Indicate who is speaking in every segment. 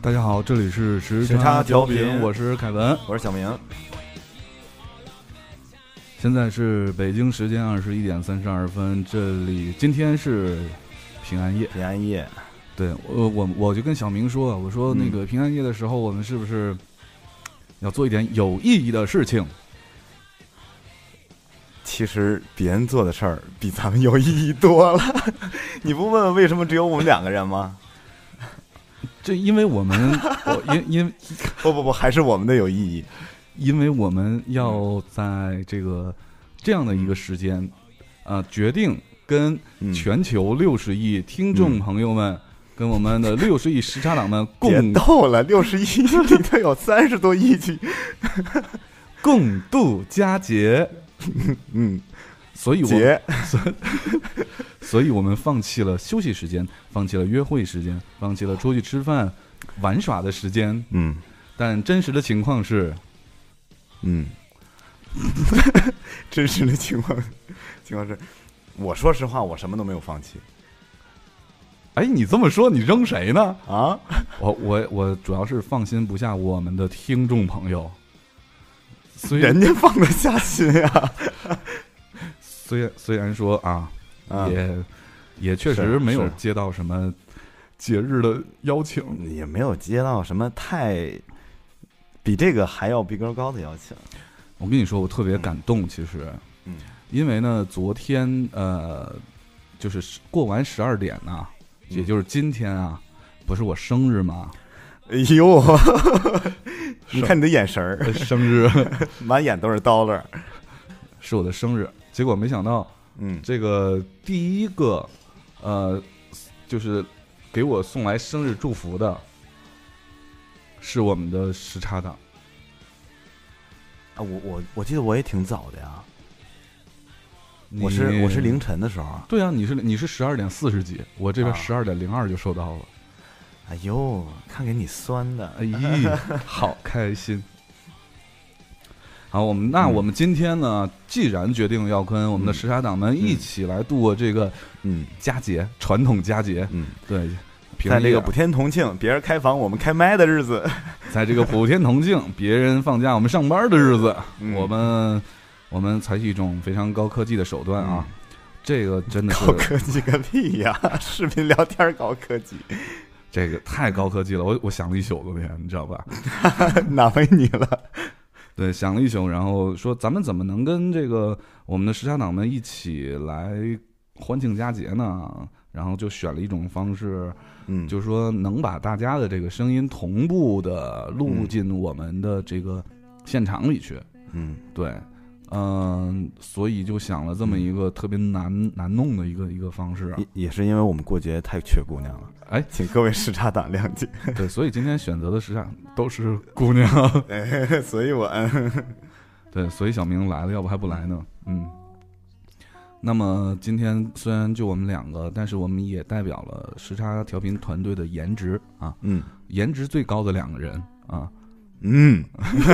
Speaker 1: 大家好，这里是时
Speaker 2: 时差调频
Speaker 1: 我是凯文。
Speaker 2: 我是小明，
Speaker 1: 现在是北京时间二十一点三十二分，这里今天是平安夜。
Speaker 2: 平安夜，
Speaker 1: 对，我我我就跟小明说，啊，我说
Speaker 2: 嗯
Speaker 1: 那个平安夜的时候，我们是不是要做一点有意义的事情？
Speaker 2: 其实别人做的事儿比咱们有意义多了。 你不问问为什么只有我们两个人吗？
Speaker 1: 这因为我们，我因因
Speaker 2: 不不不，还是我们的有意义。
Speaker 1: 因为我们要在这个这样的一个时间，啊、决定跟
Speaker 2: 嗯，
Speaker 1: 全球六十亿听众朋友们，跟我们的六十亿时差党们
Speaker 2: 别
Speaker 1: 共
Speaker 2: 逗了，六十亿里头有三十多亿去。
Speaker 1: 共度佳节，
Speaker 2: 嗯，
Speaker 1: 所以我
Speaker 2: 节
Speaker 1: 所以我们放弃了休息时间，放弃了约会时间，放弃了出去吃饭玩耍的时间，
Speaker 2: 嗯
Speaker 1: 但真实的情况是，
Speaker 2: 嗯， 真实的情况情况是，我说实话，我什么都没有放弃
Speaker 1: 哎，你这么说你扔谁呢？
Speaker 2: 啊。
Speaker 1: 我我我主要是放心不下我们的听众朋友，虽
Speaker 2: 人家放得下心 呀、
Speaker 1: 虽虽然说啊，
Speaker 2: 啊，
Speaker 1: 也也确实
Speaker 2: 是
Speaker 1: 没有
Speaker 2: 是
Speaker 1: 接到什么节日的邀请，
Speaker 2: 也没有接到什么太比这个还要逼格高的邀请。
Speaker 1: 我跟你说，我特别感动，其实，
Speaker 2: 嗯
Speaker 1: 因为呢，昨天呃，就是过完十二点呐、
Speaker 2: 嗯
Speaker 1: 也就是今天啊，不是我生日吗？
Speaker 2: 哎 呦，
Speaker 1: 是
Speaker 2: 你看你的眼神儿，
Speaker 1: 呃生日
Speaker 2: 满眼都是 dollar。
Speaker 1: 是我的生日，结果没想到
Speaker 2: 嗯
Speaker 1: 这个第一个，呃，就是给我送来生日祝福的，是我们的时差党。
Speaker 2: 啊，我我我记得我也挺早的呀，
Speaker 1: 你
Speaker 2: 我是我是凌。晨的时候。
Speaker 1: 对啊，你是你是十二点四十几，我这边
Speaker 2: 啊
Speaker 1: 十二点零二就收到了，
Speaker 2: 哎呦，看给你酸的，
Speaker 1: 哎呀，好开心！好，我们那我们今天呢，既然决定要跟我们的
Speaker 2: 嗯
Speaker 1: 时差党们一起来度过这个
Speaker 2: 嗯
Speaker 1: 佳节，传统佳节，
Speaker 2: 嗯，
Speaker 1: 对，平
Speaker 2: 在这
Speaker 1: 日啊
Speaker 2: 个普天同庆，别人开房我们开麦的日子，
Speaker 1: 在这个普天 同庆，别人放假我们上班的日子，
Speaker 2: 嗯
Speaker 1: 我们我们采取一种非常高科技的手段啊，这个真的
Speaker 2: 嗯
Speaker 1: 是
Speaker 2: 高科技个屁呀！视频聊天高科 技，
Speaker 1: 这个太高科技了，我我想了一宿昨天，你知道吧？
Speaker 2: 难为你了。
Speaker 1: 对，想了一宿，然后说咱们怎么能跟这个我们的时差党们一起来欢庆佳节呢？然后就选了一种方式，
Speaker 2: 嗯
Speaker 1: 就是说能把大家的这个声音同步的录进我们的这个现场里去。
Speaker 2: 嗯
Speaker 1: 对，嗯、所以就想了这么一
Speaker 2: 嗯
Speaker 1: 个特别难难弄的一个一个方式啊。
Speaker 2: 也也是因为我们过节太缺姑娘了，
Speaker 1: 哎，
Speaker 2: 请各位时差党谅解。
Speaker 1: 对，所以今天选择的时差都是姑娘。
Speaker 2: 哎 所以我
Speaker 1: 对，所以小明来了，要不还不来呢？嗯。那么今天虽然就我们两个，但是我们也代表了时差调频团队的颜值啊，
Speaker 2: 嗯
Speaker 1: 颜值最高的两个人啊。
Speaker 2: 嗯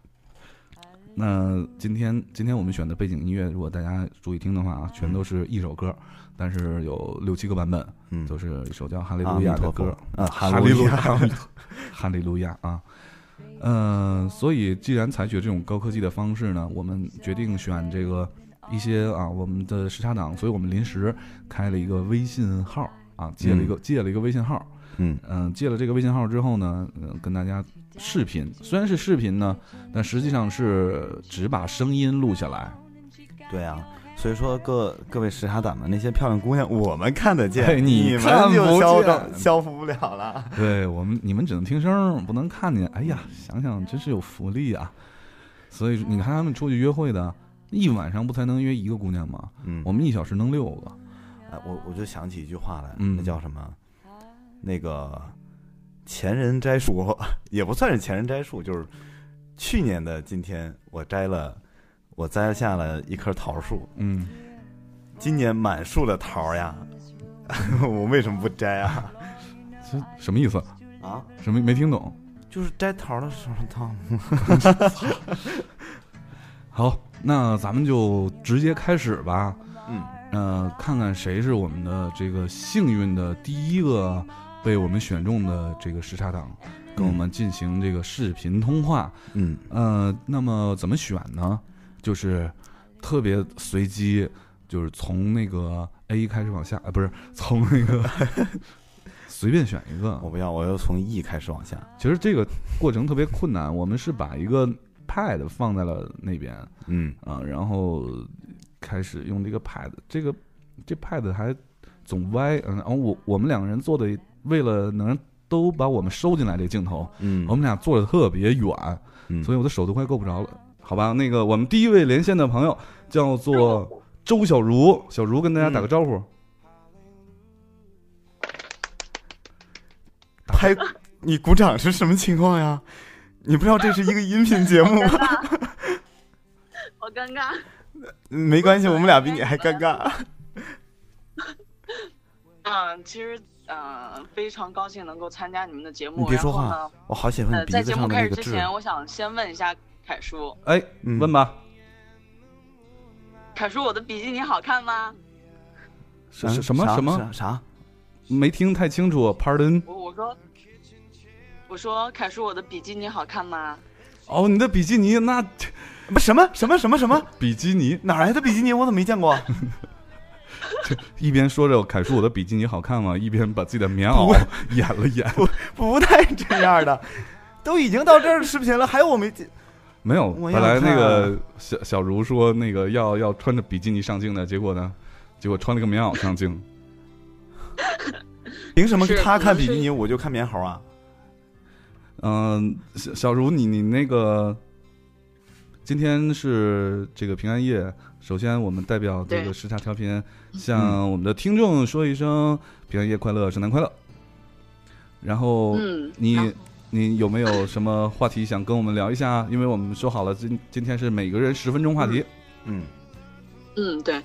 Speaker 1: 那今天今天我们选的背景音乐，如果大家注意听的话啊，全都是一首歌，但是有六七个版本，
Speaker 2: 嗯
Speaker 1: 都是一首叫《哈利
Speaker 2: 阿
Speaker 1: 路
Speaker 2: 弥
Speaker 1: 亚》的
Speaker 2: 陀
Speaker 1: 歌
Speaker 2: 佛。，啊，
Speaker 1: 哈利路亚，哈利路亚 哈利路亚啊！嗯、所以既然采取这种高科技的方式呢，我们决定选这个一些啊，我们的时差党，所以我们临时开了一个微信号啊，借了一个、借了一个微信号，
Speaker 2: 嗯
Speaker 1: 嗯、借了这个微信号之后呢，嗯、跟大家视频，虽然是视频呢，但实际上是只把声音录下来，
Speaker 2: 对啊，所以说各各位时差党们，那些漂亮姑娘我们看得
Speaker 1: 哎
Speaker 2: 见，
Speaker 1: 你
Speaker 2: 们
Speaker 1: 看不
Speaker 2: 就消
Speaker 1: 见
Speaker 2: 不消服不了了。
Speaker 1: 对我们，你们只能听声儿，不能看见。哎呀，想想真是有福利啊！所以你看他们出去约会的，一晚上不才能约一个姑娘吗？
Speaker 2: 嗯
Speaker 1: 我们一小时 能六个。
Speaker 2: 哎，我我就想起一句话来，
Speaker 1: 嗯
Speaker 2: 那叫什么？那个前人摘树 也不算是前人摘树，就是去年的今天，我摘了，我摘下了一棵桃树，
Speaker 1: 嗯，
Speaker 2: 今年满树的桃儿呀， 我为什么不摘啊？
Speaker 1: 这什么意思？
Speaker 2: 啊，
Speaker 1: 什么没听懂？
Speaker 2: 就是摘桃儿的时候，他
Speaker 1: 好，那咱们就直接开始吧。
Speaker 2: 嗯
Speaker 1: 呃，看看谁是我们的这个幸运的第一个被我们选中的这个时差党跟我们进行这个视频通话。
Speaker 2: 嗯
Speaker 1: 呃，那么怎么选呢？就是特别随机，就是从那个 A 开始往下，呃，不是从那 个随便选一个
Speaker 2: 我。不要，我要从 E 开始往下。
Speaker 1: 其实这个过程特别困难，我们是把一个 pad 放在了那边
Speaker 2: 嗯
Speaker 1: 啊，然后开始用这个 pad，这个这 pad 还总歪，嗯，然后我我们两个人坐的，为了能让都把我们收进来这镜头，
Speaker 2: 嗯
Speaker 1: 我们俩坐的特别远，
Speaker 2: 嗯
Speaker 1: 所以我的手都快够不着了。好吧，那个我们第一位连线的朋友叫做周小茹，小茹跟大家
Speaker 2: 嗯
Speaker 1: 打个招呼。
Speaker 2: 拍你鼓掌是什么情况呀？你不知道这是一个音频节目吗？
Speaker 3: 我尴尬，
Speaker 2: 没关系，我们俩比你还尴尬。
Speaker 3: 嗯，其实嗯，非常高兴能够参加你们的节目。
Speaker 2: 你别说话
Speaker 3: 然后呢，
Speaker 2: 我好喜欢
Speaker 3: 呃，
Speaker 2: 你
Speaker 3: 在
Speaker 2: 鼻子
Speaker 3: 节目
Speaker 2: 上的
Speaker 3: 开
Speaker 2: 那
Speaker 3: 始
Speaker 2: 个
Speaker 3: 之
Speaker 2: 痣。
Speaker 3: 前，我想先问一下凯叔，
Speaker 1: 哎，
Speaker 2: 嗯
Speaker 1: 问吧，
Speaker 3: 凯叔，我的比基尼好看吗？
Speaker 1: 什什什么
Speaker 2: 啥
Speaker 1: 什么
Speaker 2: 啥啥？
Speaker 1: 没听太清楚，pardon。
Speaker 3: 我我说，我说凯叔，我的比基尼好看吗？
Speaker 1: 哦，你的比基尼那
Speaker 2: 不什么什么什么什么？
Speaker 1: 比基尼
Speaker 2: 哪来的比基尼？我怎么没见过？啊
Speaker 1: 一边说着凯叔我的比基尼好 看吗，一边把自己的棉袄掩了掩。
Speaker 2: 不带这样的，都已经到这儿的视频了，还有我没见。
Speaker 1: 没有，
Speaker 2: 我
Speaker 1: 本
Speaker 2: 要
Speaker 1: 来那
Speaker 2: 看
Speaker 1: 个小小茹说那个要要穿着比基尼上镜的，结果呢，结果穿了个棉袄上镜。
Speaker 2: 凭什么
Speaker 3: 是
Speaker 2: 他
Speaker 3: 可能
Speaker 2: 看比基
Speaker 3: 是
Speaker 2: 尼我就看棉猴啊？
Speaker 1: 嗯，小小茹，你你那个，今天是这个平安夜，首先我们代表这个
Speaker 3: 对嗯
Speaker 1: 时差调频，向我们的听众说一声平安夜快乐，圣诞快乐。然后
Speaker 3: 嗯，
Speaker 1: 你、
Speaker 3: 然后
Speaker 1: 你有没有什么话题想跟我们聊一下？因为我们说好了，今今天是每个人十分钟话题。
Speaker 2: 嗯
Speaker 3: 嗯，对。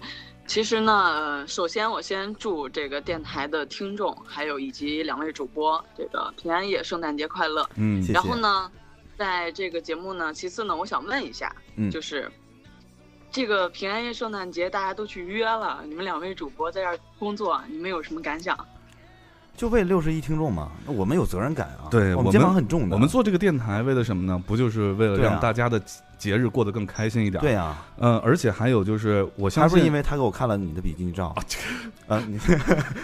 Speaker 3: 其实呢，呃首先我先祝这个电台的听众，还有以及两位主播，这个平安夜、圣诞节快乐。
Speaker 1: 嗯
Speaker 2: 谢
Speaker 3: 然后呢，在这个节目呢，其次呢，我想问一下，
Speaker 2: 嗯
Speaker 3: 就是这个平安夜、圣诞节大家都去约了，你们两位主播在这儿工作，你们有什么感想？
Speaker 2: 就为六十一听众嘛，那我们有责任感啊，
Speaker 1: 对
Speaker 2: 我
Speaker 1: 我们
Speaker 2: 们肩膀很重的，
Speaker 1: 我们做这个电台为了什么呢？不就是为了
Speaker 2: 对啊
Speaker 1: 让大家的节日过得更开心一点？
Speaker 2: 对啊，
Speaker 1: 嗯、而且还有就是，我相
Speaker 2: 还不
Speaker 1: 信
Speaker 2: 是因为他给我看了你的比基尼照 啊，你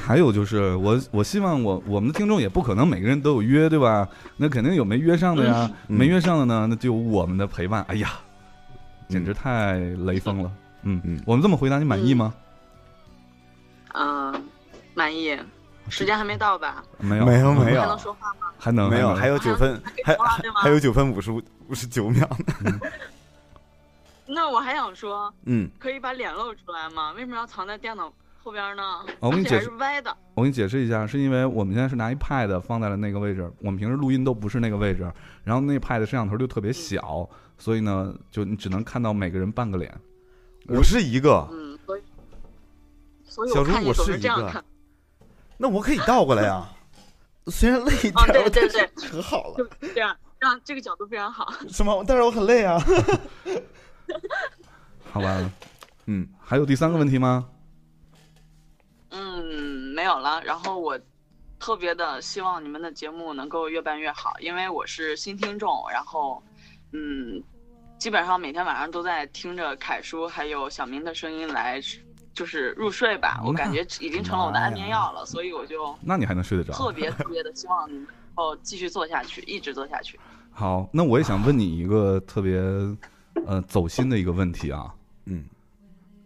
Speaker 1: 还有就是，我我希望我我们的听众也不可能每个人都有约，对吧？那肯定有没约上的呀，
Speaker 2: 嗯
Speaker 1: 没约上的呢，那就有我们的陪伴。哎呀，简直太雷锋了。嗯
Speaker 2: 嗯
Speaker 1: 我们这么回答你满意吗？
Speaker 3: 嗯、满意。时间还没到吧？
Speaker 1: 没有，
Speaker 2: 没有没有
Speaker 3: 还能说话吗？啊
Speaker 1: 还能
Speaker 2: 没有，
Speaker 1: 能
Speaker 2: 还有九分，还
Speaker 3: 说话对吗
Speaker 2: 还？有九分五十五五十九秒 呢，
Speaker 3: 那我还想说，
Speaker 2: 嗯，
Speaker 3: 可以把脸露出来吗？为什么要藏在电脑后边呢？
Speaker 1: 我给你
Speaker 3: 而且还
Speaker 1: 解释
Speaker 3: 是歪的。
Speaker 1: 我给你解释一下，是因为我们现在是拿一 pad 放在了那个位置，我们平时录音都不是那个位置，然后那 pad 摄像头就特别小，所以呢，就你只能看到每个人半个脸。
Speaker 2: 我是一 个，
Speaker 3: 嗯，所以所以
Speaker 2: 小
Speaker 3: 我
Speaker 2: 猪
Speaker 3: 看你
Speaker 2: 我
Speaker 3: 总
Speaker 2: 是
Speaker 3: 是
Speaker 2: 一
Speaker 3: 这样
Speaker 2: 个
Speaker 3: 看。
Speaker 2: 那我可以倒过来呀，虽然累一
Speaker 3: 啊，
Speaker 2: 点，
Speaker 3: 对对对，
Speaker 2: 我可好了，
Speaker 3: 就这样，让这个角度非常 好。
Speaker 2: 是吗？但是我很累啊，
Speaker 1: 好吧，
Speaker 2: 嗯，
Speaker 1: 还有第三个问题吗？
Speaker 3: 嗯，没有了。然后我特别的希望你们的节目能够越办越好，因为我是新听众，然后嗯，基本上每天晚上都在听着凯叔还有小明的声音来，就是入睡吧。我
Speaker 1: 那
Speaker 3: 感觉已经成了我的
Speaker 2: 妈呀
Speaker 3: 安眠药了，所以我就
Speaker 1: 那你还能睡得着？
Speaker 3: 特别特别的希望你们能够继续做下去，一直做下去。
Speaker 1: 好，那我也想问你一个特别，呃，走心的一个问题啊，
Speaker 2: 嗯，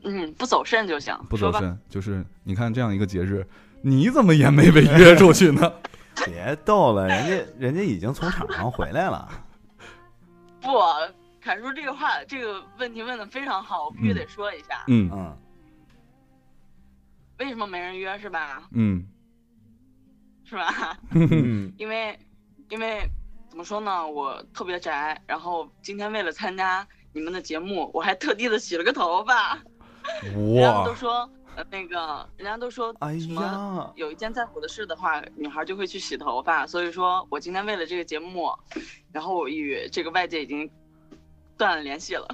Speaker 3: 嗯，不走肾就行。
Speaker 1: 不
Speaker 3: 说吧，
Speaker 1: 走肾，就是你看这样一个节日，你怎么也没被 约出去呢？
Speaker 2: 别逗了，人家人家已经从场上回来了，
Speaker 3: 不，凯叔这个话这个问题问的非常好，我必须得说一下，
Speaker 1: 嗯
Speaker 2: 嗯，
Speaker 3: 为什么没人约是吧？
Speaker 1: 嗯
Speaker 3: 是吧？
Speaker 2: 嗯
Speaker 3: 因为因为怎么说呢，我特别宅，然后今天为了参加你们的节目，我还特地的洗了个头发。人家
Speaker 1: 哇
Speaker 3: 都，说、呃、那个，人家都说
Speaker 2: 哎
Speaker 3: 什么。
Speaker 2: 呀，
Speaker 3: 有一件在乎的事的话，女孩就会去洗头发。所以说我今天为了这个节目，然后我与这个外界已经断了联系了。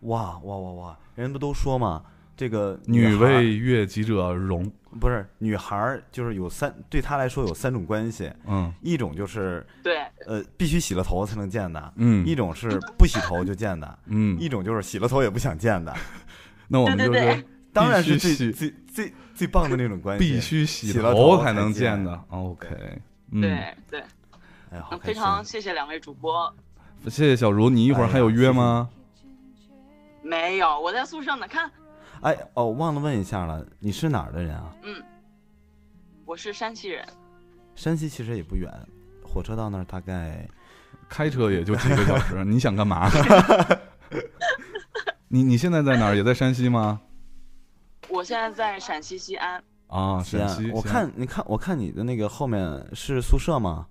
Speaker 2: 哇哇哇哇！人不都说嘛，这个
Speaker 1: 女
Speaker 2: 孩儿
Speaker 1: 为悦己者容，
Speaker 2: 不是女孩儿，就是有三对她来说有三种关系，
Speaker 1: 嗯
Speaker 2: 一种就是
Speaker 3: 对，
Speaker 2: 呃必须洗了头才能见的，
Speaker 1: 嗯
Speaker 2: 一种是不洗头就见的，
Speaker 1: 嗯，
Speaker 2: 一种就是洗了头也不想见的，
Speaker 1: 那我们
Speaker 3: 对
Speaker 1: 就
Speaker 3: 对对
Speaker 1: 是
Speaker 2: 当然是
Speaker 1: 必
Speaker 2: 最
Speaker 1: 须
Speaker 2: 最最最棒的那种关系，
Speaker 1: 必须洗
Speaker 2: 洗了头
Speaker 1: 才
Speaker 2: 才
Speaker 1: 能
Speaker 2: 见
Speaker 1: 见的。OK，嗯，
Speaker 3: 对对，
Speaker 2: 哎，好
Speaker 3: 嗯，
Speaker 2: 开
Speaker 3: 非
Speaker 2: 心。
Speaker 3: 常谢谢两位主播。
Speaker 1: 谢谢小茹，你一会
Speaker 2: 哎
Speaker 1: 儿还有约吗？
Speaker 3: 没有，我在宿舍呢。看，
Speaker 2: 哎哦，忘了问一下了，你是哪儿的人啊？
Speaker 3: 嗯我是山西人，
Speaker 2: 山西其实也不远，火车到那儿大概
Speaker 1: 开车也就几个小时，你想干 嘛？ 你你现在在哪儿？也在山西吗？
Speaker 3: 我现在在陕西西安。
Speaker 1: 啊，
Speaker 2: 西
Speaker 1: 陕
Speaker 2: 安
Speaker 1: 西。
Speaker 2: 我
Speaker 1: 西安
Speaker 2: 看你看我看你的那个后面是宿舍吗？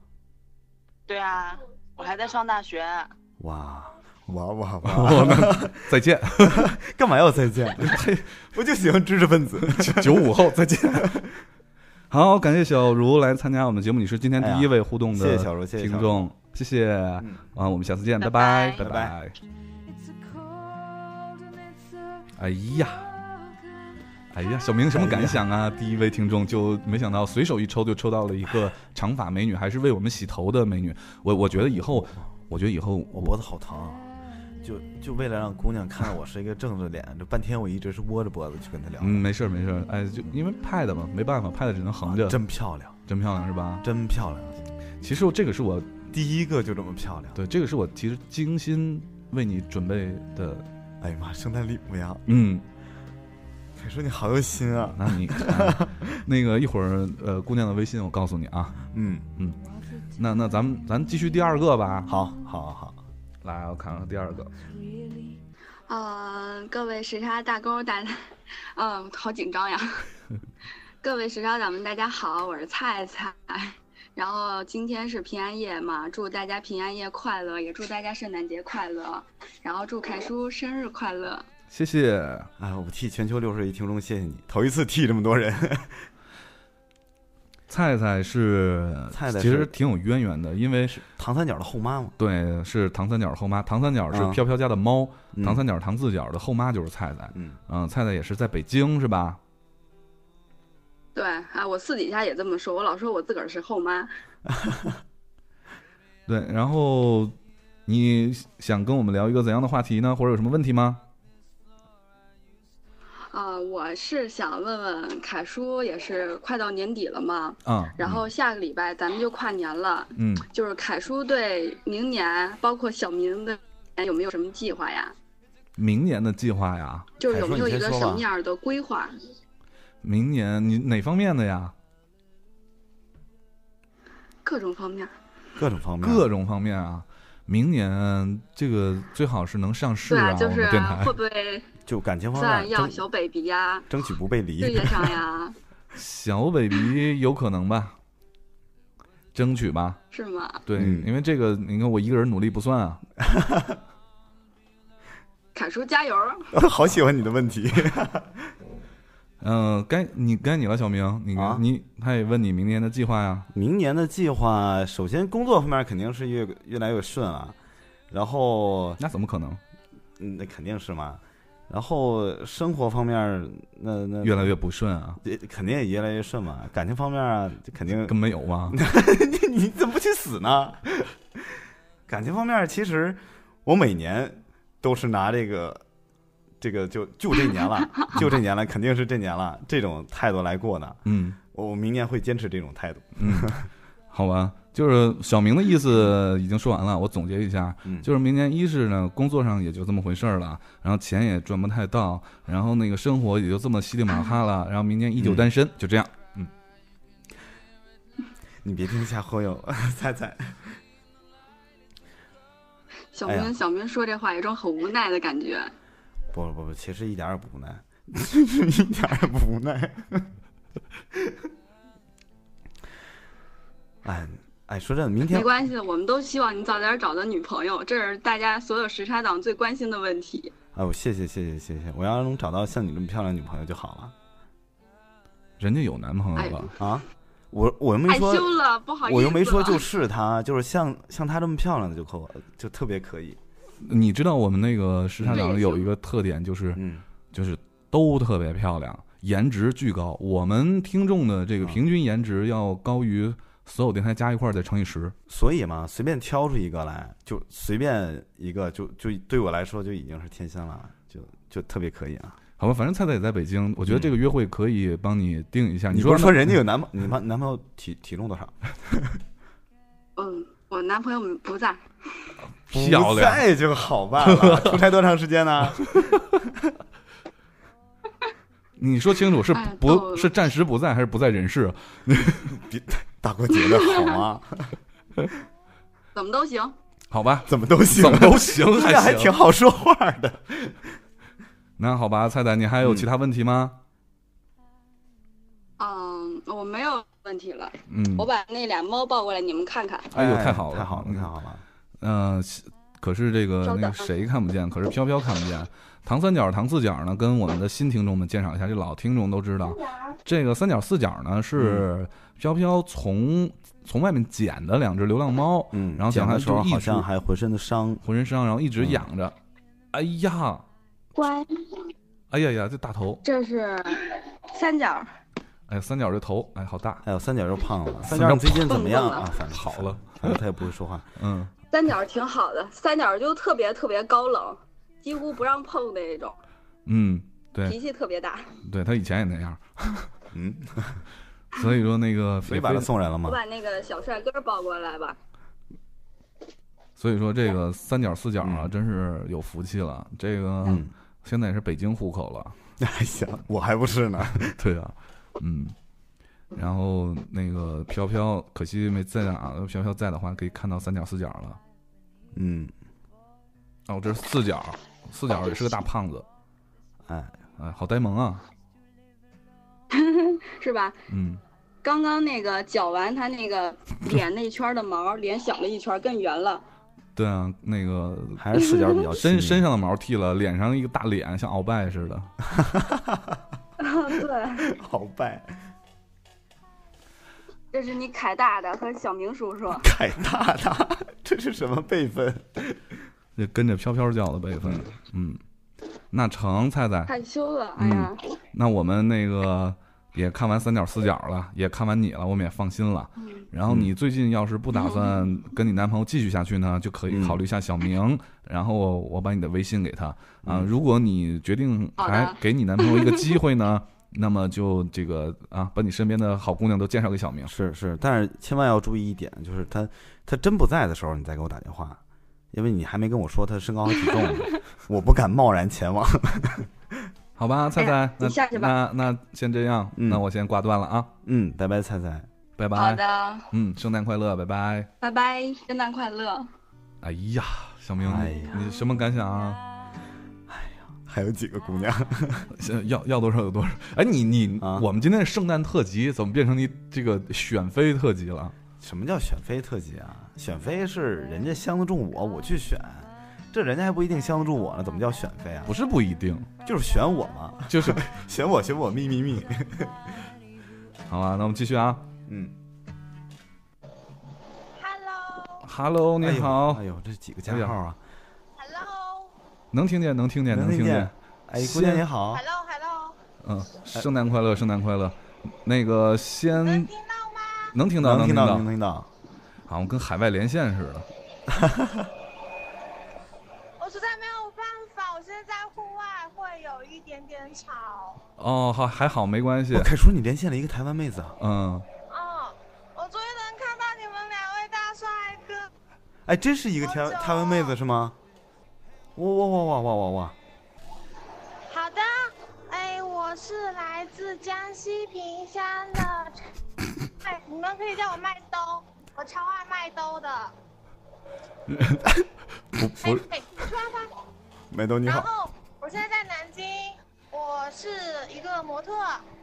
Speaker 3: 对啊，我还在上大学。
Speaker 2: 哇哇哇
Speaker 1: 我！ 们哦再见，
Speaker 2: 干嘛要再 见？ 我就喜欢知识分子。
Speaker 1: 九五后再见。好，感谢小茹来参加我们节目，你是今天第一位互动
Speaker 2: 哎
Speaker 1: 的
Speaker 2: 呀谢谢小茹谢谢小
Speaker 1: 听
Speaker 2: 茹
Speaker 1: 众，谢谢
Speaker 2: 嗯
Speaker 1: 啊，我们下次见，
Speaker 3: 拜
Speaker 1: 拜
Speaker 3: 拜
Speaker 1: 拜
Speaker 2: 拜
Speaker 1: 拜。哎呀，哎呀，小明什么感想
Speaker 2: 哎
Speaker 1: 啊？第一位听众就没想到随手一抽就抽到了一个长发美女，还是为我们洗头的美女。我我觉得以后，我觉得以后
Speaker 2: 我
Speaker 1: 我
Speaker 2: 脖子 好疼，啊就就为了让姑娘看到我是一个正着脸，这半天我一直是窝着脖子去跟她聊。
Speaker 1: 嗯没事儿没事儿，哎就因为 pad 嘛，没办法，pad 只能横着，
Speaker 2: 真漂亮，
Speaker 1: 真漂亮是吧？
Speaker 2: 真漂亮，
Speaker 1: 其实这个是我
Speaker 2: 第一个就这么漂亮。
Speaker 1: 对这个是我其实精心为你准备的，
Speaker 2: 哎呀妈，圣诞礼物呀！
Speaker 1: 嗯，
Speaker 2: 你说你好有心啊。
Speaker 1: 那你、哎那个一会儿呃姑娘的微信我告诉你啊，
Speaker 2: 嗯，
Speaker 1: 那那咱们咱继续第二个吧，
Speaker 2: 好，好，好。
Speaker 1: 来我看看第二个，
Speaker 4: 呃，各位时差大勾大， 嗯、好紧张呀！各位时差党们，大家好，我是菜菜。然后今天是平安夜嘛，祝大家平安夜快乐，也祝大家圣诞节快乐，然后祝凯叔生日快乐。
Speaker 1: 谢谢。
Speaker 2: 哎，我替全球六十亿听众谢谢你，头一次替这么多 人。
Speaker 1: 菜菜是
Speaker 2: 菜菜
Speaker 1: 其
Speaker 2: 是
Speaker 1: 实挺有渊源的，因为是
Speaker 2: 唐三角的后妈嘛，
Speaker 1: 对是唐三角后妈，唐三角是
Speaker 2: 啊
Speaker 1: 飘飘家的猫，
Speaker 2: 嗯
Speaker 1: 唐三角唐四角的后妈就是菜菜，
Speaker 2: 嗯，
Speaker 1: 嗯，菜菜也是在北京是吧？
Speaker 4: 对啊，我私底下也这么说，我老说我自个儿是后妈。
Speaker 1: 对，然后你想跟我们聊一个怎样的话题呢？或者有什么问题吗？
Speaker 4: 啊、我是想问问凯叔，也是快到年底了嘛，
Speaker 1: 啊，
Speaker 4: 然后下个礼拜咱们就跨年了，
Speaker 1: 嗯，
Speaker 4: 就是凯叔对明年，包括小明的有没有什么计划呀？
Speaker 1: 明年的计划呀，
Speaker 4: 就是有没有一
Speaker 2: 凯
Speaker 4: 个
Speaker 2: 叔你先说
Speaker 4: 什
Speaker 2: 吧
Speaker 4: 么样的规划？
Speaker 1: 明年你哪方面的呀？
Speaker 4: 各种方面。
Speaker 2: 各种方面，
Speaker 1: 各种方面啊。明年这个最好是能上市
Speaker 4: 对
Speaker 1: 啊，
Speaker 4: 就
Speaker 1: 我
Speaker 4: 是
Speaker 1: 们电台
Speaker 4: 会不会
Speaker 2: 就感情方
Speaker 4: 算
Speaker 2: 面，
Speaker 4: 要
Speaker 2: 争
Speaker 4: 小 baby 呀、
Speaker 2: 争取不被离
Speaker 4: 事。业上 呀，
Speaker 1: 小 baby 有可能吧，争取吧。
Speaker 4: 是吗？
Speaker 1: 对，
Speaker 2: 嗯
Speaker 1: 因为这个，你看我一个人努力不算啊。
Speaker 4: 凯叔加油！
Speaker 2: 哦好喜欢你的问 题，
Speaker 1: 嗯、该你该你了，小明，你、
Speaker 2: 啊
Speaker 1: 你他也问你明年的计划呀。
Speaker 2: 明年的计划，首先工作方面肯定是越越来越顺了，然后
Speaker 1: 那怎么可能？
Speaker 2: 嗯那肯定是嘛，然后生活方面那那
Speaker 1: 越来越不顺啊，
Speaker 2: 也肯定也越来越顺嘛，感情方面啊就肯定
Speaker 1: 跟没有吗？
Speaker 2: 你你怎么不去死呢？感情方面，其实我每年都是拿这个这个就就这年 了，就这年了，肯定是这年了，这种态度来过的。
Speaker 1: 嗯
Speaker 2: 我我明年会坚持这种态度。
Speaker 1: 嗯，好吧，就是小明的意思已经说完了，我总结一下，
Speaker 2: 嗯
Speaker 1: 就是明年一是呢，工作上也就这么回事儿了，然后钱也赚不太到，然后那个生活也就这么稀里马哈了，然后明年依旧单
Speaker 2: 嗯
Speaker 1: 身，就这样。 嗯
Speaker 2: 你别听瞎忽悠， 猜猜。
Speaker 4: 小
Speaker 2: 哎
Speaker 4: 明，
Speaker 2: 呀
Speaker 4: 小明说这话有一种很无奈的感觉。
Speaker 2: 不不不，其实一点儿也不无 奈，一点儿也不无奈。哎哎，说真的，明
Speaker 4: 没
Speaker 2: 天
Speaker 4: 关系，我们都希望你早点找到女朋友，这是大家所有时差党最关心的问题。
Speaker 2: 哎，我谢谢谢谢谢谢，我要能找到像你这么漂亮的女朋友就好了。
Speaker 1: 人家有男朋友了，
Speaker 2: 啊，我我又没
Speaker 4: 哎害
Speaker 2: 说，
Speaker 4: 羞了，不好意思。
Speaker 2: 我又没说就。是她，就是像像她这么漂亮的就可就特别可以。
Speaker 1: 你知道我们那个时差
Speaker 4: 这也
Speaker 1: 党
Speaker 4: 是
Speaker 1: 有一个特点就是
Speaker 2: 嗯，
Speaker 1: 就是都特别漂亮，颜值巨高。我们听众的
Speaker 2: 嗯
Speaker 1: 这个平均颜值要高于所有电台加一块儿再乘以十。
Speaker 2: 所以嘛，随便挑出一个来，就随便一个，就就对我来说就已经是天仙了，就就特别可以啊。
Speaker 1: 好吧，反正菜菜也在北京，我觉得这个约会可以帮你定一下。
Speaker 2: 嗯你不
Speaker 1: 说嗯呢
Speaker 2: 是说人家有男朋你男男朋友体体重多少？
Speaker 4: 嗯，我男朋友不在，
Speaker 1: 漂
Speaker 2: 不
Speaker 1: 亮，
Speaker 2: 在就好办 了。出差多长时间呢？
Speaker 1: 你说清楚是
Speaker 4: 哎
Speaker 1: 不、
Speaker 4: 逗
Speaker 1: 是暂时不在还是不在 人世？啊
Speaker 2: 大过节的好啊吗？
Speaker 4: 怎么都行。
Speaker 1: 好吧，
Speaker 2: 怎么都行，
Speaker 1: 怎么都行
Speaker 2: 这
Speaker 1: 还
Speaker 2: 还
Speaker 1: 行
Speaker 2: 挺好说话的。
Speaker 1: 那好吧，菜菜，你还有
Speaker 2: 嗯
Speaker 1: 其他问题吗？
Speaker 4: 嗯，我没有问题了。
Speaker 1: 嗯，
Speaker 4: 我把那俩猫抱过来，你们看看。
Speaker 1: 哎呦，太好了，
Speaker 2: 太好了，
Speaker 1: 嗯
Speaker 2: 太好了！
Speaker 1: 嗯，可是这个
Speaker 4: 稍
Speaker 1: 那个
Speaker 4: 等
Speaker 1: 谁看不见，可是飘飘看不见。唐三角、唐四角呢，跟我们的新听众们介绍一下，这老听众都知道，这个三角四角呢是飘飘从从外面捡的两只流浪猫，
Speaker 2: 嗯，
Speaker 1: 然后
Speaker 2: 讲
Speaker 1: 讲
Speaker 2: 的
Speaker 1: 的
Speaker 2: 时候
Speaker 1: 就一
Speaker 2: 好
Speaker 1: 直
Speaker 2: 像还浑身的伤，
Speaker 1: 浑身伤，然后一直
Speaker 2: 嗯
Speaker 1: 养着。哎呀，
Speaker 4: 乖，
Speaker 1: 哎呀呀，这大头，
Speaker 4: 这是三角。
Speaker 1: 哎，三角这头，哎，好大，
Speaker 2: 哎呦，三角又胖了。三
Speaker 1: 三
Speaker 2: 角，
Speaker 1: 角
Speaker 2: 你最近怎么样
Speaker 4: 胖
Speaker 2: 啊？反正
Speaker 1: 好了，
Speaker 2: 反正他也不会说话。
Speaker 1: 嗯，
Speaker 4: 三角挺好的，三角就特别特别高冷，几乎不让碰的那种，
Speaker 1: 嗯，对
Speaker 4: 脾气特别大。
Speaker 1: 对，他以前也那样，
Speaker 2: 嗯，
Speaker 1: 所以说那个
Speaker 2: 所以
Speaker 1: 飞
Speaker 2: 把
Speaker 1: 飞
Speaker 2: 他，送人了
Speaker 4: 我
Speaker 2: 吗？
Speaker 4: 把那个小帅哥抱过来吧。
Speaker 1: 所以说这个三角四角啊，
Speaker 2: 嗯
Speaker 1: 真是有福气了。这个
Speaker 2: 嗯，
Speaker 1: 现在也是北京户口 了，
Speaker 2: 还行，我还不是呢。
Speaker 1: 对啊，嗯，然后那个飘飘，可惜没在啊。飘飘在的话，可以看到三角四角了。
Speaker 2: 嗯，
Speaker 1: 哦，这是四角，四角也是个大胖子，
Speaker 2: 哎，
Speaker 1: 哎，好呆萌啊，
Speaker 4: 是吧？
Speaker 1: 嗯，
Speaker 4: 刚刚那个绞完它那个脸那一圈的毛，脸小了一圈，更圆了。
Speaker 1: 对啊，那个
Speaker 2: 还是四角比较
Speaker 1: 身身
Speaker 2: 上
Speaker 1: 上的毛剃了，脸上一个大脸，像鳌拜似 的。
Speaker 4: 对，
Speaker 2: 好拜
Speaker 4: 这是你凯大的和小明叔叔。
Speaker 2: 凯大大，这是什么辈分？
Speaker 1: 这跟着飘飘叫的辈分，嗯，那成菜菜，
Speaker 4: 害羞了，
Speaker 1: 嗯
Speaker 4: 哎呀，
Speaker 1: 那我们那个也看完三角四角了，也看完你了，我们也放心了。
Speaker 4: 嗯
Speaker 1: 然后
Speaker 2: 嗯
Speaker 1: 你最近要是不打算跟你男朋友继续下去呢，就可以
Speaker 2: 嗯
Speaker 1: 考虑一下小明，然后我我把你的微信给他啊
Speaker 2: 嗯。
Speaker 1: 如果你决定
Speaker 4: 好的
Speaker 1: 哎还给你男朋友一个机会呢， 那么就这个啊，把你身边的好姑娘都介绍给小明。
Speaker 2: 是是，但是千万要注意一点，就是他他真不在的时候，你再给我打电话，因为你还没跟我说他身高和体重呢， 我不敢贸然前往。
Speaker 1: 好吧，菜菜，
Speaker 4: 哎你下去
Speaker 1: 那那那先这样，
Speaker 2: 嗯
Speaker 1: 那我先挂断了啊，
Speaker 2: 嗯，拜拜，菜菜。
Speaker 1: 拜
Speaker 4: 好
Speaker 1: 拜。
Speaker 4: 的，
Speaker 1: 嗯，圣诞快乐，拜拜。
Speaker 4: 拜拜，圣诞快乐。
Speaker 1: 哎呀，小明，
Speaker 2: 哎呀哎
Speaker 1: 你什么感想啊？
Speaker 2: 还有几个姑 娘？
Speaker 1: 是要要多少有多少。哎，你你、
Speaker 2: 啊
Speaker 1: 我们今天是圣诞特辑，怎么变成你这个选妃特辑了？
Speaker 2: 什么叫选妃特辑啊？选妃是人家相得中我，我去选，这人家还不一定相得中我呢，怎么叫选妃啊？
Speaker 1: 不是不一定，
Speaker 2: 就是选我嘛，
Speaker 1: 就是
Speaker 2: 选我，选我，秘密密。
Speaker 1: 好吧。那我们继续啊。
Speaker 2: 嗯，
Speaker 1: Hello，你好，
Speaker 2: 哎呦，哎呦这几个加号啊！
Speaker 1: 能听见，能听见，
Speaker 2: 能
Speaker 1: 能
Speaker 2: 听
Speaker 1: 听
Speaker 2: 见哎，姑娘
Speaker 1: 先
Speaker 2: 你好，
Speaker 1: 嗯，圣诞快乐，圣诞快乐。那个先能听到吗？能听到，
Speaker 2: 能听
Speaker 1: 到
Speaker 2: 能，听到。
Speaker 1: 好像跟海外连线似的。
Speaker 5: 我实在没有办法，我现在在户外会有一点点吵。
Speaker 1: 哦，好，还好，没关系
Speaker 2: 我。哦凯叔，你连线了一个台湾妹子啊！
Speaker 1: 嗯，
Speaker 5: 嗯，我终于能看到你们两位大帅哥，
Speaker 2: 哎，真是一个台
Speaker 5: 好久
Speaker 2: 台湾妹子是吗？哇哇哇哇哇哇 哇！
Speaker 5: 好的，哎，我是来自江西萍乡的，哎，你们可以叫我麦兜，我超爱麦兜的。
Speaker 2: 不
Speaker 5: 哎
Speaker 2: 不，，
Speaker 5: 哎你突然发
Speaker 2: 美豆你
Speaker 5: 然
Speaker 2: 好，
Speaker 5: 后我现在在南京，我是一个模特，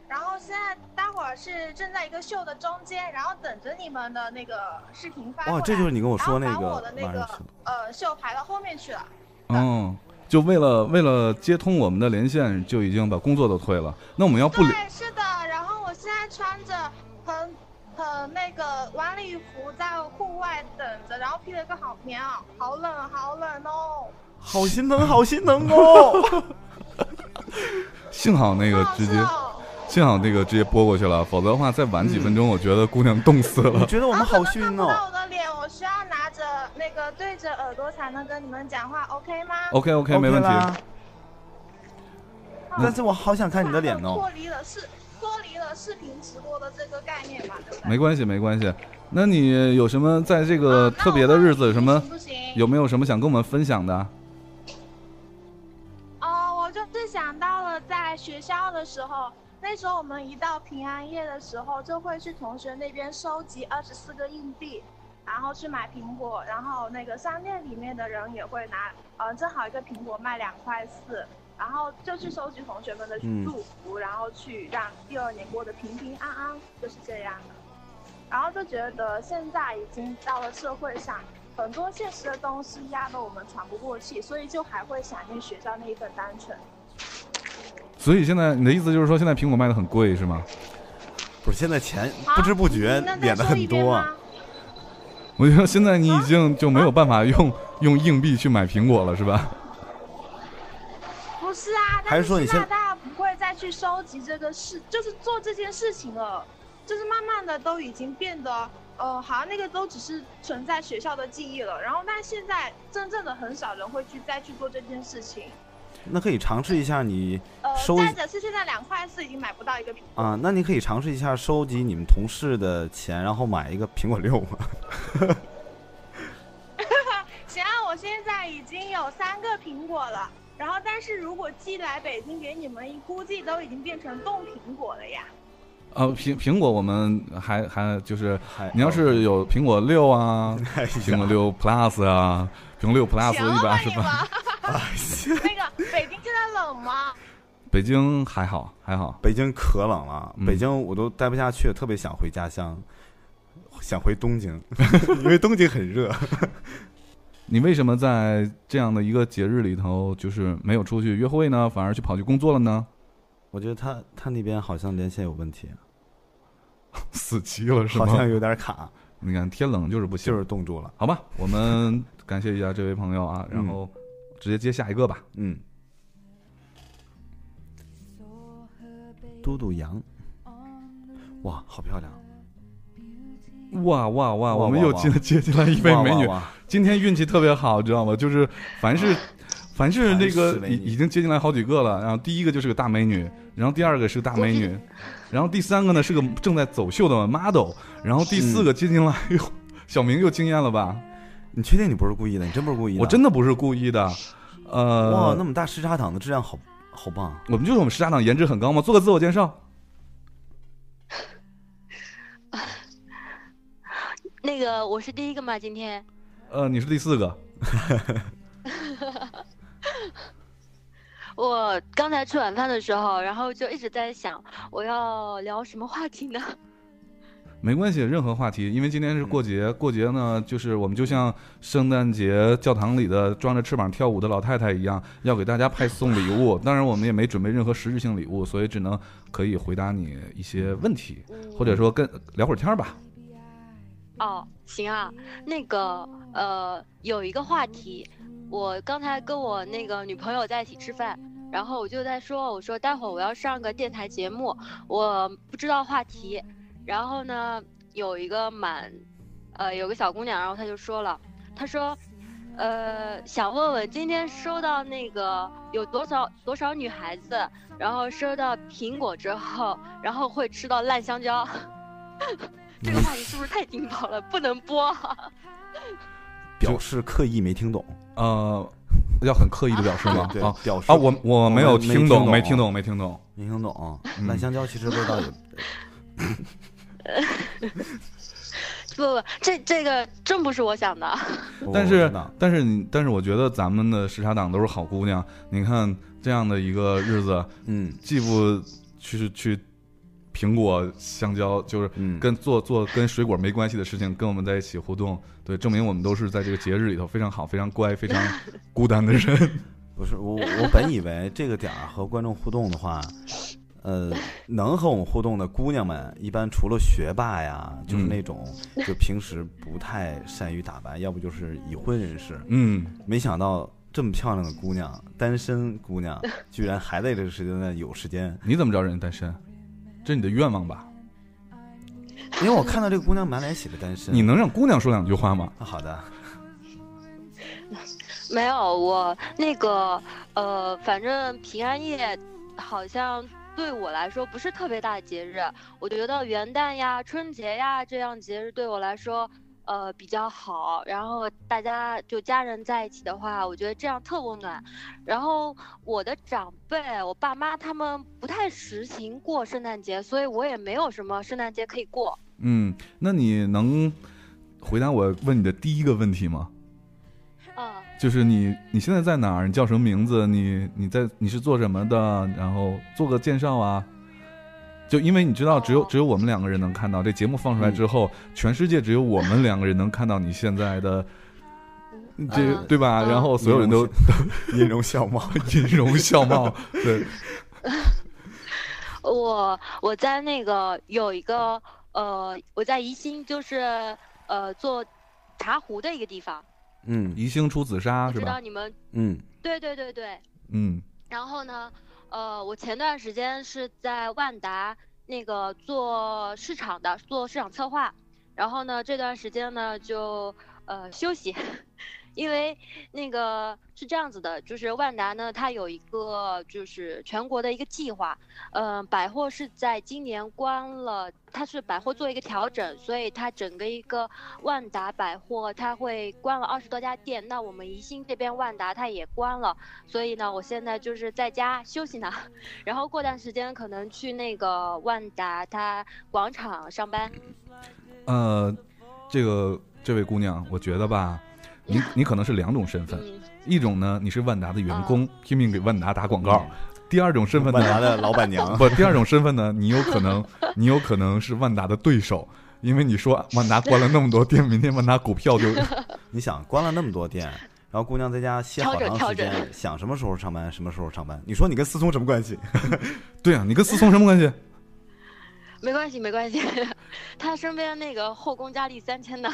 Speaker 5: 然后现在待会儿是正在一个秀的中间，然后等着你们的那个视频发过来。
Speaker 2: 哇，这就是你跟我说
Speaker 5: 然
Speaker 2: 那
Speaker 5: 后把我
Speaker 2: 个
Speaker 5: 的那
Speaker 2: 晚上
Speaker 5: 个
Speaker 2: 去
Speaker 5: 呃秀排到后面去了。
Speaker 1: 哦，就为了为了接通我们的连线，就已经把工作都退了。那我们要不连
Speaker 5: 对，是的。然后我现在穿着很很那个晚礼服，在户外等着，然后披了个好棉袄，好冷好冷哦。
Speaker 2: 好心疼，好心疼哦！
Speaker 1: 幸好那个
Speaker 5: 好
Speaker 1: 直接，
Speaker 5: 瘦
Speaker 1: 幸好那个直接拨过去了，否则的话再晚几分钟，我觉得姑娘冻死
Speaker 2: 我
Speaker 1: 了。
Speaker 2: 嗯觉得我们好
Speaker 5: 幸
Speaker 2: 幸
Speaker 5: 看
Speaker 2: 运
Speaker 5: 不到
Speaker 2: 哦。
Speaker 5: 我的脸，我需要拿着那个对着耳朵才能跟你们讲话，OK 吗？
Speaker 1: OK OK，没问题。嗯
Speaker 2: 啦但是我好想看你的脸
Speaker 5: 脱
Speaker 2: 哦。
Speaker 5: 离了视，脱离了视频直播的这个概念吧，对不对？
Speaker 1: 没关系，没关系。那你有什么在这个
Speaker 5: 啊那
Speaker 1: 特别的
Speaker 5: 我
Speaker 1: 日子有什么
Speaker 5: 行不行？
Speaker 1: 有没有什么想跟我们分享的？
Speaker 5: 哦，我就是想到了在学校的时候，那时候我们一到平安夜的时候，就会去同学那边收集二十四个硬币，然后去买苹果，然后那个商店里面的人也会拿，呃，正好一个苹果卖两块四，然后就去收集同学们的
Speaker 2: 嗯
Speaker 5: 祝福，然后去让第二年过得平平安安，就是这样的。然后就觉得现在已经到了社会上，很多现实的东西压得我们喘不过气，所以就还会想念学校那一份单纯。
Speaker 1: 所以现在你的意思就是说，现在苹果卖的很贵是吗？
Speaker 2: 不是，现在钱
Speaker 5: 啊
Speaker 2: 不知不觉
Speaker 5: 那再
Speaker 2: 敛的
Speaker 5: 说
Speaker 2: 很
Speaker 5: 一遍
Speaker 2: 多啊。
Speaker 5: 吗
Speaker 1: 我觉得现在你已经就没有办法用用硬币去买苹果了是吧？
Speaker 5: 不是啊，但
Speaker 2: 还是说你
Speaker 5: 现在
Speaker 2: 先
Speaker 5: 大家不会再去收集这个事，就是做这件事情了，就是慢慢的都已经变得，呃，好像那个都只是存在学校的记忆了。然后，但现在真正的很少人会去再去做这件事情。
Speaker 2: 那可以尝试一下你
Speaker 5: 呃，
Speaker 2: 收
Speaker 5: 再者是现在两块四已经买不到一个苹果。
Speaker 2: 啊，那你可以尝试一下收集你们同事的钱，然后买一个苹果六嘛。
Speaker 5: 行啊，我现在已经有三个苹果了。然后，但是如果寄来北京给你们，估计都已经变成冻苹果了呀。
Speaker 1: 呃，苹苹果我们还还就是
Speaker 2: 还
Speaker 1: 你要是有苹果六啊，
Speaker 2: 哎呀
Speaker 1: 苹果六 Plus 啊，苹果六 Plus
Speaker 5: 行
Speaker 1: 一百二
Speaker 5: 吧，
Speaker 1: 十
Speaker 5: 你
Speaker 1: 八，
Speaker 5: 们 那个北京现在冷吗？
Speaker 1: 北京还好还好。
Speaker 2: 北京可冷了，
Speaker 1: 嗯
Speaker 2: 北京我都待不下去，特别想回家乡，想回东京， 因为东京很 热。
Speaker 1: 你为什么在这样的一个节日里头，就是没有出去约会呢，反而去跑去工作了呢？
Speaker 2: 我觉得他他那边好像连线有问题，
Speaker 1: 死机了是
Speaker 2: 好像
Speaker 1: 吗？
Speaker 2: 有点卡，
Speaker 1: 你看天冷就是不行，
Speaker 2: 就是冻住了。
Speaker 1: 好吧，我们 感谢一下这位朋友啊，然后直接接下一个吧。
Speaker 2: 嗯，嘟嘟羊，哇，好漂亮！
Speaker 1: 哇哇哇！我们
Speaker 2: 哇哇
Speaker 1: 又进了接 进来一位美女
Speaker 2: 哇，哇
Speaker 1: 今天运气特别好，知道吗？就是 凡是凡是那
Speaker 2: 凡
Speaker 1: 个
Speaker 2: 是美
Speaker 1: 已
Speaker 2: 女
Speaker 1: 已经接进来好几个了，然后第一个就是个大美女，然后第二个是个大美女，然后第三个呢是个正在走秀的 model，然后第四个接进来，哎呦，小明又惊艳了吧？
Speaker 2: 哇你确定你不是故意的？你真不是故意的？
Speaker 1: 我真的不是故意的，
Speaker 2: 哇
Speaker 1: 呃，，
Speaker 2: 那么大时差党的质量好好棒。
Speaker 1: 我们就是我们时家党颜值很高嘛，做个自我介绍。
Speaker 6: 那个我是第一个嘛，今天
Speaker 1: 呃，你是第四个，
Speaker 6: 我刚才吃晚饭的时候，然后就一直在想我要聊什么话题呢？
Speaker 1: 没关系，任何话题，因为今天
Speaker 2: 嗯
Speaker 1: 是过节，过节呢，就是我们就像圣诞节教堂里的装着翅膀跳舞的老太太一样，要给大家派送礼 物。当然，我们也没准备任何实质性礼物，所以只能可以回答你一
Speaker 2: 嗯
Speaker 1: 些问题，或者说跟聊会儿天儿吧。
Speaker 6: 哦，行啊，那个呃，有一个话题，我刚才跟我那个女朋友在一起吃饭，然后我就在说，我说待会儿我要上个电台节目，我不知道话题，然后呢，有一个蛮，呃，有个小姑娘，然后她就说了，她说。呃，想问问今天收到那个有多少多少女孩子，然后收到苹果之后，然后会吃到烂香蕉， 这个
Speaker 2: 嗯
Speaker 6: 话题是不是太劲爆了？不能播。
Speaker 2: 表示刻意没听懂，
Speaker 1: 呃，要很刻意的表示吗？
Speaker 2: 对
Speaker 1: 啊，
Speaker 2: 表示
Speaker 1: 啊，我我没有
Speaker 2: 我们没
Speaker 1: 听懂，
Speaker 2: 听懂啊
Speaker 1: 没听懂，没听懂。
Speaker 2: 没听懂。
Speaker 1: 嗯
Speaker 2: 烂香蕉其实味道 也，
Speaker 6: 不不，这这个真不是我想的。
Speaker 2: 我
Speaker 1: 但
Speaker 2: 我
Speaker 1: 是
Speaker 2: 知道，
Speaker 1: 但是你，但是我觉得咱们的时差党都是好姑娘。你看这样的一个日子，
Speaker 2: 嗯
Speaker 1: 既不去去苹果、香蕉，就是
Speaker 2: 嗯，
Speaker 1: 跟做做跟水果没关系的事情，跟我们在一起互动，对，证明我们都是在这个节日里头非常好、非常乖、非常 孤单的人。
Speaker 2: 不是我，我本以为这个点儿和观众互动的话，呃，能和我们互动的姑娘们，一般除了学霸呀，就是
Speaker 1: 嗯
Speaker 2: 那种就平时不太善于打扮，要不就是已婚人士。
Speaker 1: 嗯，
Speaker 2: 没想到这么漂亮的姑娘，单身姑娘， 居然还在这个时间段有时间，
Speaker 1: 你怎么知道人家单身？这是你的愿望吧？
Speaker 2: 因为我看到这个姑娘满脸写着单身。
Speaker 1: 你能让姑娘说两句话吗？
Speaker 2: 啊好的，
Speaker 6: 没有，我那个呃，反正平安夜好像对我来说不是特别大的节日。我觉得元旦呀、春节呀这样节日对我来说，呃比较好。然后大家就家人在一起的话，我觉得这样特温暖。然后我的长辈，我爸妈他们不太实行过圣诞节，所以我也没有什么圣诞节可以过。
Speaker 1: 嗯，那你能回答我问你的第一个问题吗？
Speaker 6: 嗯、
Speaker 1: 就是你你现在在哪儿？你叫什么名字？你你在你是做什么的？然后做个介绍啊。就因为你知道，只有
Speaker 6: 哦
Speaker 1: 只有我们两个人能看到这节目放出来之
Speaker 2: 嗯
Speaker 1: 后，全世界只有我们两个人能看到你现在
Speaker 2: 呃
Speaker 1: 的这
Speaker 6: 嗯
Speaker 1: 对吧？
Speaker 6: 嗯
Speaker 1: 然后所有人都
Speaker 2: 音容笑貌，
Speaker 1: 音容笑貌，对，
Speaker 6: 我我在那个有一个呃，我在宜兴，就是呃做茶壶的一个地方，
Speaker 2: 嗯
Speaker 1: 宜兴出紫
Speaker 6: 我
Speaker 1: 砂
Speaker 6: 知
Speaker 1: 是
Speaker 6: 道
Speaker 1: 吧？
Speaker 6: 你们
Speaker 2: 嗯
Speaker 6: 对对对对。
Speaker 1: 嗯
Speaker 6: 然后呢，呃，我前段时间是在万达那个做市场的，做市场策划。然后呢，这段时间呢就呃休息，因为那个是这样子的，就是万达呢，它有一个就是全国的一个计划，嗯、百货是在今年关了，它是百货做一个调整，所以它整个一个万达百货它会关了二十多家店，那我们宜兴这边万达它也关了。所以呢，我现在就是在家休息呢， 然后过段时间可能去那个万达它广场上班。
Speaker 1: 呃，这个这位姑娘，我觉得吧，你你可能是两种身份，
Speaker 6: 嗯，
Speaker 1: 一种呢你是万达的员工，拼命给万达打广告；第二种身份
Speaker 2: 万
Speaker 1: 呢，
Speaker 2: 达的老板娘，
Speaker 1: 不，第二种身份呢，你有可能，你有可能是万达的对手，因为你说万达关了那么多店，明天万达股票就
Speaker 2: 你想关了那么多店，然后姑娘在家歇好
Speaker 6: 挑着
Speaker 2: 长时
Speaker 6: 挑着
Speaker 2: 间，想什么时候上班什么时候上班。你说你跟思聪什么关系？
Speaker 1: 对啊，你跟思聪什么关系？
Speaker 6: 没关系，没关系。 他身边那个后宫佳丽三千的，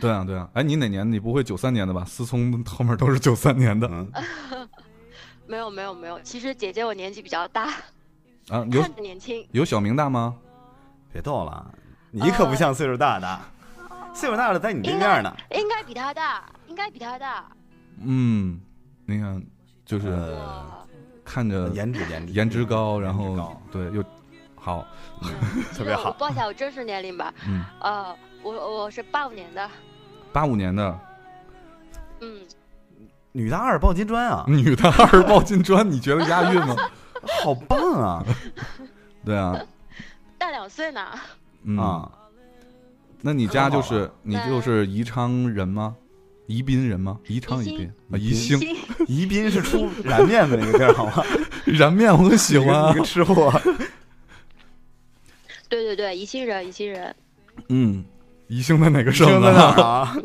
Speaker 1: 对啊，对啊，哎，你哪年？你不会九三年的吧？思聪后面都是九三年的
Speaker 2: 嗯，
Speaker 6: 没有，没有，没有。其实姐姐我年纪比较大，
Speaker 1: 啊，有
Speaker 6: 看着年轻。
Speaker 1: 有小明大吗？
Speaker 2: 别逗了，你可不像岁数大的，岁数大的在你对面呢。
Speaker 6: 应该比他大，应该比他大。
Speaker 1: 嗯，你看，就是
Speaker 2: 呃，
Speaker 1: 看着
Speaker 2: 颜值颜值
Speaker 1: 颜值高，然
Speaker 2: 颜值
Speaker 1: 后
Speaker 2: 高嗯
Speaker 1: 对又好，
Speaker 2: 特别
Speaker 6: 我
Speaker 2: 好。
Speaker 6: 报一下我真实年龄吧。
Speaker 1: 嗯，
Speaker 6: 呃，我我是八五年的，
Speaker 1: 八五年的
Speaker 6: 嗯，
Speaker 2: 女大二抱金砖啊，
Speaker 1: 女的二抱金砖，你觉得押韵吗？
Speaker 2: 好棒啊
Speaker 1: 对啊，
Speaker 6: 大两岁呢。
Speaker 1: 嗯，
Speaker 2: 啊！
Speaker 1: 那 你家就
Speaker 2: 可
Speaker 1: 是你就是宜昌人吗？宜宾人吗？宜昌、
Speaker 6: 宜
Speaker 1: 宜
Speaker 6: 兴
Speaker 1: 宾啊，宜兴
Speaker 6: 新
Speaker 2: 宜宾是出燃面的那个地儿好吗？
Speaker 1: 燃面我很喜
Speaker 2: 你
Speaker 1: 欢
Speaker 2: 个
Speaker 1: 啊
Speaker 2: 你个。吃货，
Speaker 6: 对对对，宜兴人，宜兴人。
Speaker 1: 嗯，宜兴在哪个省
Speaker 2: 生在哪
Speaker 1: 啊？
Speaker 2: 儿啊？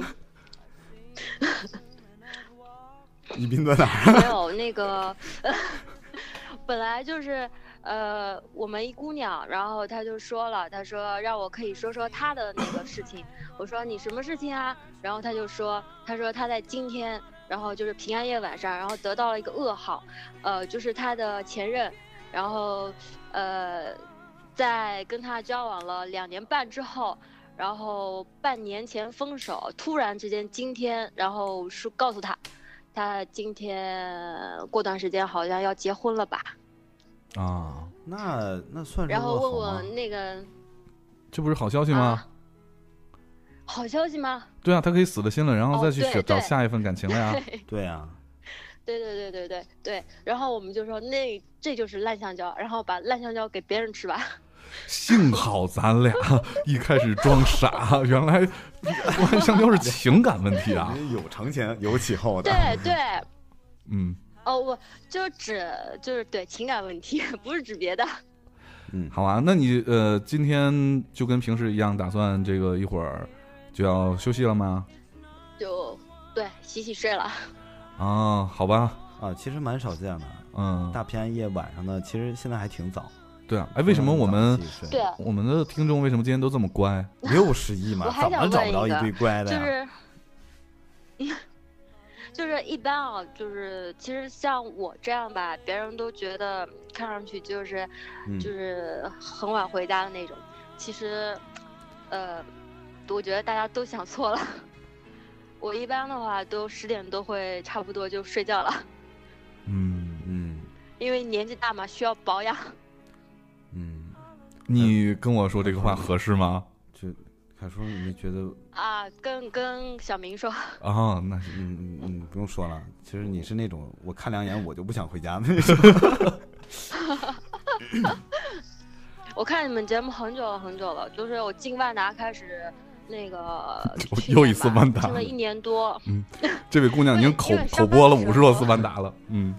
Speaker 2: 宜宾在哪儿？
Speaker 6: 没
Speaker 1: 啊
Speaker 6: 有那个， 本来就是呃，我们一姑娘，然后她就说了，她说让我可以说说她的那个事情。我说你什么事情啊？然后她就说，她说她在今天，然后就是平安夜晚上，然后得到了一个噩耗，呃，就是她的前任，然后呃，在跟她交往了两年半之后。然后半年前分手，突然之间今天，然后说告诉她，他今天过段时间好像要结婚了吧？
Speaker 1: 啊，
Speaker 2: 那呃那算是
Speaker 6: 然后
Speaker 2: 个好
Speaker 6: 问
Speaker 2: 吗
Speaker 6: 我那个
Speaker 1: 这不是好消息吗
Speaker 6: 啊？好消息吗？
Speaker 1: 对啊，他可以死了心了，然后
Speaker 6: 哦
Speaker 1: 再去
Speaker 6: 对
Speaker 1: 找找
Speaker 6: 对
Speaker 1: 下一份感情 了呀。
Speaker 2: 对啊，
Speaker 6: 对对对对对对。然后我们就说那这就是烂香蕉，然后把烂香蕉给别人吃吧。
Speaker 1: 幸好咱俩 一开始装傻，原来万 香蕉是情感问题啊。
Speaker 2: 你有成前有起后的
Speaker 6: 对，对，
Speaker 1: 嗯，
Speaker 6: 哦，我就指就是对情感问题， 不是指别的。
Speaker 2: 嗯，
Speaker 1: 好啊，那你呃今天就跟平时一样，打算这个一会儿就要休息了吗？
Speaker 6: 就对，洗洗睡了。
Speaker 1: 啊，好吧，
Speaker 2: 啊，其实蛮少见的。
Speaker 1: 嗯，
Speaker 2: 大平安夜晚上呢，其实现在还挺早。
Speaker 1: 对啊，哎，为什么我们
Speaker 6: 对，
Speaker 1: 我们的听众为什么今天都这么乖？
Speaker 2: 六十亿嘛
Speaker 6: 我，还
Speaker 2: 怎么
Speaker 6: 想
Speaker 2: 找
Speaker 6: 问
Speaker 2: 不着一
Speaker 6: 一个
Speaker 2: 堆乖的
Speaker 6: 就
Speaker 2: 呀？
Speaker 6: 是，就是一般啊，就是其实像我这样吧，别人都觉得看上去就是
Speaker 2: 嗯
Speaker 6: 就是很晚回家的那种，其实，呃，我觉得大家都想错了。我一般的话都十点多会差不多就睡觉了，
Speaker 1: 嗯，
Speaker 2: 嗯
Speaker 6: 因为年纪大嘛，需要保养。
Speaker 2: 嗯，
Speaker 1: 你跟我说这个话合适吗？
Speaker 2: 就凯叔，你觉得，
Speaker 6: 啊，跟跟小明说，
Speaker 1: 哦，那是
Speaker 2: 嗯嗯嗯，不用说了，其实你是那种我看两眼我就不想回家的那种。
Speaker 6: 我看你们节目很久了很久了，就是我进万达开始那个
Speaker 1: 又
Speaker 6: 去
Speaker 1: 又
Speaker 6: 年
Speaker 1: 一次嗯
Speaker 6: 吧
Speaker 1: 万达
Speaker 6: 进了
Speaker 1: 了
Speaker 6: 一年多，
Speaker 1: 这位姑娘已经口
Speaker 6: 对因为上
Speaker 1: 口
Speaker 6: 班
Speaker 1: 播了
Speaker 6: 的时
Speaker 1: 五十多次
Speaker 6: 候
Speaker 1: 万达了，嗯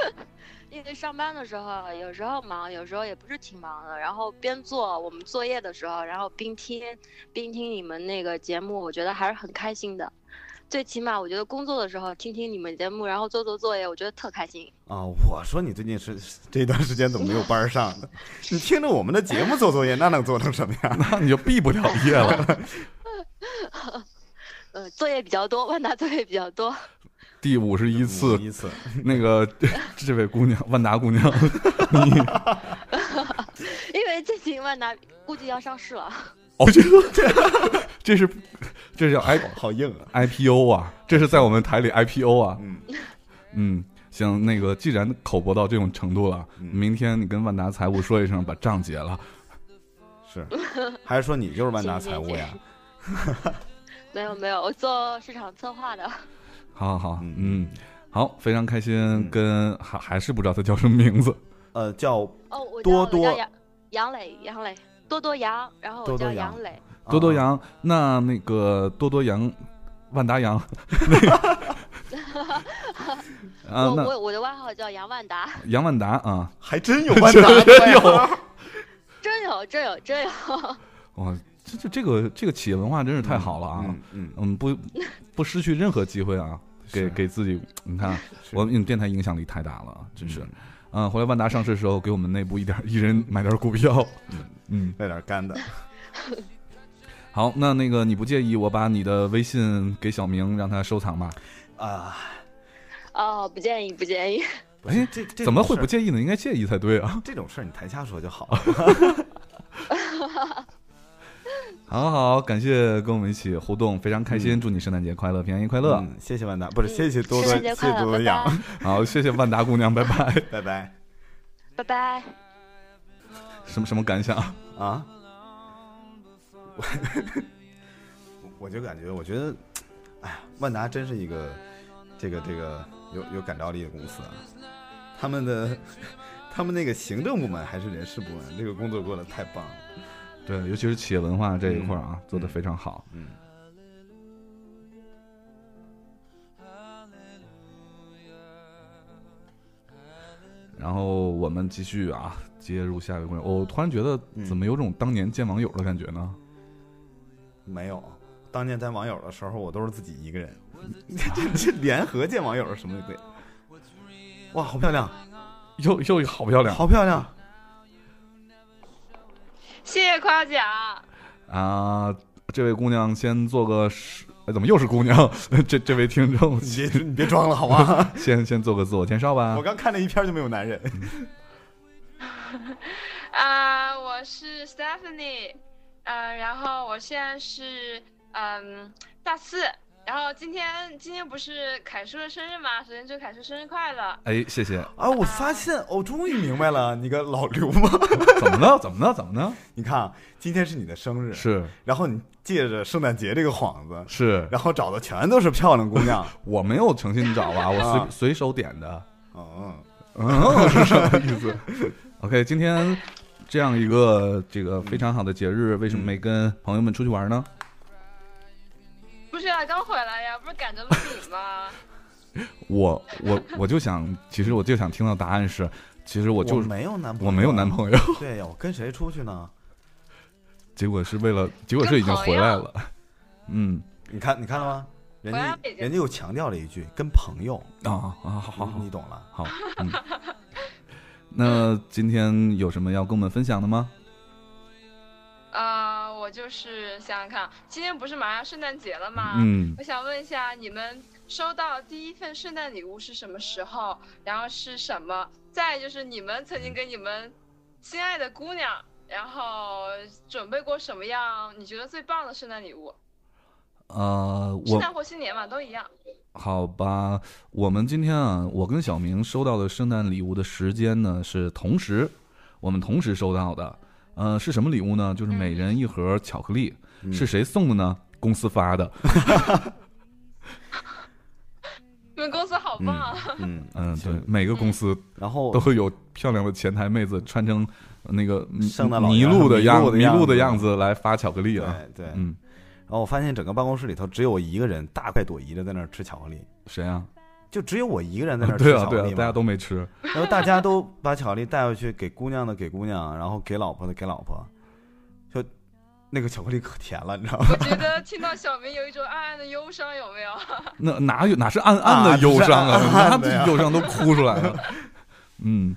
Speaker 6: 因为上班的时候有时候忙，有时候也不是挺忙的。然后边做我们作业的时候，然后边听边听你们那个节目，我觉得还是很开心的。最起码我觉得工作的时候听听你们节目，然后做做作业，我觉得特开心。
Speaker 2: 啊，我说你最近是这段时间怎么没有班儿 上呢？你听着我们的节目做作业，那能做成什么样？
Speaker 1: 那你就毕不了业了。
Speaker 6: 呃，作业比较多，万达作业比较多。
Speaker 1: 第五十一次，
Speaker 2: 一次，
Speaker 1: 那个这位姑娘，万达姑娘，你
Speaker 6: 因为最近万达估计要上市了，
Speaker 1: 哦，这个这是这叫 I
Speaker 2: 好硬啊！
Speaker 1: IPO 啊，这是在我们台里 IPO 啊。
Speaker 2: 嗯，
Speaker 1: 嗯，行，那个既然口播到这种程度了，
Speaker 2: 嗯
Speaker 1: 明天你跟万达财务说一声，把账结了。
Speaker 2: 是，还是说你就是万达财务呀？
Speaker 6: 没有没有，我做市场策划的。
Speaker 1: 好好好，
Speaker 2: 嗯
Speaker 1: 嗯，好，非常开心，跟还还是不知道他叫什么名字，
Speaker 2: 呃，叫
Speaker 6: 哦，我叫
Speaker 2: 多多
Speaker 6: 我叫杨杨磊，杨磊，多多杨，然后
Speaker 2: 多啊多
Speaker 6: 我叫
Speaker 2: 杨
Speaker 6: 杨磊。
Speaker 1: 多多羊。那那个多多羊，万达羊， 那个啊，
Speaker 6: 我
Speaker 1: 那
Speaker 6: 我我的外号叫杨万达，
Speaker 1: 杨万达啊，
Speaker 2: 还真 有 万达啊的有，
Speaker 6: 真有真有真有。
Speaker 1: 哇，这这这个这个企业文化真是太好了啊，
Speaker 2: 嗯嗯，
Speaker 1: 嗯，不不失去任何机会啊，给
Speaker 2: 是
Speaker 1: 给自己，你看
Speaker 2: 是
Speaker 1: 我们电台影响力太大了啊，真是
Speaker 2: 嗯。
Speaker 1: 嗯，回来万达上市的时候，给我们内部一点一人买点股票。嗯，
Speaker 2: 带点干的。
Speaker 1: 好，那那个你不介意我把你的微信给小明，让他收藏吗？
Speaker 2: 啊，
Speaker 6: 哦，不建议，不建议。
Speaker 2: 不是
Speaker 1: 哎
Speaker 2: 这这
Speaker 1: 怎么
Speaker 2: 种
Speaker 1: 会
Speaker 2: 事
Speaker 1: 不
Speaker 2: 儿
Speaker 1: 介意呢？应该介意才对啊。
Speaker 2: 这种事儿你台下说就好了。
Speaker 1: 好好，感谢跟我们一起互动，非常开心，祝你圣诞节快乐，平安夜快乐。
Speaker 2: 嗯，谢谢万达，不是
Speaker 6: 嗯
Speaker 2: 谢谢多多，
Speaker 6: 圣
Speaker 2: 谢
Speaker 6: 诞节
Speaker 2: 谢
Speaker 6: 快乐
Speaker 2: 多多
Speaker 6: 拜拜
Speaker 2: 养，
Speaker 1: 好，谢谢万达姑娘，拜拜。
Speaker 2: 拜拜
Speaker 6: 拜拜。
Speaker 1: 什么什么感想？
Speaker 2: 啊！我我就感觉，我觉得，哎呀，万达真是一个这个这个有有感召力的公司啊，他们的。他们那个行政部门还是人事部门，这个工作做的太棒了。
Speaker 1: 对，尤其是企业文化这一块儿啊，做得非常好。
Speaker 2: 嗯，
Speaker 1: 然后我们继续啊，接入下一位观众。我突然觉得，
Speaker 2: 嗯
Speaker 1: 怎么有种当年见网友的感觉呢？
Speaker 2: 没有，当年在网友的时候，我都是自己一个人。 这这联合见网友是什么鬼？哇，好漂亮，
Speaker 1: 又又好漂亮
Speaker 2: 好漂亮！
Speaker 5: 谢谢夸奖。
Speaker 1: 啊！这位姑娘先做个是，哎，怎么又是姑娘？ 这这位听众
Speaker 2: 你别你别装了好吗？
Speaker 1: 先先做个自我介绍吧
Speaker 2: 我。刚看了一篇就没有男人。
Speaker 5: 啊、我是 Stephanie，呃，然后我现在是嗯大四，然后今天今天不是凯叔的生日嘛，首先祝凯叔生日快乐。
Speaker 1: 哎，谢谢。
Speaker 2: 啊，我发现我、终于明白 了，你个老流 氓！
Speaker 1: 怎么了？怎么了？怎么了？
Speaker 2: 你看，啊，今天是你的生日，
Speaker 1: 是
Speaker 2: 然后你借着圣诞节这个幌子，
Speaker 1: 是，
Speaker 2: 然后找的全都是漂亮姑娘。
Speaker 1: 我没有诚心找啊，我
Speaker 2: 啊
Speaker 1: 随随手点 的。
Speaker 2: 嗯，
Speaker 1: 嗯，是什么意 思？OK，今天这样一个这个非常好的节日，为什么没跟朋友们出去玩呢？
Speaker 5: 不是啊，刚回来呀，不是赶着录影吗？
Speaker 1: 我我我就想，其实我就想听到答案是，其实我
Speaker 2: 我
Speaker 1: 就是
Speaker 2: 没有男朋友，
Speaker 1: 我没有男朋友，
Speaker 2: 友。对呀，我跟谁出去呢？
Speaker 1: 结果是为了，结果是已经回来了。嗯
Speaker 2: 你看，你看了吗？人
Speaker 5: 我要
Speaker 2: 家
Speaker 5: 北京
Speaker 2: 人家又强调了一句，跟朋友。
Speaker 1: 啊啊，好好好
Speaker 2: 你懂了。
Speaker 1: 好，嗯。 那今天有什么要跟我们分享的吗？
Speaker 7: 呃
Speaker 5: 啊、我就是想想看，今天不是马上圣诞节了吗？
Speaker 1: 嗯
Speaker 5: 我想问一下，你们
Speaker 7: 收到第一份圣诞礼物是什么时候，然后是什么，再就是你们曾经给你们心爱的姑娘，然后准备过什么样你觉得最棒的圣诞礼物？
Speaker 1: 呃，
Speaker 7: 圣
Speaker 1: 我
Speaker 7: 诞或新年嘛，都一样。
Speaker 1: 好吧，我们今天啊，我跟小明收到的圣诞礼物的时间呢是同时，我们同时收到的。呃，是什么礼物呢？就是每人一盒巧克力。
Speaker 7: 嗯
Speaker 1: 是谁送的呢？公司发的。
Speaker 7: 你们公司好棒啊！
Speaker 2: 嗯
Speaker 1: 嗯，对
Speaker 2: 是，
Speaker 1: 每个公司
Speaker 2: 然后
Speaker 1: 都会有漂亮的前台妹子穿成那个
Speaker 2: 圣诞老
Speaker 1: 嗯迷
Speaker 2: 人
Speaker 1: 路的
Speaker 2: 迷
Speaker 1: 样
Speaker 2: 路的
Speaker 1: 迷路
Speaker 2: 样
Speaker 1: 的
Speaker 2: 子
Speaker 1: 样子来发巧克力
Speaker 2: 对
Speaker 1: 啊。
Speaker 2: 对，然
Speaker 1: 嗯，
Speaker 2: 后我发现整个办公室里头只有我一个人大快朵颐的在那儿吃巧克力，
Speaker 1: 谁啊？
Speaker 2: 就只有我一个人在那儿吃
Speaker 1: 对啊，
Speaker 2: 巧
Speaker 1: 对
Speaker 2: 克
Speaker 1: 啊
Speaker 2: 力，嘛
Speaker 1: 大家都没吃。
Speaker 2: 然后大家都把巧克力带回去给姑娘的给姑娘，然后给老婆的给老婆，就那个巧克力可甜了，你知道吗？
Speaker 7: 我 觉得听到小明有一种暗暗的忧伤，有没有？
Speaker 1: 那哪有哪是暗暗的忧伤啊？
Speaker 2: 啊
Speaker 1: 那
Speaker 2: 不是暗暗的呀
Speaker 1: 忧伤都哭出来了。嗯，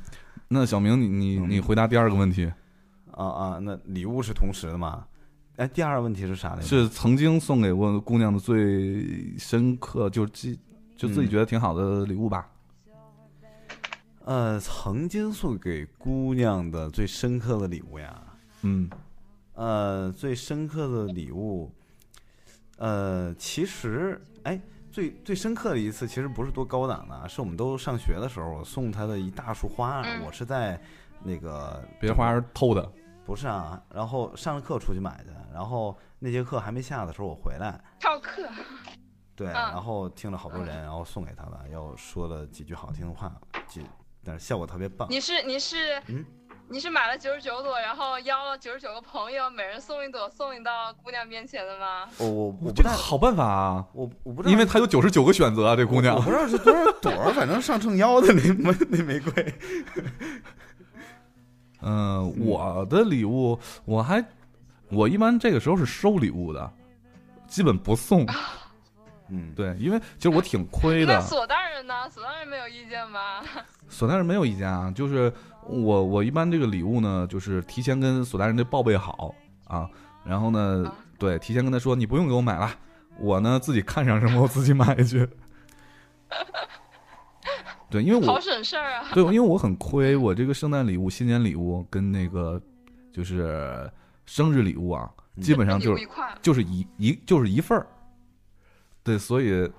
Speaker 1: 那小明，你你你
Speaker 2: 嗯
Speaker 1: 回答第二个问题，
Speaker 2: 啊啊，那礼物是同时的嘛？哎，第二个问题是啥来着？
Speaker 1: 是曾经送给过姑娘的最深刻，就记就自己
Speaker 2: 嗯
Speaker 1: 觉得挺好的礼物吧。
Speaker 2: 呃，曾经送给姑娘的最深刻的礼物呀，
Speaker 1: 嗯
Speaker 2: 呃，最深刻的礼物，呃，其实哎，最最深刻的一次其实不是多高档的啊，是我们都上学的时候，我送她的一大束花儿，
Speaker 7: 嗯
Speaker 2: 我是在那个
Speaker 1: 别花儿偷的。
Speaker 2: 不是啊，然后上了课出去买的，然后那节课还没下的时候我回来，
Speaker 7: 翘课，
Speaker 2: 对，
Speaker 7: 嗯
Speaker 2: 然后听了好多人，然后送给她的，又说了几句好听的话，几，但是效果特别棒。
Speaker 7: 你是你是、
Speaker 2: 嗯
Speaker 7: 你是买了九十九朵，然后邀了九十九个朋友，每人送一朵，送你到姑娘面前的吗？
Speaker 2: 我我我不
Speaker 1: 这个
Speaker 2: 太
Speaker 1: 好办法啊，
Speaker 2: 我我不知道，
Speaker 1: 因为她有九十九个选择啊，这姑
Speaker 2: 我
Speaker 1: 娘
Speaker 2: 不。知道是 多少朵儿，反正上秤腰的那玫那玫瑰。
Speaker 1: 嗯，我的礼物我还我一般这个时候是收礼物的，基本不送。
Speaker 2: 啊嗯，
Speaker 1: 对，因为其实我挺亏的。
Speaker 7: 那索大人呢？索大人没有意见吗？
Speaker 1: 索大人没有意见啊，就是我我一般这个礼物呢，就是提前跟索大人这报备好啊，然后呢
Speaker 7: 啊，
Speaker 1: 对，提前跟他说你不用给我买了，我呢自己看上什么我自己买去。对，因为
Speaker 7: 好
Speaker 1: 我
Speaker 7: 省事儿啊！
Speaker 1: 对，因为我很亏，我这个圣诞礼物、新年礼物跟那个就是生日礼物啊，
Speaker 2: 嗯
Speaker 1: 基本上
Speaker 7: 礼
Speaker 1: 就
Speaker 7: 物
Speaker 1: 是
Speaker 7: 一块儿，
Speaker 1: 就是一一就是一份儿，对，所以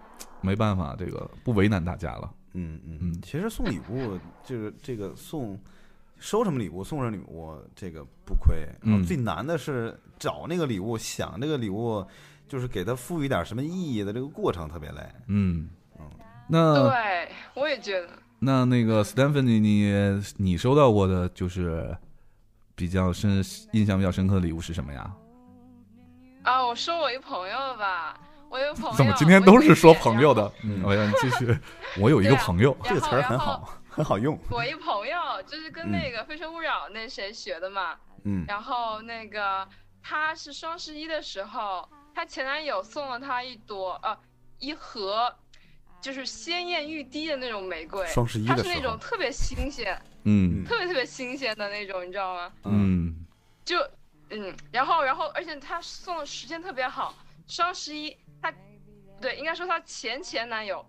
Speaker 1: 没办法，这个不为难大家了。
Speaker 2: 嗯嗯
Speaker 1: 嗯
Speaker 2: 嗯，其实送礼物就是这个送收什么礼物送什么礼物，这个不亏。然
Speaker 1: 嗯
Speaker 2: 后最难的是找那个礼物，想这个礼物，就是给它赋予点什么意义的这个过程特别累。
Speaker 1: 嗯
Speaker 2: 嗯，
Speaker 1: 那
Speaker 7: 对，我也觉得。
Speaker 1: 那那个 Stephanie，你你收到过的就是比较深、印象比较深刻的礼物是什么呀？
Speaker 7: 啊，我说我一朋友吧，我有朋友。
Speaker 1: 怎么今天都是说朋友
Speaker 7: 的？
Speaker 1: 的？嗯，我让你继续。我有一个朋友，
Speaker 2: 这个词儿很
Speaker 7: 啊然后
Speaker 2: 好，很好用。
Speaker 7: 我一朋友就是跟那个《非诚勿扰》那谁学的嘛，
Speaker 2: 嗯
Speaker 7: 然后那个她是双十一的时候，她前男友送了她一朵呃一盒，就是鲜艳欲滴的那种玫瑰，
Speaker 2: 双十一
Speaker 7: 它
Speaker 2: 的
Speaker 7: 是
Speaker 2: 时
Speaker 7: 那种
Speaker 2: 候，
Speaker 7: 特别新鲜，
Speaker 1: 嗯
Speaker 7: 特别特别新鲜的那种，你知道吗？
Speaker 1: 嗯
Speaker 7: 就嗯，然后然后，而且他送的时间特别好，双十一他对，应该说他前前男友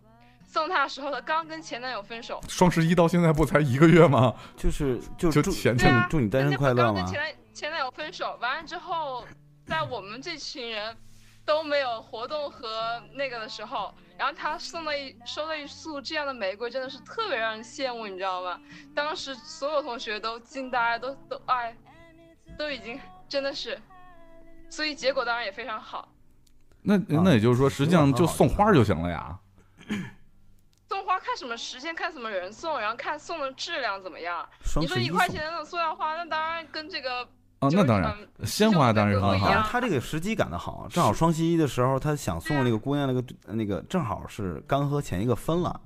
Speaker 7: 送他的时候，他刚跟前男友分手，
Speaker 1: 双十一到现在不才一个月吗？
Speaker 2: 就是就
Speaker 1: 就是
Speaker 2: 祝
Speaker 1: 前
Speaker 7: 对
Speaker 2: 祝你
Speaker 7: 啊
Speaker 2: 祝你单
Speaker 7: 人
Speaker 2: 身
Speaker 7: 家
Speaker 2: 快乐
Speaker 7: 刚跟
Speaker 2: 嘛
Speaker 7: 前。男前男友分手，完了之后，在我们这群人都没有活动和那个的时候，然后他送了一收了一束这样的玫瑰，真的是特别让人羡慕，你知道吗？当时所有同学都惊呆，都都哎，都已经真的是，所以结果当然也非常好。
Speaker 1: 那那也就是说，实际上
Speaker 2: 挺好
Speaker 1: 就送花儿就行了呀。
Speaker 7: 送花看什么时间，看什么人送，然后看送的质量怎么样。
Speaker 2: 双
Speaker 7: 你说
Speaker 2: 十
Speaker 7: 一
Speaker 2: 一
Speaker 7: 块
Speaker 2: 送
Speaker 7: 钱。的那种塑料花，那当然跟这个
Speaker 1: 啊，那当然，鲜花当然是很
Speaker 7: 不
Speaker 2: 然
Speaker 1: 好
Speaker 7: 一
Speaker 2: 后
Speaker 7: 样。
Speaker 2: 啊他这个时机赶得好，啊正好双十一的时候，他想送那
Speaker 7: 啊
Speaker 2: 个姑娘那个那个，正好是刚和前一个分了，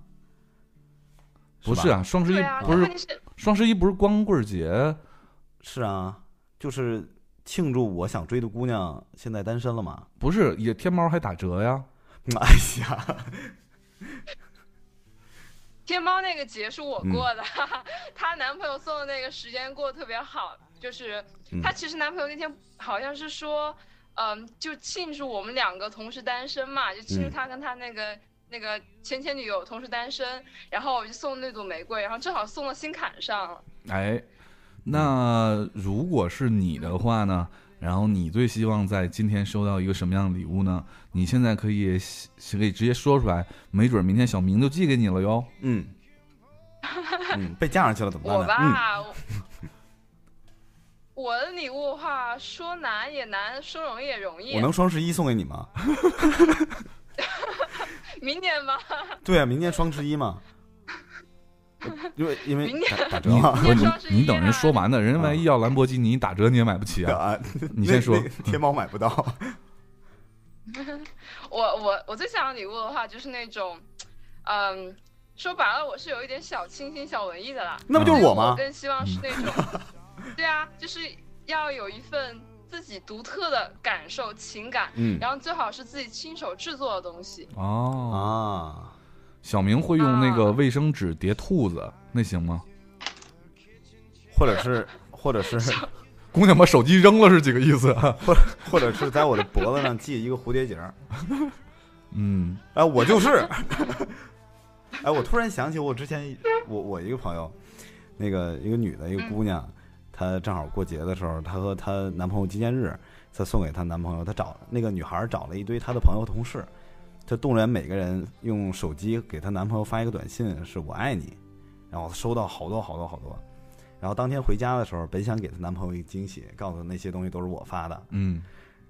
Speaker 1: 不
Speaker 2: 吧
Speaker 1: 是啊，双十一
Speaker 7: 对啊，
Speaker 1: 不
Speaker 7: 那
Speaker 1: 是
Speaker 7: 问题是
Speaker 1: 双十一不是光棍节，
Speaker 2: 是啊，就是庆祝我想追的姑娘现在单身了嘛。
Speaker 1: 不是也天猫还打折呀？
Speaker 2: 哎呀，
Speaker 7: 天猫那个节是
Speaker 2: 嗯
Speaker 7: 我过的，哈哈，她男朋友送的那个时间过得特别好，就是
Speaker 2: 嗯
Speaker 7: 她其实男朋友那天好像是说，嗯，就庆祝我们两个同时单身嘛，就庆祝
Speaker 2: 嗯
Speaker 7: 她跟她那个那个前前女友同时单身，然后我就送那朵玫瑰，然后正好送到心坎上了。
Speaker 2: 嗯
Speaker 1: 哎，那如果是你的话呢？然后你最希望在今天收到一个什么样的礼物呢？你现在可以可以直接说出来，没准明天小明就寄给你了哟。
Speaker 2: 嗯， 嗯，被架上去了怎么办
Speaker 7: 我
Speaker 2: 呢？嗯
Speaker 7: 吧，我我的礼物的话，说难也难，说容易也容
Speaker 2: 嗯，
Speaker 7: 易
Speaker 2: 我。能双十一送给你吗？
Speaker 7: 明年吧，
Speaker 2: 对啊，明年双十一 嘛，因为因为
Speaker 7: 明年
Speaker 2: 打打折
Speaker 1: 你
Speaker 2: 啊
Speaker 1: 不是
Speaker 7: 双十一
Speaker 1: 你，你等人
Speaker 7: 啊
Speaker 1: 说完呢，人家万一要兰博基尼打折你也买不起啊。
Speaker 2: 啊，
Speaker 1: 你先说
Speaker 2: 那，那天猫买不到，
Speaker 7: 我我我最想要礼物的话，就是那种，嗯，说白了，我是有一点小清新、小文艺的啦。
Speaker 2: 那不就是
Speaker 7: 所以
Speaker 2: 我
Speaker 7: 我
Speaker 2: 吗？
Speaker 7: 更希望是那 种，对啊，就是要有一份自己独特的感受、情感，
Speaker 2: 嗯
Speaker 7: 然后最好是自己亲手制作的东西。
Speaker 1: 哦，
Speaker 2: 啊，
Speaker 1: 小明会用那
Speaker 7: 啊
Speaker 1: 个卫生纸叠兔子，那行吗？
Speaker 2: 或者是或者是
Speaker 1: 姑娘把手机扔了是几个意思？啊？
Speaker 2: 或者是在我的脖子上系一个蝴蝶结儿，
Speaker 1: 嗯，
Speaker 2: 哎，我就是。哎，我突然想起我之前我我一个朋友，那个一个女的一个姑娘，她正好过节的时候，她和她男朋友纪念日，她送给她男朋友，她找那个女孩找了一堆她的朋友同事，她动人每个人用手机给她男朋友发一个短信，是我爱你，然后收到好多好多好多。然后当天回家的时候，本想给她男朋友一个惊喜，告诉她那些东西都是我发的，
Speaker 1: 嗯，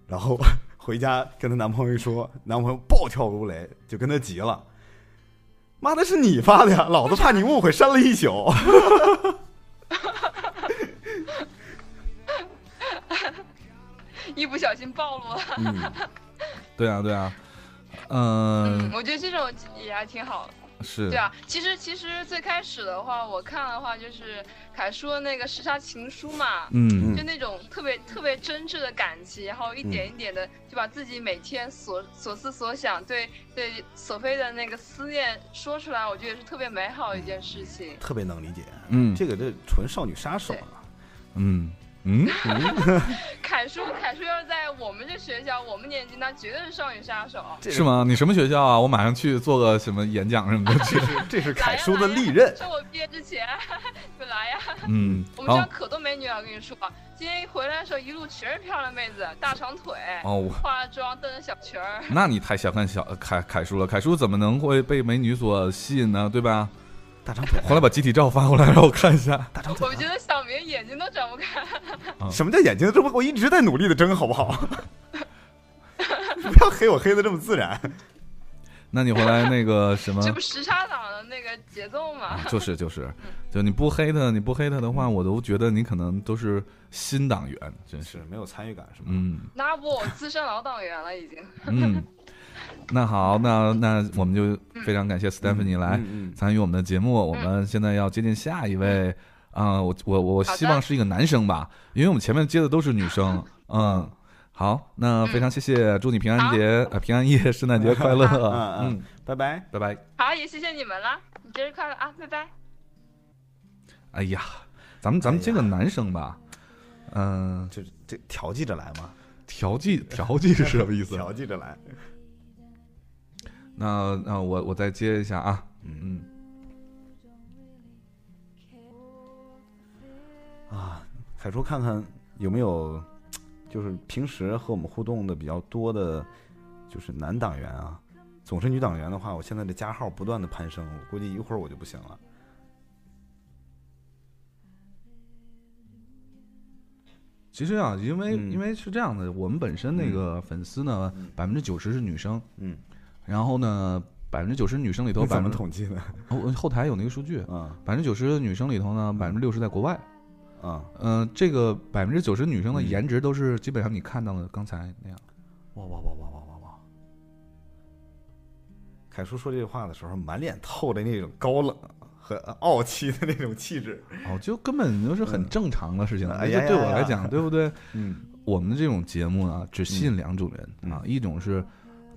Speaker 2: 然后回家跟她男朋友一说，男朋友暴跳如雷，就跟她急了：“妈的，是你发的呀！老子怕你误会，删了一宿。
Speaker 7: 一不小心暴露了，”
Speaker 2: 嗯，
Speaker 1: 对啊，对啊，嗯，
Speaker 7: 我觉得这种也还挺好的。
Speaker 1: 是
Speaker 7: 对，啊，其实其实最开始的话，我看的话就是凯叔的那个《时差情书》嘛，
Speaker 1: 嗯
Speaker 7: 就那种特别特别真挚的感情，然后一
Speaker 2: 嗯
Speaker 7: 点一点的就把自己每天所所思所想对对索菲的那个思念说出来，我觉得也是特别美好的一件事情。
Speaker 2: 特别能理解。
Speaker 1: 嗯
Speaker 2: 这个这纯少女杀手啊！
Speaker 1: 嗯嗯，
Speaker 7: 凯叔凯叔要是在我们这学校，我们年级那绝对是少女杀手。
Speaker 2: 这
Speaker 1: 是？吗？你什么学校啊？我马上去做个什么演讲什么 的去。
Speaker 2: 这是
Speaker 7: 来
Speaker 2: 凯
Speaker 7: 呀
Speaker 2: 叔的
Speaker 7: 来呀
Speaker 2: 利刃。
Speaker 7: 趁我毕业之前，你们来呀！
Speaker 1: 嗯，
Speaker 7: 我们
Speaker 1: 好
Speaker 7: 这儿可多美女了，我跟你说，今天一回来的时候，一路全是漂亮妹子，大长腿。
Speaker 1: 哦，我
Speaker 7: 化了妆，蹬着小裙儿，
Speaker 1: 那你太小看小凯凯叔了。凯叔怎么能会被美女所吸引呢？对吧？
Speaker 2: 大长腿，
Speaker 1: 回来把集体照发过来让我看一 下。
Speaker 2: 大长腿
Speaker 7: 我。觉得小明眼睛都睁不开。
Speaker 2: 什么叫眼睛？这不我一直在努力的争，好不好？不要黑我黑的这么自然。
Speaker 1: 那你回来那个什么
Speaker 7: ？这不嗯时差党的那个节奏吗？
Speaker 2: 嗯
Speaker 1: 就是就是，就你不黑他，你不黑他的话，我都觉得你可能都是新党员，真是
Speaker 2: 是。没有参与感是吗？
Speaker 1: 嗯
Speaker 7: 那不，我资深老党员了已经。
Speaker 1: 嗯，那好，那那我们就非常感谢 Stephanie 来。
Speaker 2: 嗯，嗯嗯
Speaker 1: 参与我们的节目。我们现在要接近下一位，啊、我我我
Speaker 7: 好的
Speaker 1: 希望是一个男生吧，因为我们前面接的都是女生。嗯，好，那非常谢谢，祝你平安节、呃平安夜、圣诞节快乐。
Speaker 2: 嗯
Speaker 1: 嗯，
Speaker 2: 拜拜。
Speaker 1: 拜拜。
Speaker 7: 好，也谢谢你们啦，你节日快乐啊，拜 拜。
Speaker 1: 哎呀，咱们咱
Speaker 2: 哎
Speaker 1: 们接个男生吧。嗯、
Speaker 2: 这这调剂着来嘛，
Speaker 1: 调剂调剂是什么意思？
Speaker 2: 调剂着来。
Speaker 1: 那那我我再接一下啊。
Speaker 2: 嗯
Speaker 1: 嗯，
Speaker 2: 啊，凯叔，看看有没有，就是平时和我们互动的比较多的，就是男党员啊。总是女党员的话，我现在的加号不断的攀升，我估计一会儿我就不行了。
Speaker 1: 其实啊，因为、
Speaker 2: 嗯
Speaker 1: 因为是这样的，我们本身那个粉丝呢，百分之九十是女生，
Speaker 2: 嗯，
Speaker 1: 然后呢，百分之九十女生里头，
Speaker 2: 你怎
Speaker 1: 百
Speaker 2: 么
Speaker 1: 分之
Speaker 2: 统计的？
Speaker 1: 哦，后台有那个数据，
Speaker 2: 啊
Speaker 1: 百分之九十的女生里头呢，百分之六十在国外。
Speaker 2: 嗯啊！
Speaker 1: 嗯、这个百分之九十女生的
Speaker 2: 嗯
Speaker 1: 颜值都是基本上你看到的刚才那样。
Speaker 2: 哇哇哇哇哇哇哇！凯叔说这话的时候，满脸透着那种高冷和傲气的那种气质。
Speaker 1: 哦，就根本就是很正常的事情，
Speaker 2: 嗯
Speaker 1: 那
Speaker 2: 哎
Speaker 1: 就
Speaker 2: 呀
Speaker 1: 对
Speaker 2: 呀
Speaker 1: 我来
Speaker 2: 呀
Speaker 1: 讲，对不对？
Speaker 2: 嗯
Speaker 1: 我们的这种节目呢，只吸引两种人、
Speaker 2: 嗯
Speaker 1: 啊，一种是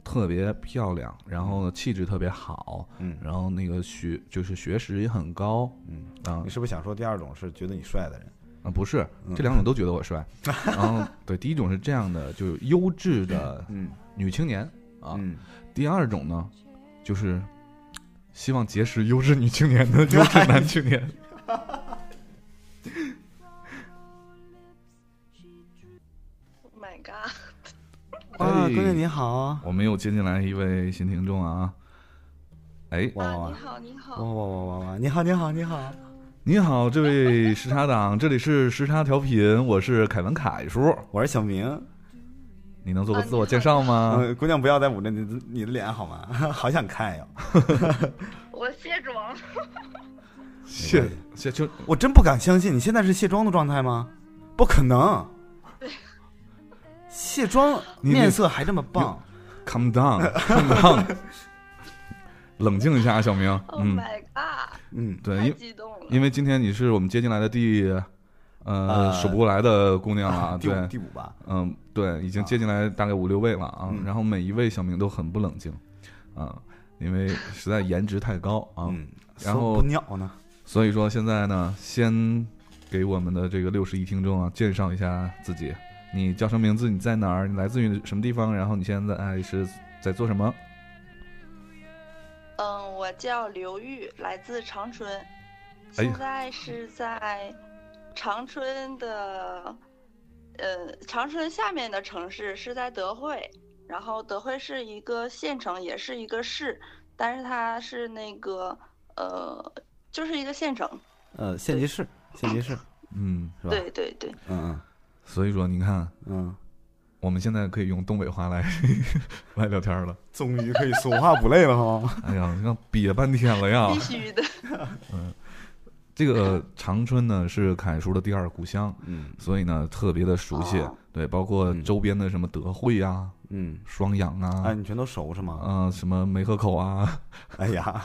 Speaker 1: 特别漂亮，然后呢气质特别好，
Speaker 2: 嗯
Speaker 1: 然后那个学就是学识也很高
Speaker 2: 嗯，
Speaker 1: 啊
Speaker 2: 你是不是想说第二种是觉得你帅的人？
Speaker 1: 啊，不是
Speaker 2: 嗯
Speaker 1: 这两种都觉得我帅。然后对，第一种是这样的，就是优质的
Speaker 2: 嗯
Speaker 1: 女青年啊，
Speaker 2: 嗯
Speaker 1: 第二种呢，就是希望结识优质女青年的优质男青年。
Speaker 5: Oh my god！
Speaker 2: 啊，
Speaker 1: 哎
Speaker 2: 姑娘你好，
Speaker 1: 我们又接进来一位新听众啊，哎，
Speaker 2: 哇
Speaker 5: 啊，
Speaker 2: 哇
Speaker 5: 你好，你
Speaker 2: 哇哇
Speaker 5: 好，
Speaker 2: 哇哇哇哇，你好你好你好，
Speaker 1: 你好，这位时差党，这里是时差调频，我是凯文凯叔，
Speaker 2: 我是小明，
Speaker 1: 你能做个
Speaker 5: 啊
Speaker 1: 自我介绍吗？
Speaker 2: 嗯，姑娘不要再捂着你的你的脸好吗？好想看呀，
Speaker 5: 我卸妆。
Speaker 1: 谢谢，就
Speaker 2: 我真不敢相信，你现在是卸妆的状态吗？不可能，卸妆
Speaker 1: 你
Speaker 2: 面色还这么棒，
Speaker 1: calm down，calm down，冷静一下，小明，
Speaker 5: Oh
Speaker 1: 嗯，
Speaker 5: my god！
Speaker 2: 嗯，
Speaker 1: 对，
Speaker 5: 太
Speaker 1: 因
Speaker 5: 激动了。
Speaker 1: 因为今天你是我们接进来的第，呃，
Speaker 2: 呃
Speaker 1: 数不过来的姑娘了，
Speaker 2: 第五
Speaker 1: 对
Speaker 2: 第，五吧，
Speaker 1: 嗯，对，已经接进来大概五六位了啊，
Speaker 2: 嗯
Speaker 1: 然后每一位小明都很不冷静，啊，因为实在颜值太高啊，
Speaker 2: 嗯，
Speaker 1: 然后
Speaker 2: 说不尿呢，
Speaker 1: 所以说现在呢，先给我们的这个六十一听众啊，介绍一下自己，你叫什么名字？你在哪儿？你来自于什么地方？然后你现在哎是在做什么？
Speaker 5: 嗯，我叫刘玉，来自长春，现在是在长春的，呃，长春下面的城市是在德惠，然后德惠是一个县城，也是一个市，但是它是那个呃，就是一个县城。
Speaker 2: 呃，县级市，县级市
Speaker 1: 嗯，
Speaker 2: 是吧？
Speaker 5: 对对对，
Speaker 2: 嗯
Speaker 1: 所以说你看，
Speaker 2: 嗯嗯，
Speaker 1: 我们现在可以用东北话来 来聊天了。
Speaker 2: 终于 可以说话不累了哈，
Speaker 1: 哎呀，让憋半天了呀
Speaker 5: 必！须的。
Speaker 1: 嗯这个长春呢是凯叔的第二故乡，
Speaker 2: 嗯
Speaker 1: 所以呢特别的熟悉。
Speaker 5: 哦
Speaker 1: 对，包括
Speaker 2: 嗯
Speaker 1: 周边的什么德惠啊、
Speaker 2: 嗯，
Speaker 1: 双阳
Speaker 2: 哎，
Speaker 1: 啊、
Speaker 2: 你全都熟是吗？
Speaker 1: 啊、什么梅河口啊。
Speaker 2: 哎呀，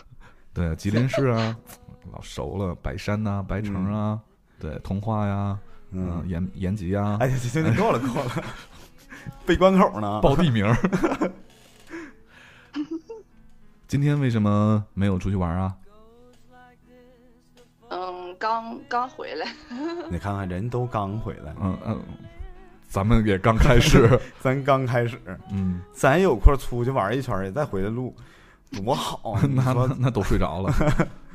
Speaker 1: 对，吉林市啊， 老熟了，白山呐、白城啊，对，通化呀、嗯、
Speaker 2: 嗯，
Speaker 1: 延延吉呀、
Speaker 2: 哎呀，行行，行够了够了，被关口呢，
Speaker 1: 报地名儿。 今天为什么没有出去玩啊？
Speaker 5: 嗯，刚刚回来，
Speaker 2: 你看看人都刚回来，
Speaker 1: 嗯嗯、咱们也刚开始，
Speaker 2: 咱刚开始，
Speaker 1: 嗯，
Speaker 2: 咱有空出去玩一圈儿，也再回来录，多 好啊！你
Speaker 1: 那那
Speaker 2: 说
Speaker 1: 那都睡着了，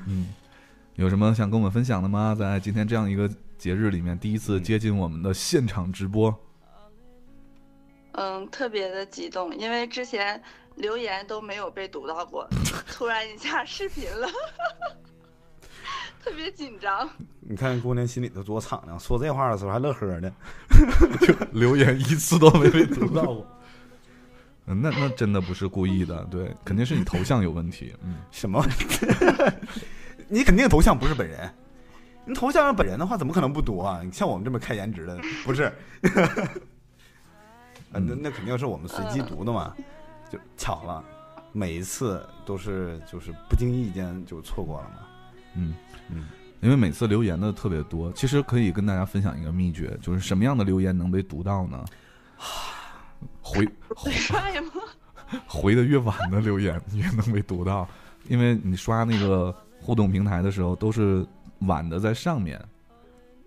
Speaker 1: 嗯，有什么想跟我们分享的吗？在今天这样一个节日里面，第一次接近我们的现场直播，
Speaker 5: 嗯，特别的激动，因为之前留言都没有被读到过， 突然一下视频了， 特别紧张。
Speaker 2: 你看姑娘心里头多敞亮，说这话的时候还乐呵 的，
Speaker 1: 留言一次都没被读
Speaker 2: 知道不？
Speaker 1: 嗯，那那真的不是故 意的，对，肯定是你头像有问题。嗯，
Speaker 2: 什么？你肯定头像不是本人，你头像是本人的话，怎么可能不多啊？你像我们这么看颜值的，不是？ 啊，那那肯定是我们随机读的嘛，就巧了，每一次都是就是不经意间就错过了嘛。
Speaker 1: 嗯
Speaker 2: 嗯，
Speaker 1: 因为每次留言的特别多，其实可以跟大家分享一个秘诀，就是什么样的留言能被读到呢？
Speaker 2: 啊
Speaker 1: 回
Speaker 5: 对，帅吗？
Speaker 1: 回的越晚的留言越能被读到，因为你刷那个互动平台的时候都是晚的在上面，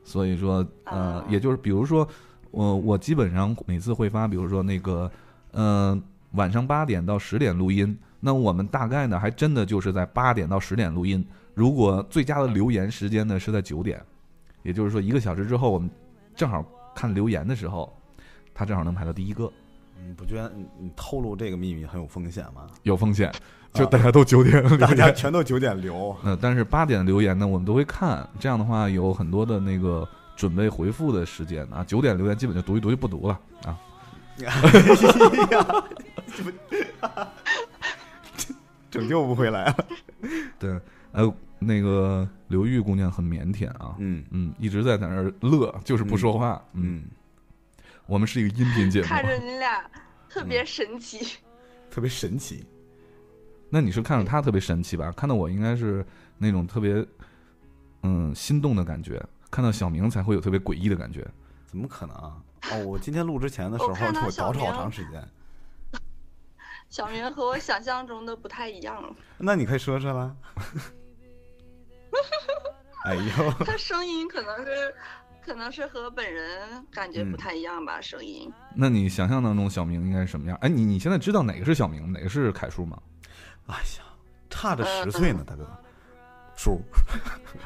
Speaker 1: 所以说呃
Speaker 5: 啊，
Speaker 1: 也就是比如说我我基本上每次会发，比如说那个嗯、呃晚上八点到十点录音，那我们大概呢还真的就是在八点到十点录音，如果最佳的留言时间呢是在九点，也就是说一个小时之后我们正好看留言的时候，他正好能排到第一个。
Speaker 2: 你不觉得你你透露这个秘密很有风险吗？
Speaker 1: 有风险，就大家都九点留
Speaker 2: 啊 大
Speaker 1: 言。
Speaker 2: 家全都九点留，
Speaker 1: 呃，但是八点留言呢，我们都会看。这样的话，有很多的那个准备回复的时间啊。九点留言基本就读一读就不读了 啊。
Speaker 2: 拯救不回来 了。
Speaker 1: 对，呃，那个刘玉姑娘很腼腆啊，
Speaker 2: 嗯
Speaker 1: 嗯，一直在在那儿乐，就是不说话。嗯，
Speaker 2: 嗯，
Speaker 1: 我们是一个嗯音频节目，
Speaker 5: 看着你俩特别神奇，
Speaker 2: 特别神奇。
Speaker 1: 那你是看着她特别神奇吧？看到我应该是那种特别嗯心动的感觉，看到小明才会有特别诡异的感觉。
Speaker 2: 怎么可能啊？哦，我今天录之前的时候，
Speaker 5: 我看到
Speaker 2: 我
Speaker 5: 小
Speaker 2: 倒饬好
Speaker 5: 明
Speaker 2: 长时间。
Speaker 5: 小明和我想象中的不太一样了，
Speaker 2: 那你快说说 啦。哎呦，
Speaker 5: 他声音可能是，可能是和本人感
Speaker 1: 嗯
Speaker 5: 觉不太一样吧，声 音。
Speaker 1: 那你想象当中小明应该是什么样？哎，你你现在知道哪个是小明，哪个是凯叔吗？
Speaker 2: 哎呀，差着十岁呢，大哥，叔，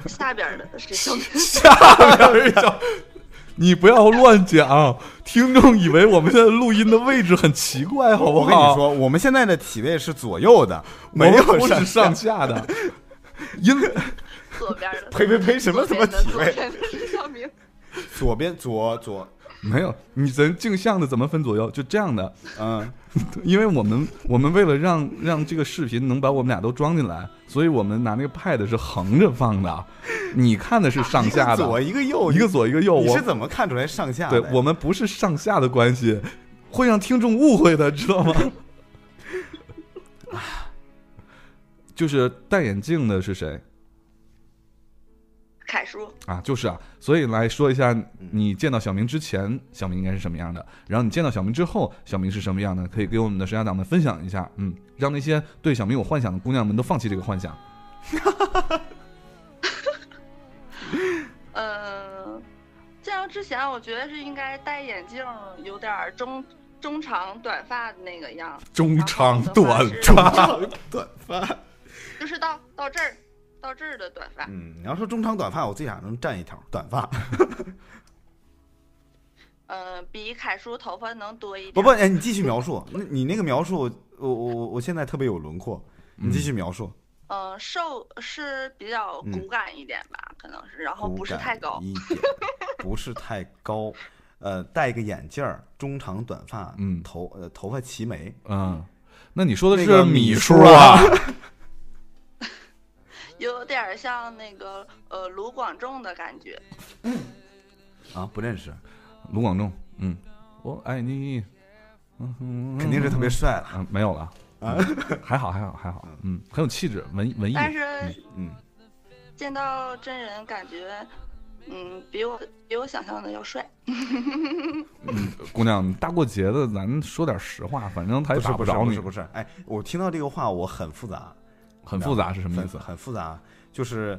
Speaker 8: 下边儿的是小
Speaker 1: 下面讲，你不要乱讲，啊听众以为我们现在录音的位置很奇怪，好不
Speaker 2: 我
Speaker 1: 好？
Speaker 2: 跟你，说，我们现在的体位是左右 的，没
Speaker 1: 我
Speaker 2: 有
Speaker 1: 不是
Speaker 2: 上
Speaker 1: 上。下的，因哎
Speaker 8: 左边儿的，
Speaker 2: 呸呸呸！什么什么体
Speaker 8: 左
Speaker 2: 位？
Speaker 8: 边的是小明，
Speaker 2: 左边左左，
Speaker 1: 没有你咱镜像的怎么分左右？就这样的，
Speaker 2: 嗯，
Speaker 1: 因为我们我们为了让让这个视频能把我们俩都装进来，所以我们拿那个 pad 是横着放的，你看的是上 下
Speaker 2: 一个
Speaker 1: 的，
Speaker 2: 左一个右，
Speaker 1: 一个左一个右，
Speaker 2: 你
Speaker 1: 我
Speaker 2: 是怎么看出来上下的
Speaker 1: 对
Speaker 2: 呀？
Speaker 1: 我们不是上下的关系，会让听众误会的，知 道吗？就是戴眼镜的是谁
Speaker 8: 凯叔，
Speaker 1: 啊？就是啊，所以来说一下，你见到小明之前，小明应该是什么样的？然后你见到小明之后，小明是什么样的？可以给我们的神家党们分享一下，嗯，让那些对小明有幻想的姑娘们都放弃这个幻想。
Speaker 9: 呃，见到之前我觉得是应该戴眼镜，有点儿中中长短发的那个 样，
Speaker 1: 中长短
Speaker 9: 中
Speaker 1: 发，
Speaker 2: 短发。
Speaker 9: 就是到到这儿到这儿的短发。
Speaker 2: 嗯，你要说中长短发，我最想能占一条短发。
Speaker 9: 呃，比凯叔头发能多一点。
Speaker 2: 不不，哎，你继续描述，那你那个描述，我我我我现在特别有轮廓，你继续描述。
Speaker 9: 呃，瘦是比较
Speaker 2: 嗯
Speaker 9: 骨感一点吧，可能是，然后
Speaker 2: 骨
Speaker 9: 不是
Speaker 2: 感
Speaker 9: 太高。
Speaker 2: 一点，不是太高，呃，戴个眼镜儿，中长短发，
Speaker 1: 嗯
Speaker 2: 头呃头发齐眉，
Speaker 1: 嗯，那你说的
Speaker 2: 那个
Speaker 1: 是
Speaker 2: 米
Speaker 1: 叔
Speaker 2: 叔
Speaker 1: 啊
Speaker 2: 啊？
Speaker 9: 有点儿像那个呃卢广仲的感觉。
Speaker 2: 啊，不认识，
Speaker 1: 卢广仲，嗯，我爱你，嗯
Speaker 2: 肯定是特别帅了。
Speaker 1: 嗯，没有了
Speaker 2: 啊
Speaker 1: 嗯还好还好还好，嗯，很有气质，文文艺，
Speaker 9: 但是
Speaker 2: 嗯，
Speaker 9: 见到真人感觉，嗯，比我比我想象的要帅。
Speaker 1: 嗯姑娘，大过节的，咱说点实话，反正他也
Speaker 2: 不是
Speaker 1: 打
Speaker 2: 不是
Speaker 1: 着
Speaker 2: 不
Speaker 1: 你
Speaker 2: 是，不是，哎，我听到这个话我很复杂，
Speaker 1: 很复杂是什么意思
Speaker 2: 很？很复杂，就是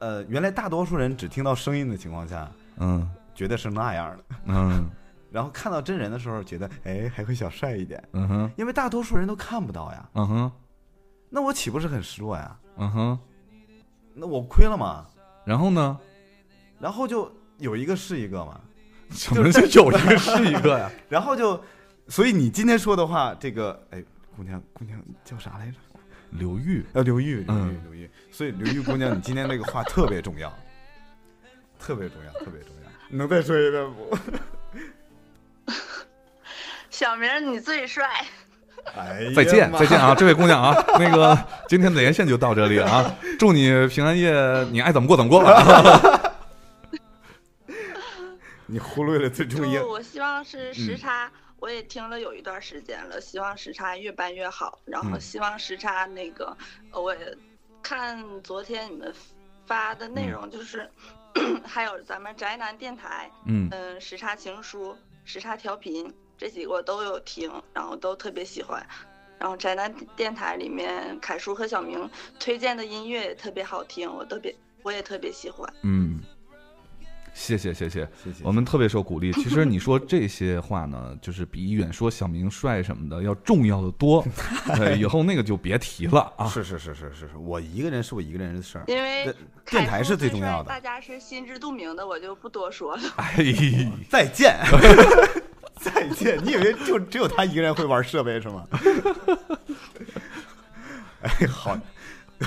Speaker 2: 呃，原来大多数人只听到声音的情况下，
Speaker 1: 嗯
Speaker 2: 觉得是那样的，
Speaker 1: 嗯
Speaker 2: 然后看到真人的时候，觉得哎还会小帅一点，
Speaker 1: 嗯哼
Speaker 2: 因为大多数人都看不到呀，
Speaker 1: 嗯哼
Speaker 2: 那我岂不是很失落呀？
Speaker 1: 嗯哼，
Speaker 2: 那我亏了嘛？
Speaker 1: 然后呢？
Speaker 2: 然后就有一个是一个嘛，
Speaker 1: 什么叫 有一个是一个呀？
Speaker 2: 然后就，所以你今天说的话，这个哎，姑娘姑娘叫啥来着？
Speaker 1: 刘玉，
Speaker 2: 呃，刘玉，刘玉
Speaker 1: 嗯，
Speaker 2: 刘玉。所以刘玉姑娘，你今天这个话特别重要， 特别重要，特别重要。你能再说一遍不？
Speaker 9: 小明儿，你最帅。
Speaker 2: 哎呀，
Speaker 1: 再见
Speaker 2: 妈
Speaker 1: 再见！啊， 这位姑娘啊，那个今天的连线就到这里了啊，祝你平安夜，你爱怎么过怎么过吧。
Speaker 2: 你忽略了最
Speaker 9: 就
Speaker 2: 重要。
Speaker 9: 我希望是
Speaker 2: 嗯
Speaker 9: 时差，我也听了有一段时间了，希望时差越办越好。然后
Speaker 2: 嗯
Speaker 9: 希望时差那个，呃我也看昨天你们发的
Speaker 2: 嗯
Speaker 9: 内容，就是、 还有咱们宅男电台，
Speaker 1: 嗯
Speaker 9: 嗯、时差情书、时差调频这几个我都有听，然后都特别喜欢。然后宅男电台里面，凯叔和小明推荐的音乐也特别好听，我特别我也特别喜欢。
Speaker 1: 嗯，谢谢谢谢。
Speaker 2: 谢谢。
Speaker 1: 我们特别受鼓励。其实你说这些话呢，就是比远说小明帅什么的要重要的多。 呃，以后那个就别提了啊。
Speaker 2: 是是是是是是，我一个人是我一个人的事儿。
Speaker 9: 因为
Speaker 2: 电
Speaker 9: 凯
Speaker 2: 电台
Speaker 9: 叔
Speaker 2: 是最
Speaker 9: 帅
Speaker 2: 重要的
Speaker 9: 大家是心知肚明的，我就不多说 了。
Speaker 1: 哎，
Speaker 2: 再 见， 再见。你以为就只有他一个人会玩设备是吗？ 哎，好，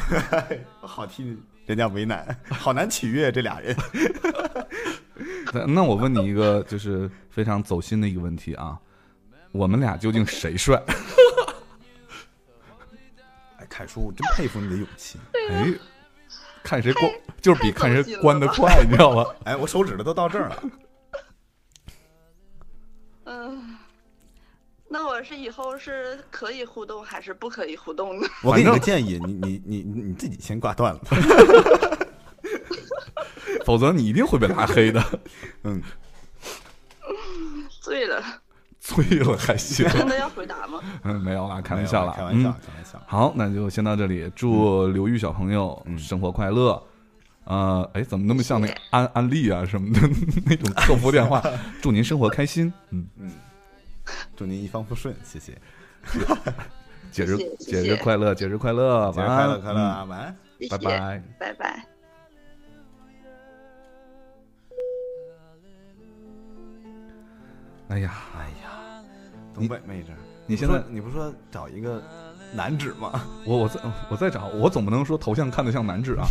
Speaker 2: 好替人家为难，好难取悦这俩人。
Speaker 1: 那那我问你一个，就是非常走心的一个问题啊，我们俩究竟谁帅？
Speaker 2: 哎，凯叔，我真佩 服你的勇气。
Speaker 1: 哎，看谁关，就是比看谁关得快，你知道吗？
Speaker 2: 哎，我手指头都到这儿了。
Speaker 9: 嗯，那我是以后是可以互动还是不可以互动呢？
Speaker 2: 我给你
Speaker 1: 反
Speaker 2: 个
Speaker 1: 正
Speaker 2: 建议，你你你你你自己先挂断了。
Speaker 1: 否则你一定会被拉黑的。
Speaker 2: 嗯，
Speaker 9: 醉了，
Speaker 1: 醉了还行？
Speaker 9: 真的要回答吗？
Speaker 1: 嗯，没有啦，开
Speaker 2: 开
Speaker 1: 玩笑啦，
Speaker 2: 啊开玩笑
Speaker 1: 嗯，
Speaker 2: 开玩笑。
Speaker 1: 好，那就先到这里。祝刘玉小朋友
Speaker 2: 嗯
Speaker 1: 生活快乐。呃，哎，怎么那么像那个安安利啊什么的 那种客服 电话？祝
Speaker 5: 嗯
Speaker 1: 您生活开心。嗯，
Speaker 2: 祝您一帆风顺，谢谢。
Speaker 1: 节日
Speaker 9: 谢谢
Speaker 1: 节
Speaker 9: 谢
Speaker 1: 日
Speaker 9: 谢
Speaker 1: 快乐，节日快乐，
Speaker 2: 节日
Speaker 1: 晚
Speaker 2: 快
Speaker 1: 安，
Speaker 2: 乐快乐啊，
Speaker 1: 嗯
Speaker 2: 晚安。
Speaker 9: 谢
Speaker 1: 拜
Speaker 9: 谢，
Speaker 1: 拜。
Speaker 9: 拜拜。
Speaker 1: 哎呀，
Speaker 2: 哎呀，东北妹子，
Speaker 1: 你
Speaker 2: 不
Speaker 1: 现
Speaker 2: 说
Speaker 1: 在
Speaker 2: 你不说找一个男纸 吗？
Speaker 1: 我我再我再找，我总不能说头像看得像男制啊。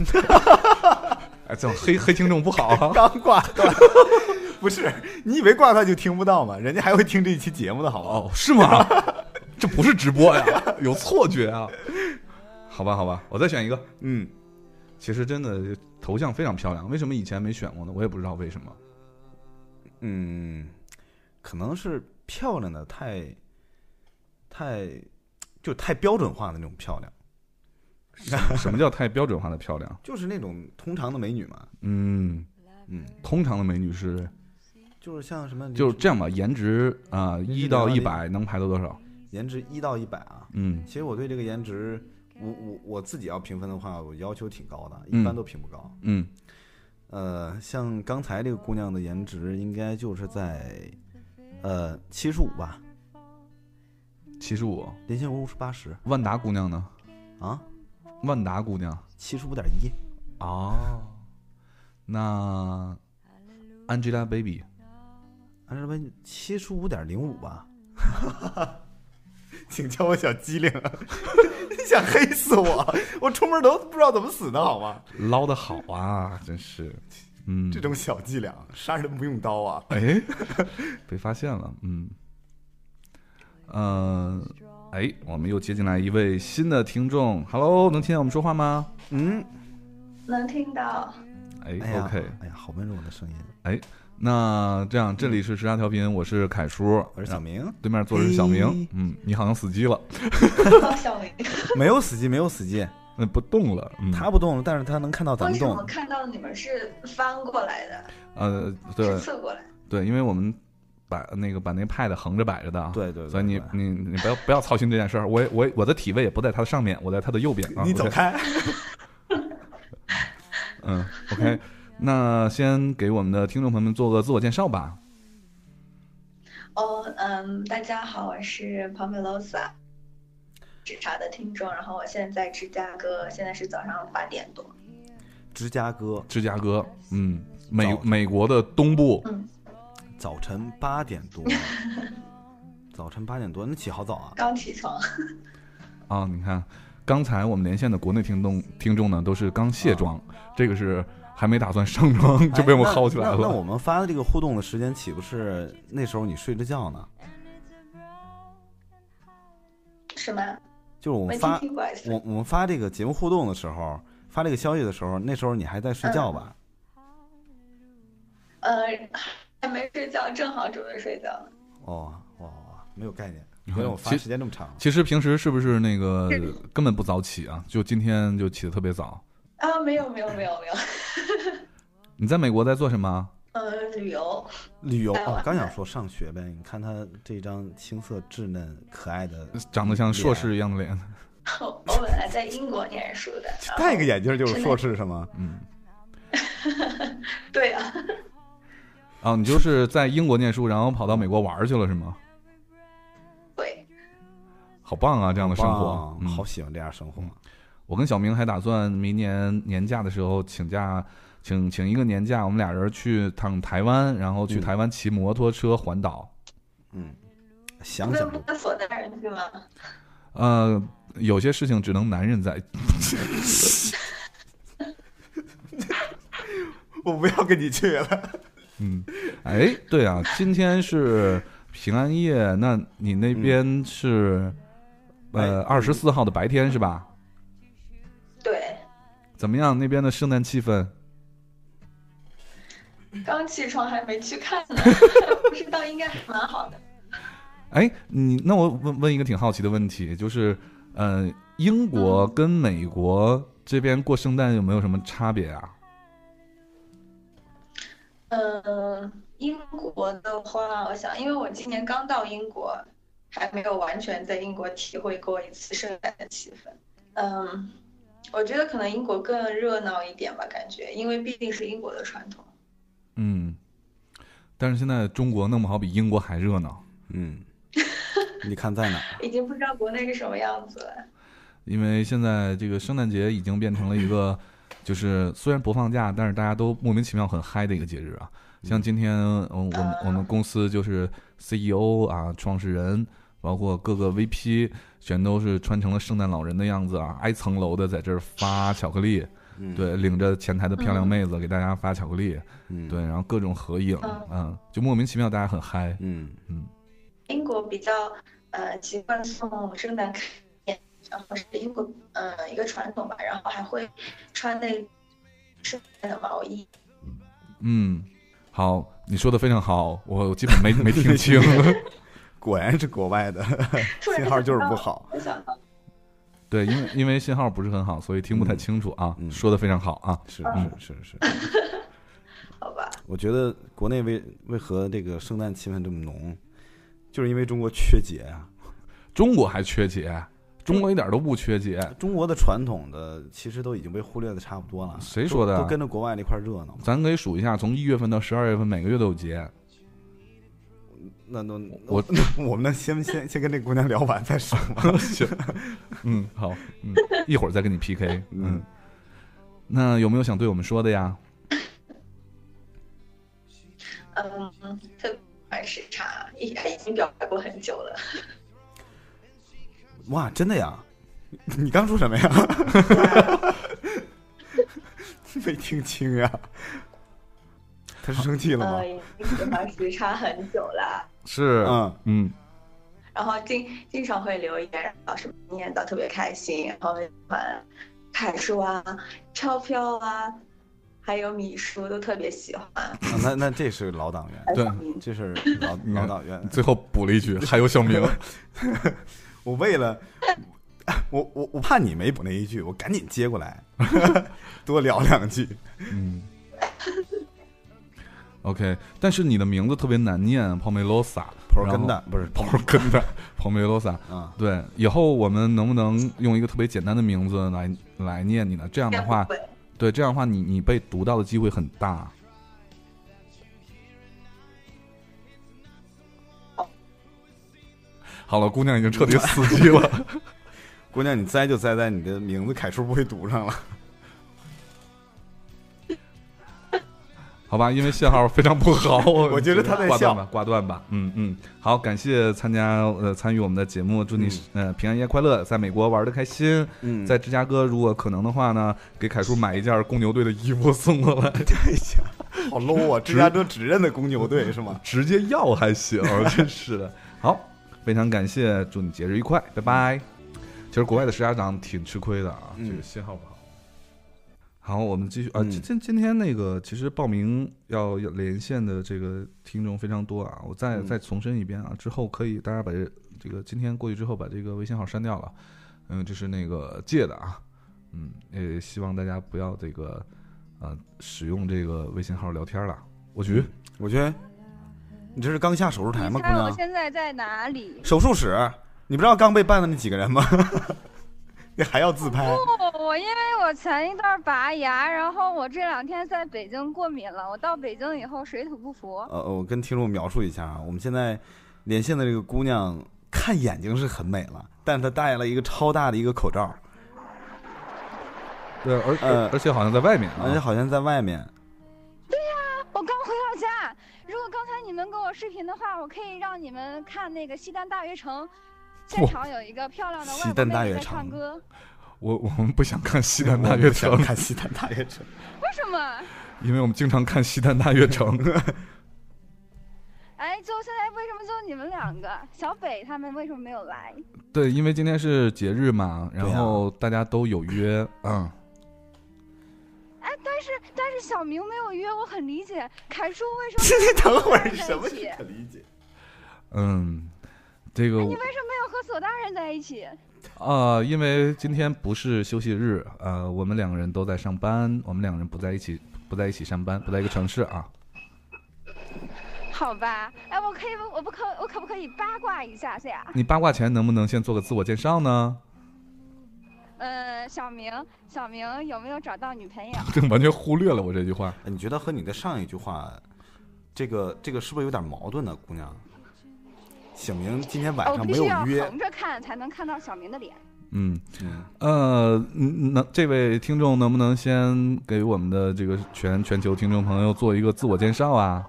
Speaker 1: 哎，这样黑黑听众不好 啊！
Speaker 2: 刚挂断， 不是？你以为挂断就听不到吗？人家还会听这一期节目的，好不好？
Speaker 1: 哦，是吗？ 这不是直播呀，有错觉啊！好吧，好吧，我再选一个。
Speaker 2: 嗯，
Speaker 1: 其实真的头像非常漂亮，为什么以前没选过呢？我也不知道为什么。
Speaker 2: 嗯， 可能是漂亮的太，太就太标准化的那种漂亮，
Speaker 1: 什么叫太标准化的漂亮？
Speaker 2: 就是那种通常的美女嘛。
Speaker 1: 嗯，
Speaker 2: 嗯，
Speaker 1: 通常的美女是
Speaker 2: 就是像什么，
Speaker 1: 就是这样吧，颜值啊
Speaker 2: 值
Speaker 1: 一到
Speaker 2: 两
Speaker 1: 一
Speaker 2: 到
Speaker 1: 百能排到多少？
Speaker 2: 颜值一到一百啊。
Speaker 1: 嗯
Speaker 2: 其实我对这个颜值，我我我自己要评分的话，我要求挺高的，
Speaker 1: 嗯
Speaker 2: 一般都评不高。
Speaker 1: 嗯，
Speaker 2: 呃，像刚才这个姑娘的颜值，应该就是在呃七十五吧，
Speaker 1: 七十五。
Speaker 2: 林心如是八十
Speaker 1: 万达姑娘呢？
Speaker 2: 啊，
Speaker 1: 万达姑娘
Speaker 2: 七十五点一，
Speaker 1: 哦，那 Angelababy
Speaker 2: 安这边七十五点零五吧。 请叫我小机灵，啊 你想黑死我？我出门都不知道怎么死的，好吗？
Speaker 1: 捞的好 啊，真是，嗯，
Speaker 2: 这种小伎俩，杀人不用刀啊！
Speaker 1: 哎， 被发现了，嗯，呃，哎，我们又接进来一位新的听众，Hello，能听见我们说话吗？
Speaker 2: 嗯，
Speaker 10: 能听到。
Speaker 1: 哎
Speaker 2: 哎呀
Speaker 1: o k
Speaker 2: 哎呀，好温柔的声音，
Speaker 1: 哎那这样，这里是时差调频，我是凯叔，
Speaker 2: 嗯我是小明，
Speaker 1: 对面坐的是小明
Speaker 2: 嘿，
Speaker 1: 嗯，你好像死机了，
Speaker 10: 哦小明，
Speaker 2: 没有死机，没有死机，
Speaker 1: 那不动了，嗯，
Speaker 2: 他不动了，但是他能看到咱
Speaker 10: 为
Speaker 2: 们
Speaker 10: 什
Speaker 2: 动
Speaker 10: 么。看到你们是翻过来的，
Speaker 1: 呃，对
Speaker 10: 是，侧过来？
Speaker 1: 对，因为我们把那个把那 pad 横着摆着的啊，
Speaker 2: 对对对
Speaker 1: 所以你
Speaker 2: 对
Speaker 1: 你你不要不要操心这件事儿，我也我也我的体位也不在它的上面，我在它的右边啊。
Speaker 2: 你
Speaker 1: 我
Speaker 2: 走
Speaker 1: 在，
Speaker 2: 开。
Speaker 1: 嗯，OK，那先给我们的听众朋友们做个自我介绍吧。
Speaker 10: 哦，嗯，大家好，我是 Pomelosa，时差的听众，然后我现在在芝加哥，现在是早上八点多。
Speaker 2: 芝加哥
Speaker 1: 芝加哥，嗯，美
Speaker 2: 早
Speaker 1: 美国的东部，
Speaker 2: 早晨八点多，早晨八点多，那起好早啊！
Speaker 10: 刚起床，
Speaker 1: 啊、你看，刚才我们连线的国内听众听众呢，都是刚卸妆，这个是还没打算上妆 就被我们
Speaker 2: 啊哎
Speaker 1: 薅起来了。
Speaker 2: 那那那我们发的这个互动的时间，岂不是那时候你睡着觉呢？
Speaker 10: 是吗？
Speaker 2: 就是我们
Speaker 10: 没听
Speaker 2: 发
Speaker 10: 听过 S。
Speaker 2: 我我们发这个节目互动的时候，发这个消息的时候，那时候你还在睡觉
Speaker 10: 嗯
Speaker 2: 吧？
Speaker 10: 呃，还没睡觉，正好准备睡觉呢。
Speaker 2: 哦，哇哇哇，没有概念，
Speaker 1: 嗯
Speaker 2: 原来我发
Speaker 1: 其实
Speaker 2: 时间这么长。
Speaker 1: 其实平时是不是那个根本不早起啊？就今天就起得特别早。
Speaker 10: 啊，没有没有没有没 有，
Speaker 1: 你在美国在做什么？
Speaker 10: 呃，旅游，
Speaker 2: 旅游
Speaker 10: 哎
Speaker 2: 哦
Speaker 10: 我，
Speaker 2: 刚想说上学呗，你看他这张青涩稚嫩可爱的，
Speaker 1: 长得像硕士一样的脸，
Speaker 10: 我我本来在英国念书的。然后
Speaker 2: 戴个眼镜就是硕士是吗？
Speaker 1: 嗯，
Speaker 10: 对啊，
Speaker 1: 啊，你就是在英国念书，然后跑到美国玩儿去了是吗？
Speaker 10: 对，
Speaker 1: 好棒啊，这样的生活
Speaker 2: 哇，
Speaker 1: 嗯
Speaker 2: 好喜欢这样生 活。
Speaker 1: 我跟小明还打算明年年假的时候请假，请请一个年假，我们俩人去趟台湾，然后去
Speaker 2: 嗯
Speaker 1: 台湾骑摩托车环岛。
Speaker 2: 嗯，想
Speaker 10: 那
Speaker 2: 想
Speaker 10: 不是所在人去吗？
Speaker 1: 呃，有些事情只能男人在，
Speaker 2: 我不要跟你去了。
Speaker 1: 嗯，哎，对啊，今天是平安夜，那你那边是、呃
Speaker 2: 哎
Speaker 1: 二十四号的白天是吧？
Speaker 10: 对，
Speaker 1: 怎么样？那边的圣诞气氛？
Speaker 10: 刚起床还没去看 呢，不知道应该还蛮好的。
Speaker 1: 哎，你那我问问一个挺好奇的问题，就是，呃，英国跟美国这边过圣诞有没有什么差别啊？
Speaker 10: 嗯，英国的话，我想，因为我今年刚到英国，还没有完全在英国体会过一次圣诞的气氛。嗯，我觉得可能英国更热闹一点吧，感觉，因为毕竟是英国的传统。
Speaker 1: 嗯，但是现在中国弄不好比英国还热闹。
Speaker 2: 嗯， 你看在哪？
Speaker 10: 已经不知道国内是什么样子了。
Speaker 1: 因为现在这个圣诞节已经变成了一个，就是虽然不放假，但是大家都莫名其妙很嗨的一个节日啊。像今天，嗯，我们我们公司就是 CEO 啊，创始人，包括各个 VP，全都是穿成了圣诞老人的样子啊，挨层楼的在这儿发巧克力，对，领着前台的漂亮妹子给大家发巧克力，对，然后各种合影，嗯，就莫名其妙大家很嗨，
Speaker 2: 嗯
Speaker 1: 嗯，
Speaker 10: 英国比较呃习惯送圣诞卡片，然后是英国呃一个传统吧，然后还会穿那圣诞的毛衣。
Speaker 1: 嗯，好，你说的非常好，我 基本没没听清。
Speaker 2: 果然是国外的
Speaker 10: 突然
Speaker 2: 信号就是不好。
Speaker 10: 没想到，
Speaker 1: 对，因为因为信号不是很好，所以听不太清楚啊。说的非常好啊，
Speaker 2: 嗯是是是是，
Speaker 10: 好吧，
Speaker 2: 我觉得国内为为何这个圣诞气氛这么浓，就是因为中国缺节啊。
Speaker 1: 中国还缺 节，中国一点都不缺节。
Speaker 2: 中国的传统的其实都已经被忽略的差不多了。
Speaker 1: 谁说的啊
Speaker 2: 都？都跟着国外那块儿热闹。
Speaker 1: 咱可以数一下，从一月份到十二月份，每个月都有节。
Speaker 2: 那那那
Speaker 1: 我
Speaker 2: 那我们能先先先跟这姑娘聊完再 说吧。
Speaker 1: 行，嗯，好，嗯，一会儿再跟你 PK。嗯
Speaker 2: 嗯，
Speaker 1: 那有没有想对我们说的呀？
Speaker 10: 嗯，特别喜欢时差，已已经表白过很久了。
Speaker 2: 哇，真的呀？你刚说什么呀？ 没听清呀？他是生气了吗
Speaker 10: 呃，？已经喜欢时差很久了，
Speaker 1: 是
Speaker 2: 嗯
Speaker 1: 嗯，
Speaker 10: 然后经经常会留言，然后什么念叨特别开心，然后喜欢凯叔啊、钞票啊，还有米叔都特别喜欢。
Speaker 2: 啊那那这是老党员，
Speaker 1: 对，嗯
Speaker 2: 这是老
Speaker 1: 你
Speaker 2: 老
Speaker 1: 看
Speaker 2: 党员。
Speaker 1: 最后补了一句，还有小明。
Speaker 2: 我为了，我我我怕你没补那一句，我赶紧接过来， 多聊两句。
Speaker 1: 嗯。OK，但是你的名字特别难念 p o m e l o s a
Speaker 2: p o r 根的不是
Speaker 1: p o m e l o s a p o m e l o s a
Speaker 2: 啊，
Speaker 1: 对，以后我们能不能用一个特别简单的名字来来念你呢？这样的话，
Speaker 10: 对
Speaker 1: 对，这样的话你你被读到的机会很大。好了，姑娘已经彻底死机了。
Speaker 2: 姑娘，你栽就栽在你的名字凯叔不会读上了。
Speaker 1: 好吧，因为信号非常不 好，我
Speaker 2: 觉得他在
Speaker 1: 挂断
Speaker 2: 笑
Speaker 1: 吧，挂断吧。嗯嗯，好，感谢参加呃参与我们的节目，祝你、呃平安夜快乐，在美国玩的开心。
Speaker 2: 嗯
Speaker 1: 在芝加哥如果可能的话呢，给凯叔买一件公牛队的衣服送过来，
Speaker 2: 哎呀，好 low 啊！芝加哥只认的公牛队是吗？
Speaker 1: 直接要 还行，真是的。好，非常感谢，祝你节日愉快，拜拜。其实国外的石家庄挺吃亏的啊，
Speaker 2: 嗯
Speaker 1: 这个信号不好。好，我们继续啊，
Speaker 2: 嗯
Speaker 1: 今今今天那个其实报名要连线的这个听众非常多啊，我再
Speaker 2: 嗯
Speaker 1: 再重申一遍啊，之后可以大家把这这个今天过去之后把这个微信号删掉了，嗯，这是那个借的啊，嗯，也希望大家不要这个呃使用这个微信号聊天了。我去，
Speaker 2: 嗯我觉得你这是刚下手术台吗？
Speaker 11: 你
Speaker 2: 姑
Speaker 11: 猜我
Speaker 2: 娘，
Speaker 11: 现在在哪里？
Speaker 2: 手术室，你不知道刚被办的那几个人吗？ 你还要自拍？
Speaker 11: 不，哦我因为我前一段拔牙，然后我这两天在北京过敏了。我到北京以后水土不服。
Speaker 2: 呃，我跟听众描述一下啊，我们现在连线的这个姑娘，看眼睛是很美了，但是她戴了一个超大的一个口罩，
Speaker 1: 对，而
Speaker 2: 呃
Speaker 1: 而而且好像在外面啊，
Speaker 2: 而且好像在外面。
Speaker 11: 我刚回到家。如果刚才你们跟我视频的话，我可以让你们看那个西单大悦城，现
Speaker 1: 哇
Speaker 11: 场有一个漂亮的
Speaker 2: 西
Speaker 11: 外国
Speaker 2: 单大
Speaker 11: 妹
Speaker 2: 悦
Speaker 11: 妹在
Speaker 2: 城
Speaker 11: 唱歌。
Speaker 1: 我我们不想看西单大悦
Speaker 2: 我
Speaker 1: 城
Speaker 2: 不想，看西单大悦城，
Speaker 11: 为什么？
Speaker 1: 因为我们经常看西单大悦城。
Speaker 11: 哎，就现在为什么就你们两个？小北他们为什么没有来？
Speaker 1: 对，因为今天是节日嘛，然
Speaker 2: 对啊
Speaker 1: 后大家都有约，嗯，
Speaker 11: 哎，但是但是小明没有约，我很理解。凯叔为什 么？
Speaker 2: 你等会儿
Speaker 11: 在一
Speaker 2: 什么？
Speaker 11: 起
Speaker 2: 你可理解？
Speaker 1: 嗯，这个
Speaker 11: 你为什么要和索大人在一起？
Speaker 1: 呃，因为今天不是休息日，呃，我们两个人都在上班，我们两个人不在一起，不在一起上班，不在一个城市啊。
Speaker 11: 好吧，哎，我可以，我不可，我可不可以八卦一下下？
Speaker 1: 你八卦前能不能先做个自我介绍呢？
Speaker 11: 呃，小明，小明有没有找到女朋友？
Speaker 1: 这完全忽略了我这句话。
Speaker 2: 哎你觉得和你的上一句话，这个这个是不是有点矛盾呢，姑娘？小明今 天晚
Speaker 11: 哦，
Speaker 2: 上
Speaker 11: 必
Speaker 2: 没
Speaker 11: 须
Speaker 2: 有
Speaker 11: 要
Speaker 2: 约，
Speaker 11: 横着看才能看到小明的脸。
Speaker 1: 嗯，
Speaker 2: 嗯
Speaker 1: 呃，嗯能这位听众能不能先给我们的这个全全球听众朋友做一个自我介绍啊？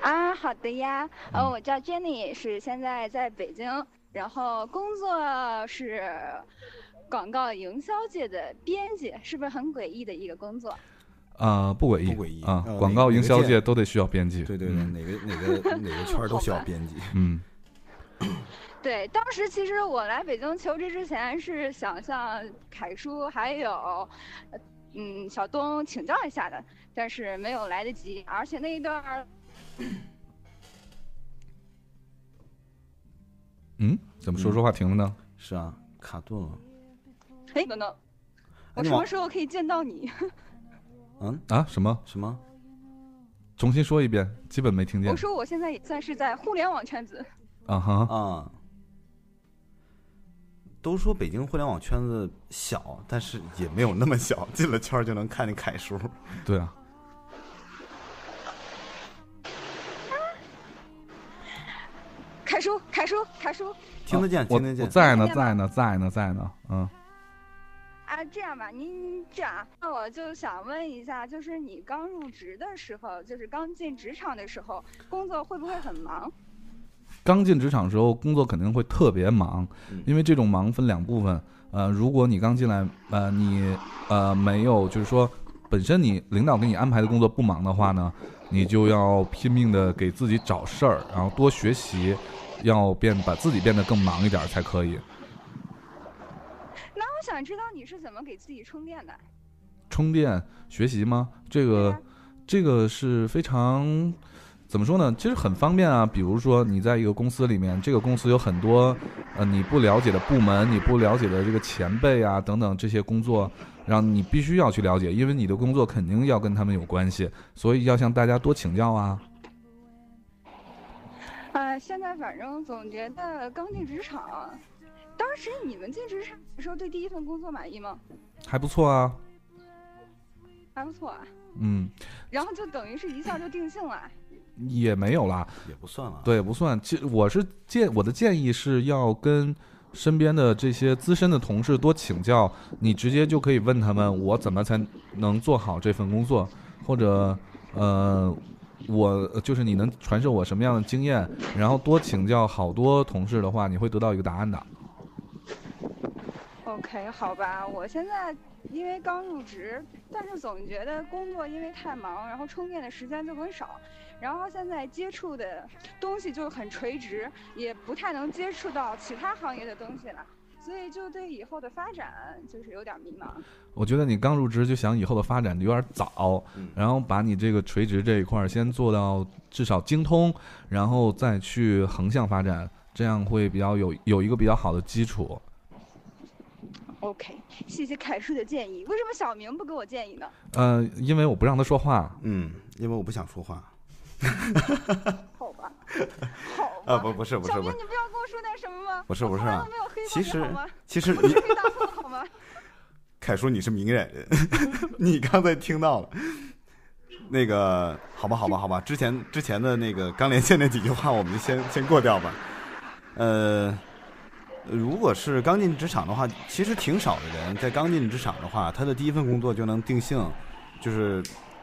Speaker 11: 啊，好的呀，呃，
Speaker 1: 嗯
Speaker 11: 我叫 Jenny，是现在在北京，然后工作是广告营销界的编辑，是不是很诡异的一个工作？
Speaker 1: 啊，不诡异，
Speaker 2: 不诡异
Speaker 1: 啊
Speaker 2: 呃，
Speaker 1: 广
Speaker 2: 哪
Speaker 1: 告
Speaker 2: 哪
Speaker 1: 营
Speaker 2: 个
Speaker 1: 销
Speaker 2: 界
Speaker 1: 界都得需要编辑，
Speaker 2: 对对对，
Speaker 1: 嗯
Speaker 2: 哪个哪个哪个圈儿都需要编辑。
Speaker 1: 嗯
Speaker 11: 对，当时其实我来北京求职之前是想向凯叔还有，呃嗯，小东请教一下的，但是没有来得及，而且那一段儿
Speaker 1: 嗯，怎么说说话停了呢？
Speaker 2: 是啊，卡顿了。
Speaker 11: 哎，等等，我
Speaker 2: 你
Speaker 11: 什
Speaker 2: 往
Speaker 11: 么时候可以见到你？
Speaker 2: 嗯，
Speaker 1: 啊，什么？
Speaker 2: 什么？
Speaker 1: 重新说一遍，基本没听见
Speaker 11: 我。说我现在也算是在互联网圈子，
Speaker 1: 啊哈，
Speaker 2: 啊，都说北京互联网圈子小，但是也没有那么小，进了圈儿就能看见凯叔。
Speaker 1: 对啊，
Speaker 11: 凯叔，凯叔，凯叔。
Speaker 2: 听得见，
Speaker 1: 啊我
Speaker 2: 听得
Speaker 1: 我
Speaker 2: 见。
Speaker 1: 在呢，
Speaker 11: 听得见
Speaker 1: 在
Speaker 11: 吗
Speaker 1: 呢，在呢，在呢，嗯
Speaker 11: 啊，这样吧，您这样，啊那我就想问一下，就是你刚入职的时候，就是刚进职场的时候，工作会不会很忙？
Speaker 1: 刚进职场的时候，工作肯定会特别忙，因为这种忙分两部分。呃，如果你刚进来，呃，你呃没有，就是说本身你领导给你安排的工作不忙的话呢，你就要拼命的给自己找事儿，然后多学习，要变把自己变得更忙一点儿才可以。
Speaker 11: 那我想知道你是怎么给自己充电的？
Speaker 1: 充电学习吗？这个，这个是非常怎么说呢？其实很方便啊。比如说你在一个公司里面，这个公司有很多呃你不了解的部门，你不了解的这个前辈啊等等这些工作，然后你必须要去了解，因为你的工作肯定要跟他们有关系，所以要向大家多请教啊。
Speaker 11: 啊，现在反正总觉得刚进职场，当时你们进职场的时候对第一份工作满意吗？
Speaker 1: 还不错啊，
Speaker 11: 还不错啊，
Speaker 1: 嗯，
Speaker 11: 然后就等于是一下就定性了。
Speaker 1: 也没有啦。
Speaker 2: 也不算了。啊
Speaker 1: 对，不算。其实我是建我的建议是要跟身边的这些资深的同事多请教，你直接就可以问他们，我怎么才能做好这份工作，或者呃，我就是你能传授我什么样的经验，然后多请教好多同事的话，你会得到一个答案的。
Speaker 11: OK，好吧，我现在因为刚入职，但是总觉得工作因为太忙，然后充电的时间就很少，然后现在接触的东西就很垂直，也不太能接触到其他行业的东西了，所以就对以后的发展就是有点迷茫。
Speaker 1: 我觉得你刚入职就想以后的发展有点早，然后把你这个垂直这一块儿先做到至少精通，然后再去横向发展，这样会比较有有一个比较好的基础。
Speaker 11: OK，谢谢凯叔的建议，为什么小明不给我建议呢？
Speaker 1: 呃，因为我不让他说话，
Speaker 2: 嗯，因为我不想说话。
Speaker 11: 好吧，好吧。
Speaker 2: 啊，不，不是，不是，
Speaker 11: 小
Speaker 2: 不
Speaker 11: 明，
Speaker 2: 是
Speaker 11: 你，不要跟我说那什么吗？
Speaker 2: 不是，不是
Speaker 11: 我从来
Speaker 2: 啊
Speaker 11: 都没有黑。过
Speaker 2: 其
Speaker 11: 你好
Speaker 2: 实
Speaker 11: 吗？，
Speaker 2: 其实
Speaker 11: 我
Speaker 2: 你
Speaker 11: 是黑大哥 好吗？
Speaker 2: 凯叔，你是明眼人，你刚才听到了。那个，好吧，好吧，好吧，之前之前的那个刚连线那几句话，我们就先先过掉吧。呃，如果是刚进职场的话，其实挺少的人在刚进职场的话，他的第一份工作就能定性，就是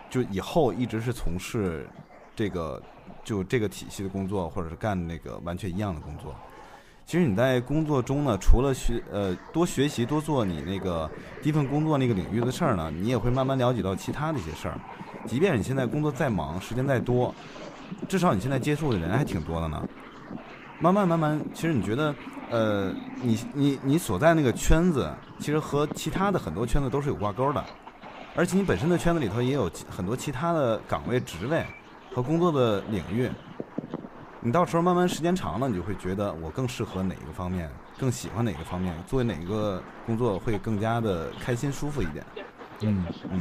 Speaker 2: 就以后一直是从事这个就这个体系的工作，或者是干那个完全一样的工作。其实你在工作中呢，除了学呃多学习多做你那个第一份工作那个领域的事儿呢，你也会慢慢了解到其他的一些事儿。即便你现在工作再忙，时间再多，至少你现在接触的人还挺多的呢。慢慢慢慢，其实你觉得，呃，你你你所在那个圈子，其实和其他的很多圈子都是有挂钩的，而且你本身的圈子里头也有其很多其他的岗位、职位和工作的领域。你到时候慢慢时间长了，你就会觉得我更适合哪一个方面，更喜欢哪个方面，做哪个工作会更加的开心舒服一点。
Speaker 1: 嗯，
Speaker 2: 嗯，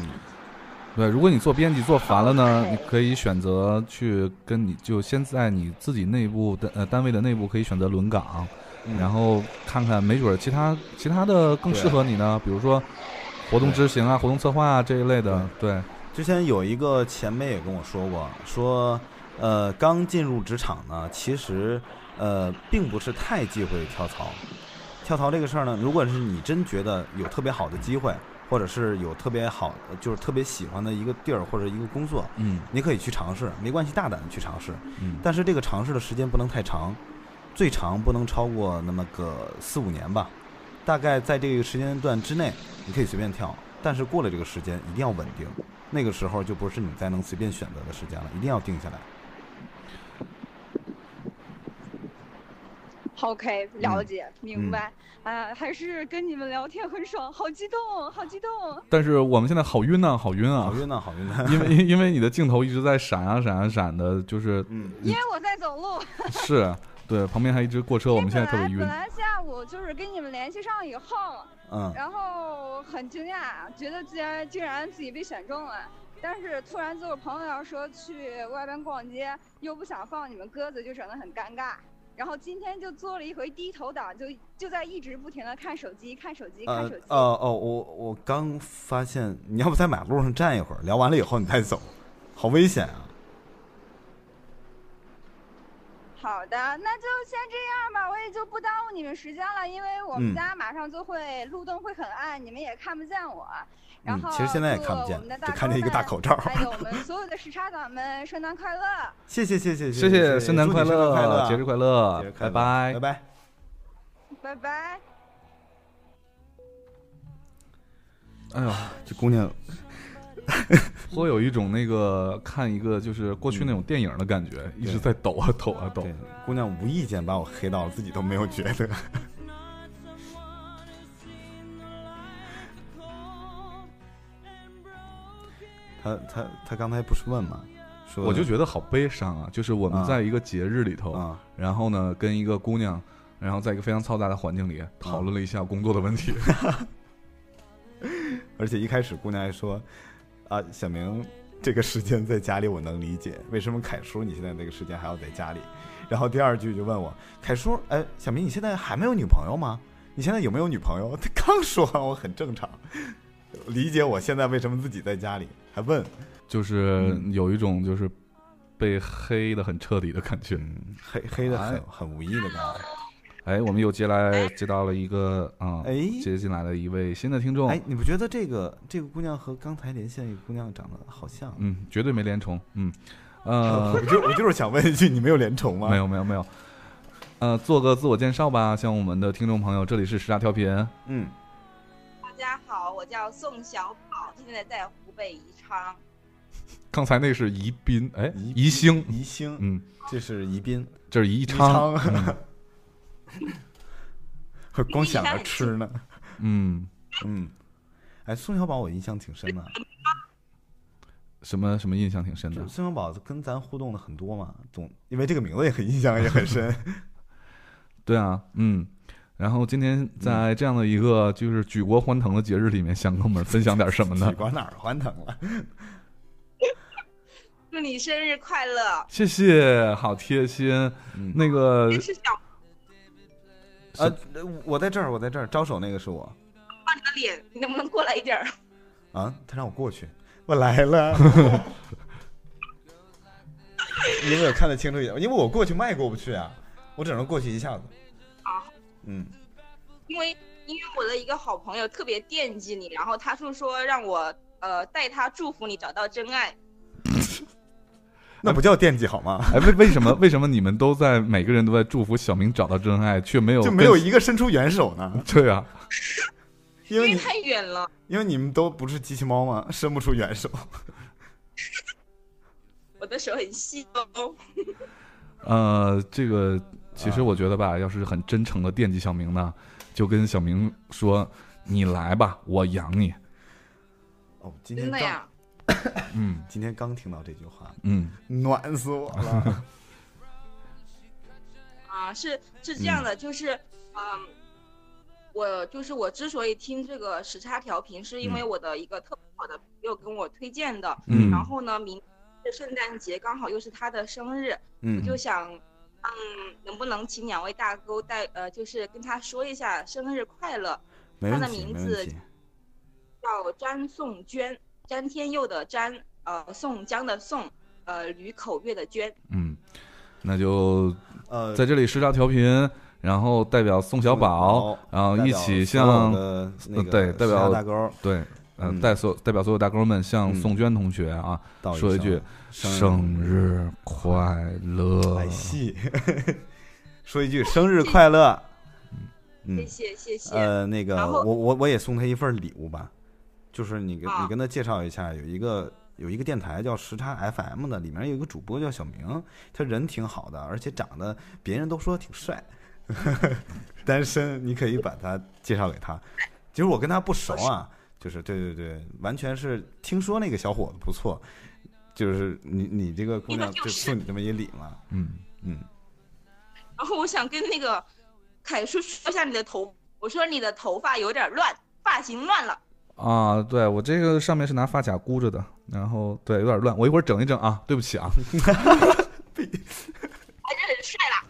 Speaker 1: 对。如果你做编辑做烦了呢，你可以选择去跟你就先在你自己内部的呃单位的内部可以选择轮岗，
Speaker 2: 嗯
Speaker 1: 然后看看没准儿其他其他的更适合你呢，比如说活动执行啊、活动策划啊这一类的，对，
Speaker 2: 之前有一个前辈也跟我说过，说，呃，刚进入职场呢，其实，呃，并不是太忌讳跳槽。跳槽这个事儿呢，如果是你真觉得有特别好的机会，或者是有特别好，就是特别喜欢的一个地儿或者一个工作，
Speaker 1: 嗯
Speaker 2: 你可以去尝试，没关系，大胆的去尝试。
Speaker 1: 嗯，
Speaker 2: 但是这个尝试的时间不能太长，最长不能超过那么个四五年吧。大概在这个时间段之内，你可以随便跳，但是过了这个时间一定要稳定，那个时候就不是你再能随便选择的时间了，一定要定下来。
Speaker 11: OK，了解，明白。啊，还是跟你们聊天很爽，好激动，好激动。
Speaker 1: 但是我们现在好晕呐、好晕啊，
Speaker 2: 好晕呐、好晕呐、
Speaker 1: 因为因为你的镜头一直在闪啊闪啊闪的，就是
Speaker 2: 嗯，
Speaker 11: 因为我在走路。
Speaker 1: 是对，旁边还一直过车，我们现在特别
Speaker 11: 本
Speaker 1: 晕。
Speaker 11: 来下午就是跟你们联系上以后，
Speaker 2: 嗯
Speaker 11: 然后很惊讶，觉得竟然竟然自己被选中了。但是突然就是朋友要说去外边逛街，又不想放你们鸽子，就整得很尴尬。然后今天就做了一回低头党，就就在一直不停的看手机，看手机，看
Speaker 2: 呃
Speaker 11: 手机。
Speaker 2: 哦哦，我我刚发现，你要不在马路上站一会儿，聊完了以后你再走，好危险啊！
Speaker 11: 好的，那就先这样吧，我也就不耽误你们时间了，因为我们
Speaker 2: 嗯
Speaker 11: 家马上就会路灯会很暗，你们也看不见我。然
Speaker 2: 嗯
Speaker 11: 后，
Speaker 2: 其实现在也
Speaker 11: 祝
Speaker 2: 看不
Speaker 11: 我
Speaker 2: 见
Speaker 11: 们的，
Speaker 2: 就看见一个大
Speaker 11: 高
Speaker 2: 口 罩。
Speaker 11: 还有我们所有的时差党们，圣诞快乐！
Speaker 2: 谢谢谢谢
Speaker 1: 谢
Speaker 2: 谢，
Speaker 1: 圣诞
Speaker 2: 祝你
Speaker 1: 快
Speaker 2: 乐，啊
Speaker 1: 乐，节日快乐
Speaker 2: 节日，快
Speaker 1: 拜
Speaker 2: 乐拜。
Speaker 1: 拜
Speaker 2: 拜。
Speaker 11: 拜拜。
Speaker 1: 哎呦，
Speaker 2: 这姑娘，
Speaker 1: 颇有一种那个看一个就是过去那种电影的感觉，
Speaker 2: 嗯
Speaker 1: 一直在抖啊抖啊抖
Speaker 2: 对。，姑娘无意间把我黑到了，自己都没有觉得。 他他他刚才不是问吗？说
Speaker 1: 我就觉得好悲伤啊！就是我们
Speaker 2: 啊
Speaker 1: 在一个节日里头，
Speaker 2: 啊，
Speaker 1: 然后呢，跟一个姑娘，然后在一个非常嘈杂的环境里讨论了一下工作的问题。
Speaker 2: 而且一开始姑娘还说啊，小明这个时间在家里我能理解，为什么凯叔你现在这个时间还要在家里？然后第二句就问我，凯叔，哎，小明你现在还没有女朋友吗？你现在有没有女朋友？他刚说哎完，我很正常，理解我现在为什么自己在家里，还问，
Speaker 1: 就是有一种就是被黑的很彻底的感觉。
Speaker 2: 嗯，黑黑的很
Speaker 1: 哎
Speaker 2: 很无意的感觉。
Speaker 1: 哎，我们又接来接到了一个啊，
Speaker 2: 哎
Speaker 1: 接进来了一位新的听众，
Speaker 2: 哎，你不觉得这个这个姑娘和刚才连线那个姑娘长得好像？
Speaker 1: 嗯，绝对没连重，嗯，
Speaker 2: 我
Speaker 1: 呃，
Speaker 2: 就我就是想问一句，你没有连虫吗？
Speaker 1: 没。有没有没有，呃，做个自我介绍吧，向我们的听众朋友，这里是十大调频，
Speaker 2: 嗯，
Speaker 12: 大家好，我叫宋小宝，现在在湖北宜昌。
Speaker 1: 刚才那是宜宾，哎，宜
Speaker 2: 宜
Speaker 1: 兴，
Speaker 2: 宜兴，
Speaker 1: 嗯，
Speaker 2: 这是宜宾，
Speaker 1: 这是宜
Speaker 2: 宜
Speaker 1: 昌，嗯
Speaker 2: 昌光想着 吃呢。
Speaker 1: 嗯，
Speaker 2: 嗯，哎，宋小宝我印象挺深的，
Speaker 1: 什么什么印象挺深的
Speaker 2: 就，宋小宝跟咱互动的很多嘛，总因为这个名字也很印象也 很深。
Speaker 1: 对啊，嗯。然后今天
Speaker 2: 嗯
Speaker 1: 在这样的一个就是举国欢腾的节日里面，想跟我们分享点什么呢
Speaker 2: 你？管哪儿欢腾了？
Speaker 12: 祝你生日快乐！
Speaker 1: 谢谢，好贴心。
Speaker 2: 嗯
Speaker 1: 那个呃
Speaker 12: 这是小
Speaker 2: 啊，我在这儿，我在这儿，招手那个是我
Speaker 12: 胖你的脸，你能不能过来一点儿？
Speaker 2: 啊，他让我过去，我来了。 因为我看得清楚一点，因为我过去迈过不去啊，我只能过去一下子。
Speaker 12: 啊，
Speaker 2: 嗯，
Speaker 12: 因为因为我的一个好朋友特别惦记你，然后他就说让我呃带他祝福你找到真爱。
Speaker 2: 那不叫惦记好吗？
Speaker 1: 哎，呃为为什么为什么你们都在每个人都在祝福小明找到真爱，却没有
Speaker 2: 就
Speaker 1: 跟
Speaker 2: 没有一个伸出援手呢，
Speaker 1: 对啊？
Speaker 2: 因为
Speaker 12: 因为
Speaker 2: 你
Speaker 12: 太远了，
Speaker 2: 因为你们都不是机器猫嘛，伸不出援手。
Speaker 12: 我的手很细哦。
Speaker 1: 呃，这个
Speaker 2: 啊
Speaker 1: 其实我觉得吧，要是很真诚的惦记小明呢，就跟小明说：“你来吧，我养你。
Speaker 2: 哦，今天
Speaker 12: 真的
Speaker 2: 刚
Speaker 12: 呀？
Speaker 1: 嗯”
Speaker 2: 今天刚听到这句话，
Speaker 1: 嗯
Speaker 2: 暖死我了。
Speaker 12: 啊，是是这样的，就是嗯。我就是我之所以听这个时差调频，是因为
Speaker 2: 嗯
Speaker 12: 我的一个特别好的朋友跟我推荐的。
Speaker 1: 嗯
Speaker 12: 然后呢，明天是圣诞节刚好又是他的生日，我
Speaker 2: 嗯
Speaker 12: 就想，嗯，能不能请两位大哥带呃，就是跟他说一下生日快乐，
Speaker 2: 没
Speaker 12: 他
Speaker 2: 问
Speaker 12: 的
Speaker 2: 题，没
Speaker 12: 名
Speaker 2: 问
Speaker 12: 字
Speaker 2: 题。
Speaker 12: 叫詹颂娟，詹天佑的詹，呃，宋江的宋，呃，吕口月的娟。
Speaker 1: 嗯，那就
Speaker 2: 呃
Speaker 1: 在这里时差调频，然后代表宋小宝，然后一起向
Speaker 2: 的那
Speaker 1: 呃
Speaker 2: 个
Speaker 1: 对代
Speaker 2: 时差
Speaker 1: 表
Speaker 2: 大钩儿
Speaker 1: 对。呃
Speaker 2: 嗯
Speaker 1: 代所代表所有大哥们向宋娟同学啊，
Speaker 2: 道一
Speaker 1: 说一
Speaker 2: 声
Speaker 1: 句
Speaker 2: 生
Speaker 1: 生日快 乐！
Speaker 2: 哎戏，说一句生日快乐。嗯，
Speaker 12: 谢谢谢谢
Speaker 2: 呃，那个
Speaker 12: 然后
Speaker 2: 我我我也送他一份礼物吧，就是你跟
Speaker 12: 啊
Speaker 2: 你跟他介绍一下，有一个有一个电台叫时差 FM 的，里面有一个主播叫小明，他人挺好的，而且长得别人都说挺帅，单身，你可以把他介绍给他。其实我跟他不熟啊，就是对对对，完全是听说那个小伙子不错，就是你你这个姑娘就送你这么一礼嘛，
Speaker 1: 嗯
Speaker 2: 嗯，
Speaker 12: 然后我想跟那个凯叔说一下你的头，我说你的头发有点乱，发型乱了。
Speaker 1: 啊，对我这个上面是拿发卡箍着的，然后对有点乱，我一会儿整一整啊，对 不起啊，
Speaker 12: 还是很帅啦。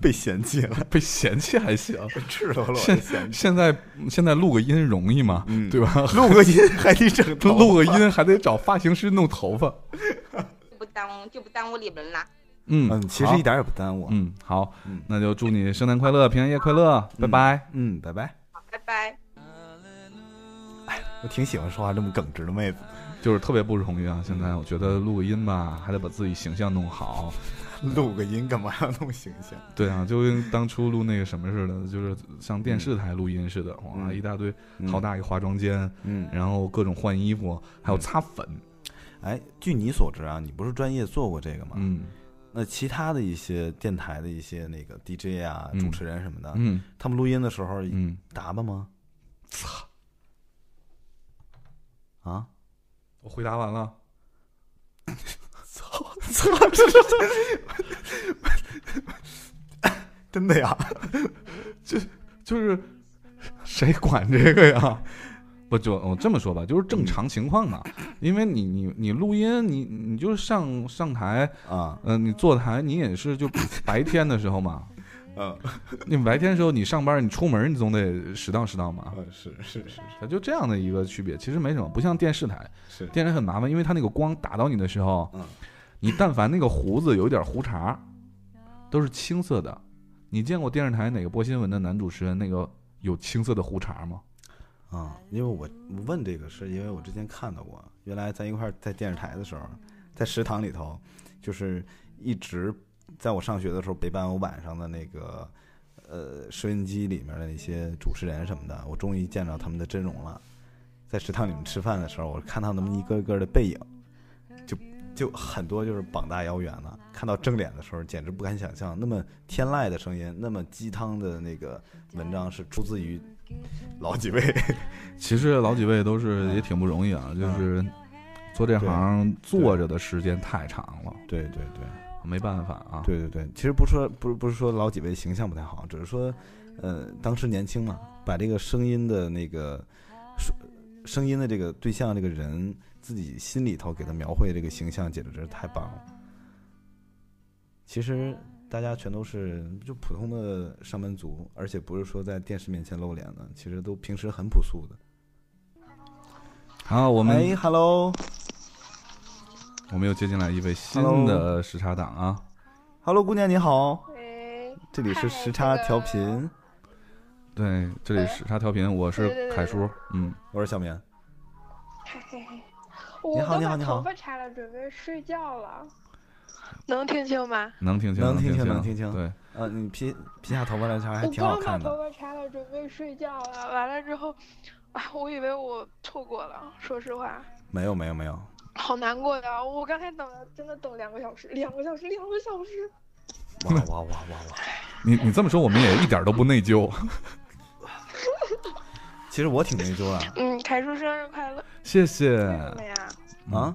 Speaker 2: 被嫌弃了，
Speaker 1: 被嫌弃还行，
Speaker 2: 赤裸裸
Speaker 1: 现
Speaker 2: 的嫌弃。嗯
Speaker 1: 现在现在录个音容易吗？对吧？
Speaker 2: 录个音还得整头发
Speaker 1: 录个音还得找发型师弄头发。
Speaker 12: 就不耽误就不耽误你们啦。
Speaker 1: 嗯
Speaker 2: 嗯，其实一点也不耽误。
Speaker 1: 嗯，好，那就祝你圣诞快乐，平安夜快乐，拜拜。
Speaker 2: 嗯，拜拜。哎
Speaker 12: 拜拜。
Speaker 2: 我挺喜欢说话这么耿直的妹子，
Speaker 1: 就是特别不容易啊！现在我觉得录个音吧，还得把自己形象弄好。
Speaker 2: 录个音干嘛要弄形 象？
Speaker 1: 对啊，就跟当初录那个什么似的，就是像电视台录音似的，哇，一大堆，好大一化妆间，
Speaker 2: 嗯，
Speaker 1: 然后各种换衣服，还有擦粉。
Speaker 2: 哎，据你所知啊，你不是专业做过这个吗？
Speaker 1: 嗯，
Speaker 2: 那其他的一些电台的一些那个 DJ 啊、
Speaker 1: 嗯
Speaker 2: 主持人什么的，
Speaker 1: 嗯，
Speaker 2: 他们录音的时候，
Speaker 1: 嗯，
Speaker 2: 打扮吗？操！啊！
Speaker 1: 我回答完了。
Speaker 2: 操！真的呀？
Speaker 1: 就就是 谁管这个呀？ 不就我这么说吧，就是
Speaker 2: 嗯
Speaker 1: 正常情况嘛。因为你你你录音，你你就上上台
Speaker 2: 啊，
Speaker 1: 嗯、你坐台，你也是就白天的时候嘛。
Speaker 2: 嗯，
Speaker 1: 你白天的时候，你上班，你出门，你总得拾到拾到嘛。
Speaker 2: 嗯，是是是，
Speaker 1: 它就这样的一个区别，其实没什么，不像电视台，
Speaker 2: 是嗯
Speaker 1: 电视台很麻烦，因为它那个光打到你的时候，你但凡那个胡子有一点胡茬，都是青色的。你见过电视台哪个播新闻的男主持人那个有青色的胡茬吗？
Speaker 2: 啊，因为我我问这个是因为我之前看到过，原来咱一块儿在电视台的时候，在食堂里头，就是一直在我上学的时候，北半球晚上的那个呃收音机里面的那些主持人什么的，我终于见到他们的真容了。在食堂里面吃饭的时候，我看到他们一个一个的背影，就就很多就是膀大腰圆了。看到正脸的时候，简直不敢想象，那么天籁的声音，那么鸡汤的那个文章是出自于老几位。
Speaker 1: 其实老几位都是也挺不容易啊，
Speaker 13: 嗯
Speaker 1: 就是做这行坐着的时间太长了。
Speaker 2: 对对对，
Speaker 1: 没办法啊。
Speaker 2: 对对对，其实不说不是不是说老几位形象不太好，只是说，呃，当时年轻嘛，把这个声音的那个说声音的这个对象这个人自己心里头给他描绘这个形象，简直是太棒了。其实大家全都是就普通的上班族，而且不是说在电视面前露脸的，其实都平时很朴素的。
Speaker 1: 好，我们、
Speaker 2: 哎，hello
Speaker 1: 我们又接进来一位新
Speaker 2: Hello
Speaker 1: 的时差党啊。
Speaker 2: hello，姑娘你好，这里是时差调频，
Speaker 1: 对，这里时差调频，我
Speaker 13: 对对
Speaker 1: 是
Speaker 13: 对
Speaker 1: 凯叔，嗯，
Speaker 2: 我是小明。
Speaker 13: 嘿嘿嘿，
Speaker 2: 你
Speaker 13: 我
Speaker 2: 好
Speaker 13: 都
Speaker 2: 你好
Speaker 13: 把
Speaker 2: 你好
Speaker 13: 头发拆了，准备睡觉了，能听清吗？
Speaker 1: 能听清，
Speaker 2: 能
Speaker 1: 听
Speaker 2: 能
Speaker 1: 听
Speaker 2: 听清。
Speaker 1: 对，
Speaker 2: 呃，你披披下头发来啥还
Speaker 13: 我
Speaker 2: 挺好
Speaker 13: 刚把
Speaker 2: 看
Speaker 13: 头
Speaker 2: 的。
Speaker 13: 发拆了，准备睡觉了，完了之后，啊，我以为我错过了，说实话，
Speaker 2: 没有没有没有，
Speaker 13: 好难过呀！我刚才等了，真的等两个小时，两个小时，两个小时，
Speaker 2: 哇哇哇哇哇！
Speaker 1: 你你这么说，我们也一点都不内疚。
Speaker 2: 其实我挺内
Speaker 1: 啊
Speaker 2: 疚的
Speaker 13: 嗯，凯叔生日快乐！
Speaker 1: 谢谢
Speaker 13: 什么呀？
Speaker 2: 啊。
Speaker 1: 嗯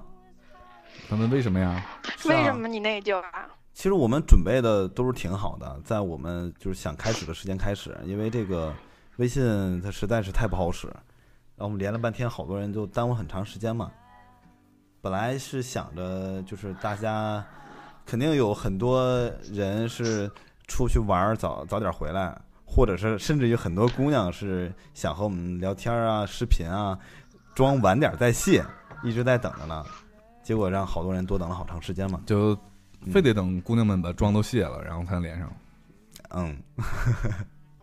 Speaker 1: 他们为什么呀？
Speaker 2: 是
Speaker 13: 为什
Speaker 2: 啊，
Speaker 13: 么你内疚啊？
Speaker 2: 其实我们准备的都是挺好的，在我们就是想开始的时间开始，因为这个微信它实在是太不好使，然后我们连了半天，好多人就耽误很长时间嘛。本来是想着就是大家肯定有很多人是出去玩儿早早点回来，或者是甚至于很多姑娘是想和我们聊天啊、视频啊，装晚点再卸，一直在等着呢。结果让好多人多等了好长时间嘛。
Speaker 1: 就非得等姑娘们把妆都卸了，然后才能连上。
Speaker 2: 嗯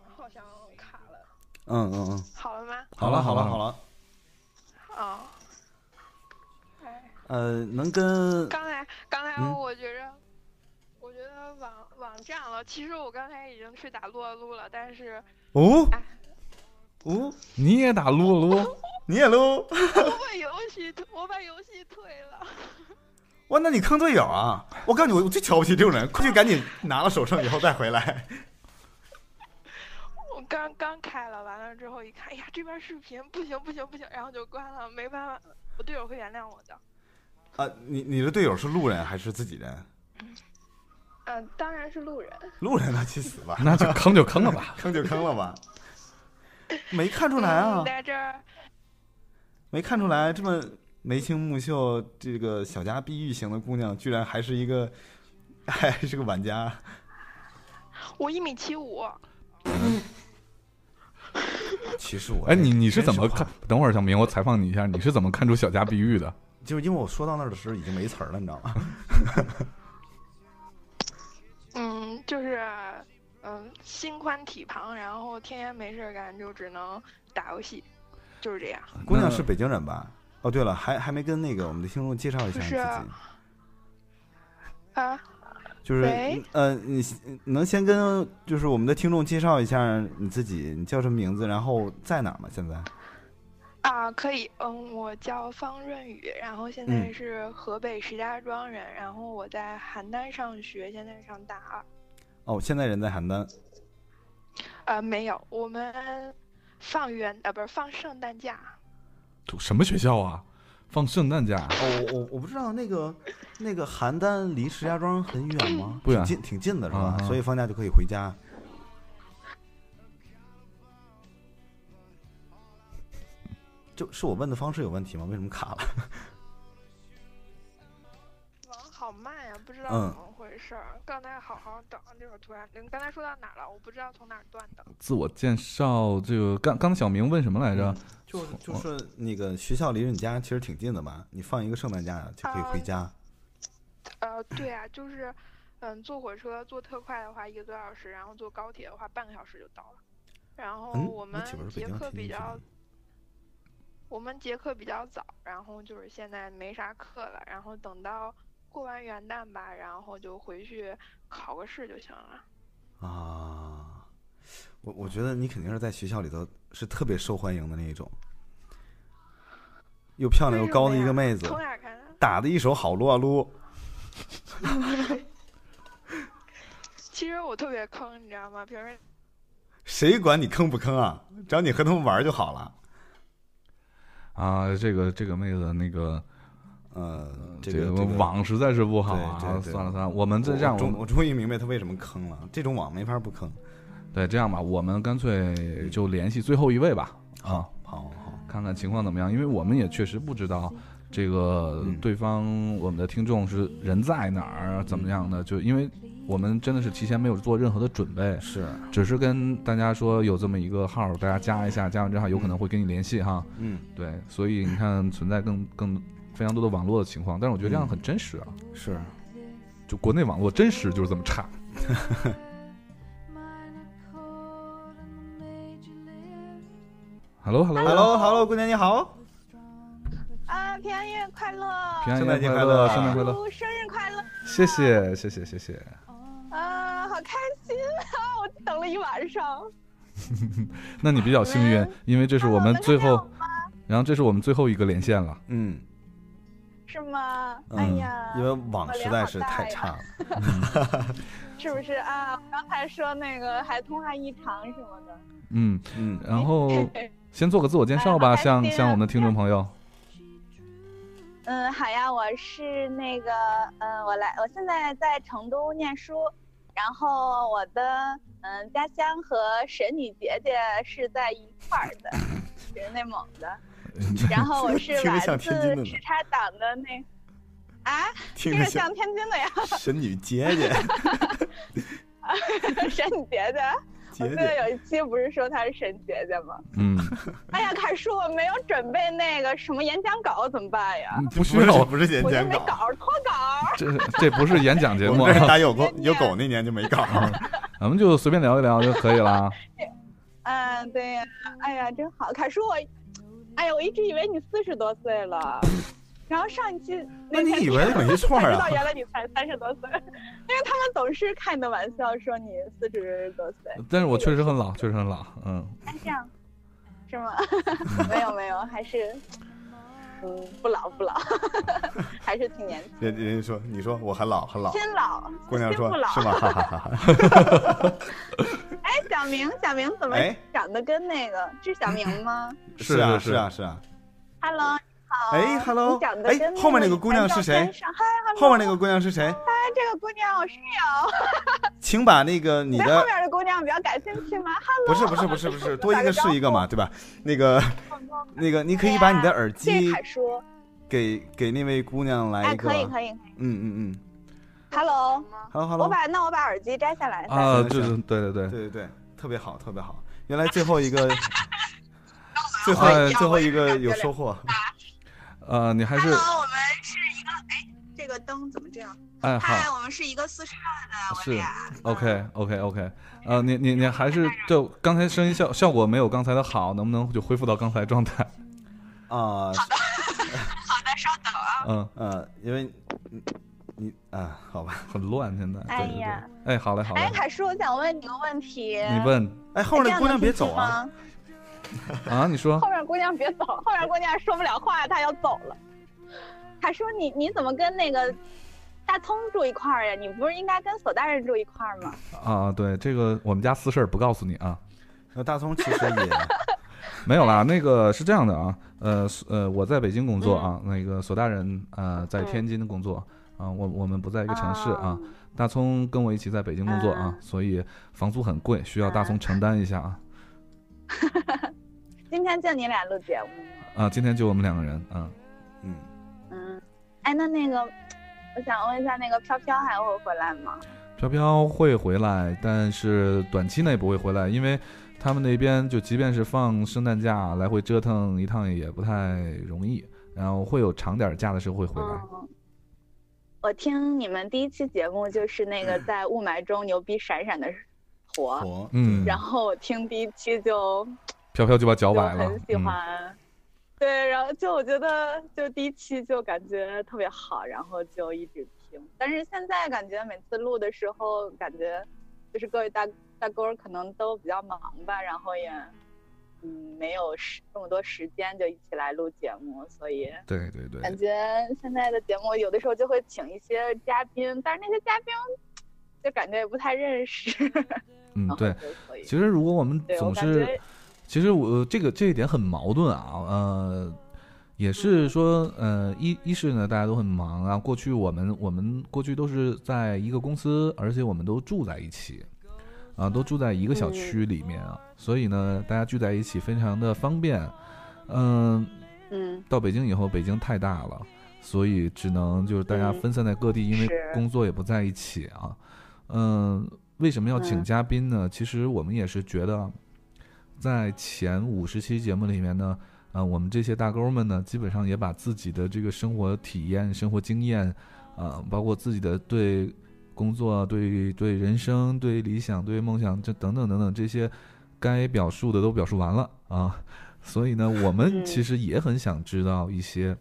Speaker 13: 好像卡了。
Speaker 2: 嗯嗯嗯，
Speaker 13: 好了吗？
Speaker 2: 好了好了好了，
Speaker 13: 哦，哎
Speaker 2: 呃，能跟
Speaker 13: 刚才刚才
Speaker 2: 嗯
Speaker 13: 我觉着，我觉得网网站了。其实我刚才已经去打撸啊撸了，但是
Speaker 1: 哦
Speaker 2: 哦，
Speaker 1: 你也打撸啊撸，
Speaker 2: 你也撸，
Speaker 13: 我把游戏我把游戏退了。
Speaker 2: 哇，那你坑队友啊！我告诉你，我最瞧不起这种人，快去赶紧拿了首胜以后再回来。
Speaker 13: 我刚刚开了，完了之后一看，哎呀，这边视频不行不行不行，然后就关了。没办法，我队友会原谅我的。
Speaker 2: 啊，你你的队友是路人还是自己人？
Speaker 13: 嗯、当然是路人。
Speaker 2: 路人那去死吧，
Speaker 1: 那就坑就坑了吧，
Speaker 2: 坑就坑了吧。没看出来啊
Speaker 13: 嗯，在这儿，
Speaker 2: 没看出来这么眉清目秀、这个小家碧玉型的姑娘，居然还是一个 还是个玩家。
Speaker 13: 我一米七五，
Speaker 2: 其实我
Speaker 1: 哎，你你是怎么看？等会儿小明，我采访你一下，你是怎么看出小家碧玉的？
Speaker 2: 就是因为我说到那儿的时候已经没词儿了，你知道 吗？
Speaker 13: 嗯，就是嗯，心宽体胖，然后天天没事儿干，就只能打游戏，就是这样。
Speaker 2: 姑娘是北京人吧？哦，对了，还还没跟那个我们的听众介绍一下你
Speaker 13: 不是
Speaker 2: 自
Speaker 13: 啊
Speaker 2: 己。
Speaker 13: 啊，
Speaker 2: 就是
Speaker 13: 喂
Speaker 2: 呃，你能先跟就是我们的听众介绍一下你自己，你叫什么名字，然后在哪儿吗？现在？
Speaker 13: 啊，可以，嗯，我叫方润宇，然后现在
Speaker 2: 嗯
Speaker 13: 是河北石家庄人，然后我在邯郸上学，现在上大二。
Speaker 2: 哦，现在人在邯郸。
Speaker 13: 呃，没有，我们放元呃不是放圣诞假，
Speaker 1: 什么学校啊？放圣诞假？
Speaker 2: 哦，我我我不知道那个那个邯郸离石家庄很远吗？
Speaker 1: 不远
Speaker 2: 挺近挺近的是
Speaker 1: 啊
Speaker 2: 吧？
Speaker 1: 啊
Speaker 2: 所以放假就可以回家。就是我问的方式有问题吗？为什么卡了？
Speaker 13: 网好慢呀、不知道
Speaker 2: 嗯
Speaker 13: 怎么回事儿。刚才好好等，这会儿突然，你刚才说到哪儿了？我不知道从哪儿断的。
Speaker 1: 自我介绍，这个刚刚才小明问什么来
Speaker 2: 嗯
Speaker 1: 着？
Speaker 2: 就是就是那个学校离你家其实挺近的吧？你放一个圣诞假就可以回家。
Speaker 13: 呃，对啊，就是，嗯，坐火车坐特快的话一个多小时，然后坐高铁的话半个小时就到了。然后
Speaker 2: 嗯
Speaker 13: 我
Speaker 2: 那
Speaker 13: 们
Speaker 2: 岂不是北
Speaker 13: 结
Speaker 2: 京
Speaker 13: 课
Speaker 2: 天
Speaker 13: 比
Speaker 2: 津
Speaker 13: 较，我们结课比较早，然后就是现在没啥课了，然后等到过完元旦吧，然后就回去考个试就行 了。
Speaker 2: 啊，我我觉得你肯定是在学校里头是特别受欢迎的那一种，又漂亮又高的一个妹子
Speaker 13: 从，哪儿看的？
Speaker 2: 打的一手好撸啊撸。
Speaker 13: 其实我特别坑，你知道吗？平时
Speaker 2: 谁管你坑不坑啊？只要你和他们玩就好了。
Speaker 1: 啊，这个这个妹子，那个，
Speaker 2: 呃，
Speaker 1: 这
Speaker 2: 个这个
Speaker 1: 网实在是不好啊。
Speaker 2: 对对对，
Speaker 1: 算了算了，我们这样，
Speaker 2: 终我终于明白他为什么坑了。这种网没法不坑。
Speaker 1: 对，这样吧，我们干脆就联系最后一位吧。啊，
Speaker 2: 嗯好，好，
Speaker 1: 看看情况怎么样，因为我们也确实不知道这个
Speaker 2: 嗯
Speaker 1: 对方、我们的听众是人在哪儿怎么
Speaker 2: 嗯
Speaker 1: 样的，就因为我们真的是提前没有做任何的准备，
Speaker 2: 是，
Speaker 1: 只是跟大家说有这么一个号，大家加一下，加完之后有可能会跟你联系哈。
Speaker 2: 嗯，
Speaker 1: 对，所以你看存在更更非常多的网络的情况，但是我觉得这样很真实啊，
Speaker 2: 嗯是，
Speaker 1: 就国内网络真实就是这么 差。Hello Hello
Speaker 2: Hello，Hello，姑娘你好，
Speaker 5: 啊，平安夜快乐！
Speaker 1: 平安
Speaker 2: 圣诞
Speaker 1: 夜
Speaker 2: 节
Speaker 1: 快
Speaker 2: 快乐
Speaker 1: 乐，圣诞快乐，
Speaker 5: 祝生日快乐！
Speaker 1: 谢谢谢谢谢谢。
Speaker 5: 啊，好开心啊！我等了一晚上。
Speaker 1: 那你比较幸运，因为这是我们最后，然后这是我们最后一个连线了。
Speaker 2: 嗯，
Speaker 5: 是吗？
Speaker 1: 嗯
Speaker 5: 哎呀，
Speaker 1: 因为网
Speaker 5: 我脸
Speaker 1: 实在
Speaker 5: 好
Speaker 1: 是
Speaker 5: 大
Speaker 1: 太
Speaker 5: 呀
Speaker 1: 差了
Speaker 5: 是不是啊？我刚才说那个还通话异常什么的。
Speaker 1: 嗯
Speaker 2: 嗯，
Speaker 1: 然后先做个自我介绍吧，向向我们的听众朋友。
Speaker 5: 嗯，好呀，我是那个，嗯，我来，我现在在成都念书，然后我的嗯家乡和神女姐姐是在一块儿的，是内蒙的， 然后我是
Speaker 2: 听着
Speaker 5: 来
Speaker 2: 像天津的
Speaker 5: 自
Speaker 2: 呢
Speaker 5: 时差党的那，啊，
Speaker 2: 听
Speaker 5: 这
Speaker 2: 着
Speaker 5: 个
Speaker 2: 像
Speaker 5: 像天津的呀，
Speaker 2: 神女姐姐，
Speaker 5: 神女姐姐，
Speaker 2: 姐
Speaker 10: 记得
Speaker 2: 姐，
Speaker 10: 有一期不是说她是沈姐姐吗？
Speaker 1: 嗯，
Speaker 10: 哎呀，凯叔，我没有准备那个什么演讲稿，怎么办呀？
Speaker 1: 不需要
Speaker 2: 嗯不是演
Speaker 10: 我就
Speaker 2: 讲
Speaker 10: 没
Speaker 2: 稿，
Speaker 10: 稿，脱稿。
Speaker 1: 这这不是演讲节
Speaker 2: 我
Speaker 1: 目
Speaker 2: 们
Speaker 1: 啊，嗯
Speaker 2: 这是打有狗有狗那年就没搞。
Speaker 1: 咱们就随便聊一聊就可以了啊。
Speaker 10: 啊，对呀、哎呀，真好，凯叔我，哎呀，我一直以为你四十多岁了，然后上一期
Speaker 2: 那
Speaker 10: 那
Speaker 2: 你
Speaker 10: 才
Speaker 2: 以为
Speaker 10: 知道
Speaker 2: 没错
Speaker 10: 才知
Speaker 2: 啊
Speaker 10: 道原来你才三十多岁，因为他们总是开你的玩笑说你四十多岁，
Speaker 1: 但是我确实很老，确实很老，嗯，
Speaker 2: 呃
Speaker 10: 哎这样是吗？ 没有没有，还是嗯不老不老， 还是挺年轻，
Speaker 2: 人人家说，你说我很老很老，
Speaker 10: 真老，
Speaker 2: 姑娘
Speaker 10: 真
Speaker 2: 说
Speaker 10: 不老
Speaker 2: 是吗？ 哈哈哈哈。
Speaker 10: 哎，小明小明怎么
Speaker 2: 哎
Speaker 10: 长得跟那个、是小明 吗
Speaker 2: 是啊
Speaker 1: 是
Speaker 2: 是啊是啊，
Speaker 10: ？Hello，你好，
Speaker 2: 哎，hello，
Speaker 10: 你长得
Speaker 2: 哎
Speaker 10: 跟，
Speaker 2: 后面那个姑娘是谁？后面那个姑娘是谁？
Speaker 10: 哎，这个姑娘我室友，
Speaker 2: 请把那个 你
Speaker 10: 对
Speaker 2: 的
Speaker 10: 后面的姑娘比较感兴趣吗
Speaker 2: 不
Speaker 10: ？Hello，
Speaker 2: 是不是不是不是， 多一个是一个嘛，对吧？那个那个，你可以把你的耳
Speaker 10: 谢
Speaker 2: 机
Speaker 10: 谢凯叔，
Speaker 2: 给给那位姑娘来
Speaker 10: 哎，
Speaker 2: 一个，
Speaker 10: 可以可以
Speaker 2: 嗯嗯
Speaker 10: ，Hello，
Speaker 2: 嗯，hello
Speaker 10: 我
Speaker 2: hello
Speaker 10: 把那我把耳机摘下来
Speaker 1: 啊，
Speaker 2: 行
Speaker 1: 对对
Speaker 2: 行
Speaker 1: 对对对
Speaker 2: 对对对，特别好特别 好，原来最后一个最后最后一个有收 获，啊
Speaker 1: 呃，你还是
Speaker 12: Hello，我们是一个，哎，这个灯怎么这样？
Speaker 1: 哎好
Speaker 12: 嗨，我们是一个四十二的，我
Speaker 1: 是
Speaker 12: 俩。
Speaker 1: OK OK OK，呃，你你你还是就刚才声音效效果没有刚才的好，能不能就恢复到刚才状态？
Speaker 2: 啊，
Speaker 12: 好的，稍 等啊。
Speaker 1: 嗯
Speaker 2: 呃，因为你你啊，好吧，
Speaker 1: 很乱现在，
Speaker 10: 哎呀，
Speaker 1: 哎，好嘞好嘞
Speaker 10: 哎，，凯叔，我想问你个问题，
Speaker 1: 你问
Speaker 2: 哎，
Speaker 10: 哎，这样能听清吗？
Speaker 1: 啊，你说
Speaker 10: 后面姑娘别走，后面姑娘说不了话，她要走了。凯叔，你你怎么跟那个大葱住一块儿呀？你不是应该跟索大人住一块儿吗？
Speaker 1: 啊，对这个我们家私事儿不告诉你啊。
Speaker 2: 那大葱其实也
Speaker 1: 没有啦，那个是这样的啊，呃索呃，我在北京工作啊，那个索大人呃在天津工作啊、我我们不在一个城市啊。大葱跟我一起在北京工作啊，所以房租很贵，需要大葱承担一下啊。
Speaker 10: 今天就你俩录节目，
Speaker 1: 啊，今天就我们两个人，嗯
Speaker 2: 嗯，
Speaker 10: 嗯，哎，那那个，我想问一下，那个飘飘还会回来吗？
Speaker 1: 飘飘会回来，但是短期内不会回来，因为他们那边就即便是放圣诞假，来回折腾一趟也不太容易，然后会有长点儿假的时候会回来。
Speaker 10: 嗯，我听你们第一期节目就是那个在雾霾中牛逼闪闪的活，
Speaker 2: 活
Speaker 1: 嗯
Speaker 10: 然后我听第一期就
Speaker 1: 飘飘就把脚
Speaker 10: 就
Speaker 1: 崴了嗯
Speaker 10: 很，喜欢。对，然后就我觉得，就第一期就感觉特别好，然后就一直听。但是现在感觉每次录的时候，感觉就是各位大大哥儿可能都比较忙吧，然后也嗯没有时这么多时间就一起来录节目，所以
Speaker 1: 对对对，
Speaker 10: 感觉现在的节目有的时候就会请一些嘉宾，但是那些嘉宾就感觉也不太认识。
Speaker 1: 嗯，对。其实如果我们
Speaker 10: 对我
Speaker 1: 总
Speaker 10: 感
Speaker 1: 是
Speaker 10: 觉，
Speaker 1: 其实我这个这一点很矛盾啊，呃，也
Speaker 10: 嗯
Speaker 1: 是说，呃，一一是呢，大家都很忙啊。过去我们我们过去都是在一个公司，而且我们都住在一起，啊，都住在一个
Speaker 10: 嗯
Speaker 1: 小区里面啊，所以呢，大家聚在一起非常的方便，嗯、
Speaker 10: 嗯，
Speaker 1: 到北京以后，北京太大了，所以只能就是大家
Speaker 10: 嗯
Speaker 1: 分散在各地，因为
Speaker 10: 是
Speaker 1: 工作也不在一起啊。嗯，为什么要请
Speaker 10: 嗯
Speaker 1: 嘉宾呢？其实我们也是觉得，在前五十期节目里面呢，呃，我们这些大哥们呢，基本上也把自己的这个生活体验、生活经验，啊，包括自己的对工作、对对人生、对理想、对梦想这等等等等这些该表述的都表述完了啊，所以呢，我们其实也很想知道一些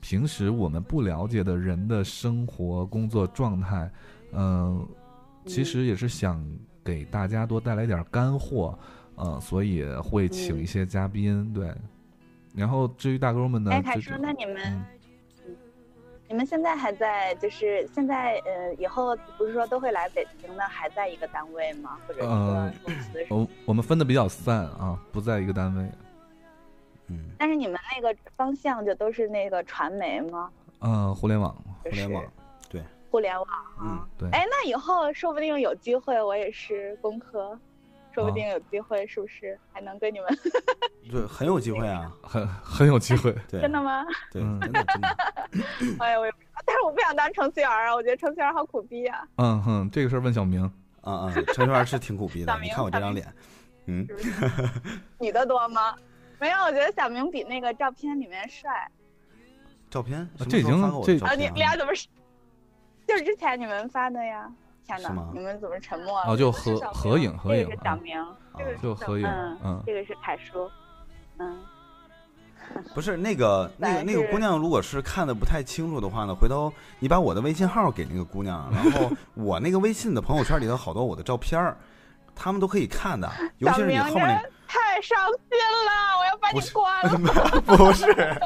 Speaker 1: 平时我们不了解的人的生活、工作状态，嗯、其实也是想给大家多带来点干货，呃，所以会
Speaker 10: 嗯
Speaker 1: 请一些嘉宾，对。然后至于大哥们呢
Speaker 10: 哎，，凯
Speaker 1: 就
Speaker 10: 叔，那你们、你们现在还在，就是现在，呃，以后不是说都会来北京的，还在一个单位吗？或者一个
Speaker 1: 呃
Speaker 10: 公司什么？
Speaker 1: 我我们分的比较散啊，不在一个单位。
Speaker 10: 但是你们那个方向就都是那个传媒吗？
Speaker 1: 呃，互联网，
Speaker 10: 互联网，
Speaker 2: 对
Speaker 10: 互联网。
Speaker 2: 嗯，
Speaker 1: 对。
Speaker 10: 啊哎，那以后说不定有机会，我也是工科，说不
Speaker 1: 啊
Speaker 10: 定有机会，是不是还能跟你们？
Speaker 2: 对，很有机会啊，
Speaker 1: 很很有机 会，嗯
Speaker 2: 对，
Speaker 10: 真的吗？
Speaker 2: 对，真的 真的，
Speaker 10: 哎呀，我也不知道，但是我不想当程序员啊，我觉得程序员好苦逼啊。
Speaker 1: 嗯哼，这个事儿问小明。
Speaker 2: 嗯嗯，陈川是挺苦逼的
Speaker 10: 小，明
Speaker 2: 你看我这张脸，嗯，
Speaker 10: 女的多吗？没有，我觉得小明比那个照片里面帅。
Speaker 2: 照片
Speaker 1: 啊这已经这
Speaker 10: 啊，你俩怎么是？就是之前你们发的呀？天
Speaker 1: 是
Speaker 10: 哪
Speaker 1: 吗，
Speaker 10: 你们怎么沉默了？
Speaker 1: 哦就
Speaker 10: 这是
Speaker 1: 合
Speaker 10: 小明
Speaker 1: 合影合
Speaker 10: 这个
Speaker 1: 影
Speaker 10: 是小
Speaker 1: 啊
Speaker 10: 明，这个是
Speaker 1: 就
Speaker 10: 小
Speaker 1: 合影
Speaker 10: 嗯
Speaker 1: 嗯，
Speaker 10: 这个是凯叔，嗯，
Speaker 2: 不是那个那个
Speaker 10: 反正
Speaker 2: 那个
Speaker 10: 是
Speaker 2: 姑娘，如果是看的不太清楚的话呢，回头你把我的微信号给那个姑娘，然 后我那个微信的朋友圈里头好多我的照片儿，他们都可以看的，尤其是你
Speaker 10: 小明
Speaker 2: 后面那个。
Speaker 10: 太伤心了，我要把你关了。
Speaker 2: 不是，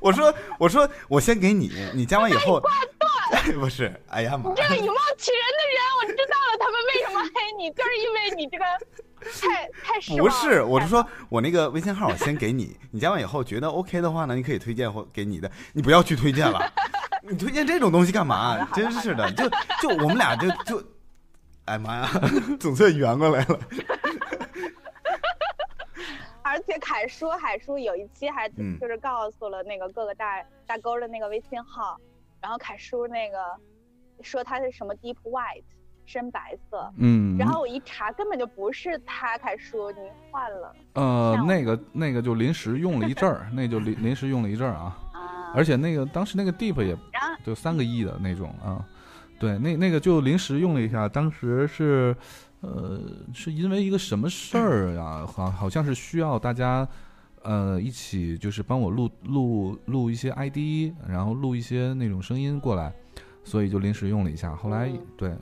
Speaker 2: 我说我说我先给你，你加完以后， 不是，哎呀妈
Speaker 10: 你
Speaker 2: 呀，
Speaker 10: 这个以貌取人的人，我知道了，他们为什么黑你，就是因为你这个太太失望
Speaker 2: 不
Speaker 10: 了
Speaker 2: 是，哎我是说我那个微信号我先给你， 你加完以后觉得 OK 的话呢，你可以推荐或给你的，你不要去推 荐了，你推荐这种东西干嘛？真是的，就就我们俩就就，哎妈呀， 总算圆过来了。
Speaker 10: 而且凯叔，海叔有一期还
Speaker 2: 嗯
Speaker 10: 就是告诉了那个各个大大勾的那个微信号，然后凯叔那个说他是什么 deep white 深白色，
Speaker 1: 嗯
Speaker 10: 然后我一查根本就不是他，凯叔你换了，
Speaker 1: 呃，那个那个就临时用了一阵儿，那就临临时用了一阵儿啊。而且那个当时那个 Deep 也就三个亿的那种啊，对，那那个就临时用了一下，当时是。呃，是因为一个什么事儿呀？好，好像是需要大家，呃，一起就是帮我录录录一些 ID，然后录一些那种声音过来，所以就临时用了一下。后来对，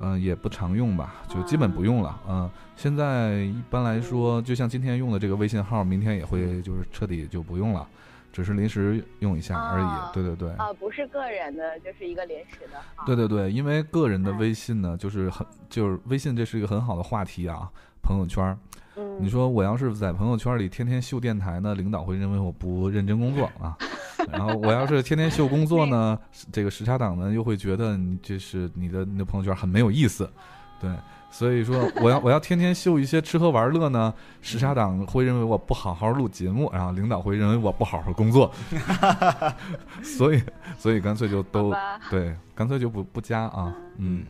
Speaker 1: 嗯、也不常用吧，就基本不用了。嗯、现在一般来说，就像今天用的这个微信号，明天也会就是彻底就不用了，只是临时用一下而已。对对对，
Speaker 10: 啊、不是个人的，就是一个临时的
Speaker 5: 啊
Speaker 10: 号，
Speaker 1: 对对对，因为个人的微信呢，就是很就是微信，这是一个很好的话题啊，朋友圈儿。
Speaker 10: 嗯
Speaker 1: 你说我要是在朋友圈里天天秀电台呢，领导会认为我不认真工作啊。然后我要是天天秀工作呢，这个时差党们又会觉得你这是你的你的朋友圈很没有意思。对，所以说我要我要天天秀一些吃喝玩乐呢，时差党会认为我不好好录节目，然后领导会认为我不好好工作， 所以所以干脆就都
Speaker 10: 好吧
Speaker 1: 对，干脆就不不加啊，嗯，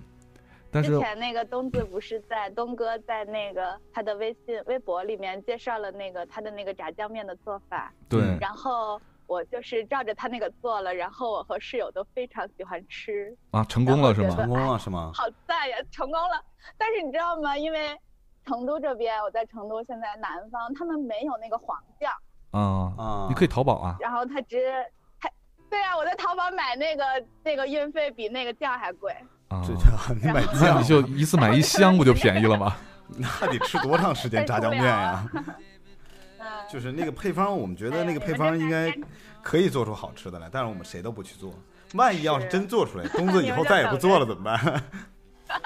Speaker 1: 但是
Speaker 10: 之前那个东子不是在东哥在那个他的微信、微博里面介绍了那个他的那个炸酱面的做法，
Speaker 1: 对
Speaker 10: 然后我就是照着他那个做了，然后我和室友都非常喜欢吃，
Speaker 1: 啊成功了是吗？
Speaker 10: 然后觉得哎
Speaker 2: 了是吗？
Speaker 10: 好赞呀，成功了！但是你知道吗？因为成都这边，我在成都现在南方，他们没有那个黄酱，
Speaker 1: 啊
Speaker 2: 啊
Speaker 1: 你可以淘宝啊，
Speaker 10: 然后他直他，对啊，我在淘宝买那个那个运费比那个酱还贵，
Speaker 1: 啊，
Speaker 2: 你买
Speaker 1: 那
Speaker 2: 酱
Speaker 1: 你就一次买一箱不就便宜 了吗？
Speaker 2: 那得吃多长时 间炸酱面呀？ 就是那个配方，我们觉得 那个配方应该可以做出好吃的来，但是我们谁都不去做。万一要是真做 出来，东子以后再也不做了怎么办？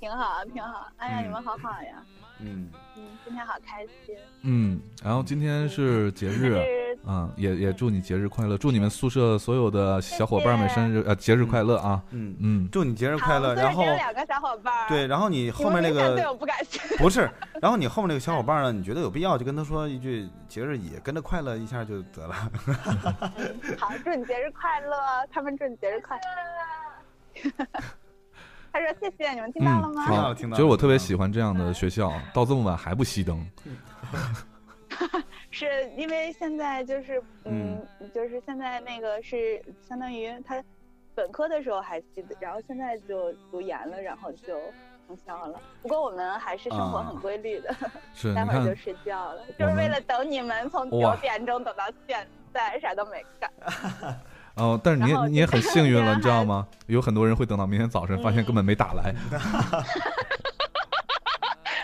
Speaker 10: 挺好挺好。哎呀，你们好好呀，
Speaker 2: 嗯
Speaker 10: 嗯，今天好开心。
Speaker 1: 嗯，然后今天是节日
Speaker 10: 节日，
Speaker 1: 嗯，也也祝你节日快乐，祝你们宿舍所有的小伙伴们生日呃节日快乐啊，
Speaker 2: 嗯
Speaker 1: 嗯，
Speaker 2: 祝你节日快乐，
Speaker 10: 虽然
Speaker 2: 然后
Speaker 10: 只有两个小伙伴儿，
Speaker 2: 对，然后你后面那
Speaker 10: 你们为啥对我
Speaker 2: 个
Speaker 10: 不感兴 趣，
Speaker 2: 不是，然后你后面那个小伙伴呢？你觉得有必要就跟他说一句节日也跟着快乐一下就得了。
Speaker 10: 好，祝你节日快乐，他们祝你节日快乐。 他说谢谢，你们听到了
Speaker 1: 嗯，
Speaker 10: 吗？ 嗯
Speaker 1: 好，
Speaker 2: 听到了
Speaker 1: 其实我特别喜欢这样的学校，到这么晚还不熄灯，
Speaker 10: 是因为现在就是
Speaker 1: 嗯
Speaker 10: 嗯，就是现在那个是相当于他本科的时候还记得，然后现在就读研了，然后就通宵了。不过我们还是生活很规律的，
Speaker 1: 啊是
Speaker 10: 待
Speaker 1: 你
Speaker 10: 会儿
Speaker 1: 看
Speaker 10: 就睡觉了，
Speaker 1: 我
Speaker 10: 就是为
Speaker 1: 们
Speaker 10: 了等你们从
Speaker 1: 哇
Speaker 10: 九点钟等到现在，啥都没 干。
Speaker 1: 哦，但是你
Speaker 10: 然后
Speaker 1: 也
Speaker 10: 就
Speaker 1: 你 也很幸运了，你知道吗？有很多人会等到明天早晨，发
Speaker 10: 嗯
Speaker 1: 现根本没打来，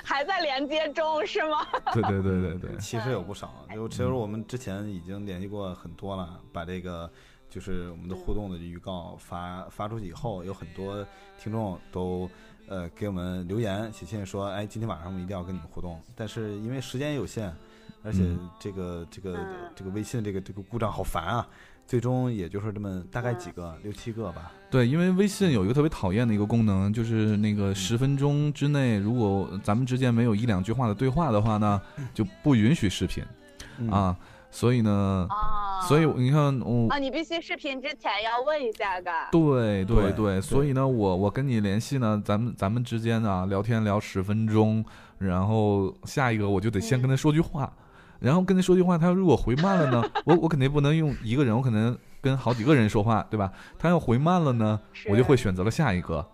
Speaker 10: 还在连接中是吗？
Speaker 1: 对对对对对，
Speaker 2: 其实有不少，就其实我们之前已经联系过很多了，把这个就是我们的互动的预告发发出去以后，有很多听众都呃给我们留言写信说，哎，今天晚上我们一定要跟你们互动，但是因为时间有限，而且
Speaker 1: 嗯
Speaker 2: 这个这个这个微信这个这个故障好烦啊，最终也就是这么大概几个六七个吧，
Speaker 1: 对，因为微信有一个特别讨厌的一个功能，就是那个十分钟之内，如果咱们之间没有一两句话的对话的话呢，就不允许视频
Speaker 2: 嗯
Speaker 1: 啊。所以呢，所以你看我
Speaker 10: 哦啊，你必须视频之前要问一下嘎。
Speaker 1: 对
Speaker 2: 对
Speaker 1: 对对，所以呢，我我跟你联系呢，咱们咱们之间啊聊天聊十分钟，然后下一个我就得先跟他说句话，然后跟他说句话，他如果回慢了呢，我我肯定不能用一个人，我可能跟好几个人说话，对吧？他要回慢了呢，我就会选择了下一个，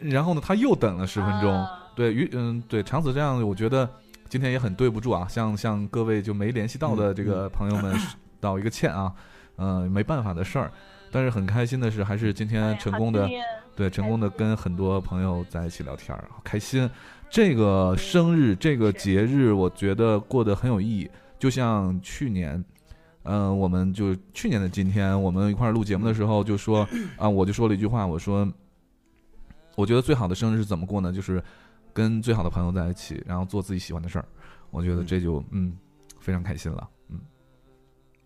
Speaker 1: 然后呢，他又等了十分钟，对于嗯对，长此这样，我觉得今天也很对不住啊，向向各位就没联系到的这个朋友们道一个歉啊，嗯、没办法的事儿。但是很开心的是，还是今天成功的
Speaker 10: 哎幸运，
Speaker 1: 对，成功的跟很多朋友在一起聊天儿，好开心。这个生日，这个节日，我觉得过得很有意义。就像去年，嗯、我们就去年的今天，我们一块儿录节目的时候，就说啊，我就说了一句话，我说，我觉得最好的生日是怎么过呢？就是跟最好的朋友在一起，然后做自己喜欢的事儿。我觉得这就嗯非常开心了，嗯。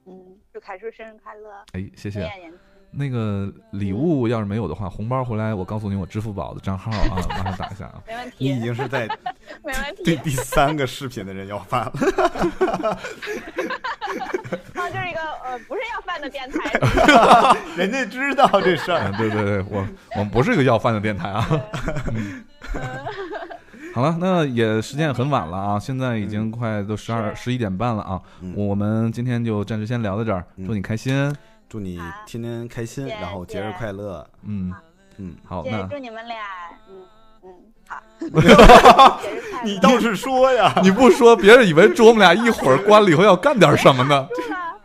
Speaker 10: 嗯，祝凯叔生日快乐！ 啊
Speaker 1: 哎，谢谢
Speaker 10: 眉眼眼
Speaker 1: 那个礼物要是没有的话，红包回来我告诉你我支付宝的账
Speaker 2: 哦
Speaker 1: 号啊，马上打一下啊。
Speaker 10: 没问题。
Speaker 2: 你已经是在
Speaker 10: 没问题。
Speaker 2: 对第三个视频的人要饭了。
Speaker 10: 啊，这是一个呃不是要饭的电台。
Speaker 2: 人家知道这事
Speaker 1: 儿、啊对对对，我我们不是一个要饭的电台啊。
Speaker 10: 嗯
Speaker 1: 嗯好了，那也时间也很晚了啊，现在已
Speaker 2: 嗯
Speaker 1: 经快都十二十一点半了啊。我们今天就暂时先聊到这儿，祝你开
Speaker 2: 嗯
Speaker 1: 心，
Speaker 2: 祝你天天开心，然后节日快乐。
Speaker 1: 嗯
Speaker 2: 嗯，
Speaker 1: 好
Speaker 10: 对，
Speaker 1: 那。
Speaker 10: 祝你们俩，嗯嗯，好 节日快乐
Speaker 2: 你倒是 说呀，
Speaker 1: 你不说，别人以为祝我们俩一会儿关了以后要干点什么呢。嗯，
Speaker 10: 啊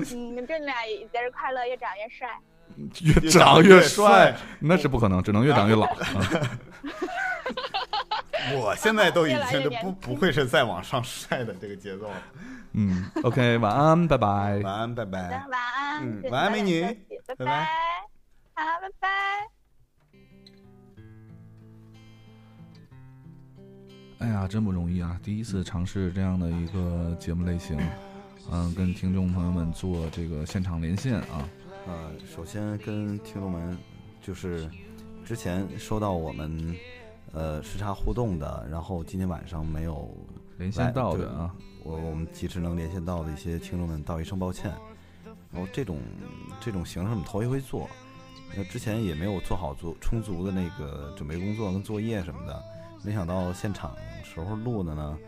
Speaker 10: 嗯，祝你俩节日快乐，越长越帅。
Speaker 1: 越长越帅，那是不可能，只能越长越 老。嗯
Speaker 2: 我现在都已经就不不会是再往上晒的这个节奏了。
Speaker 1: 嗯，OK，晚安，拜拜，
Speaker 2: 晚安，拜拜。
Speaker 10: 晚安，
Speaker 2: 嗯
Speaker 10: 祝你
Speaker 2: 晚安
Speaker 10: 早
Speaker 2: 美
Speaker 10: 点
Speaker 2: 女
Speaker 10: 休息
Speaker 2: 拜
Speaker 10: 拜
Speaker 2: 拜
Speaker 10: 拜，好，拜拜。
Speaker 1: 哎呀，真不容易啊！第一次尝试这样的一个节目类型，嗯、跟听众朋友们做这个现场连线啊。
Speaker 2: 呃，首先跟听众们，就是之前收到我们呃时差互动的，然后今天晚上没有
Speaker 1: 连线
Speaker 2: 来
Speaker 1: 到的
Speaker 2: 就
Speaker 1: 啊
Speaker 2: 我我们及时能连线到的一些听众们道一声抱歉。然后这种这种形式我们头一回做，呃，之前也没有做好足充足的那个准备工作跟作业什么的，没想到现场时候录的呢，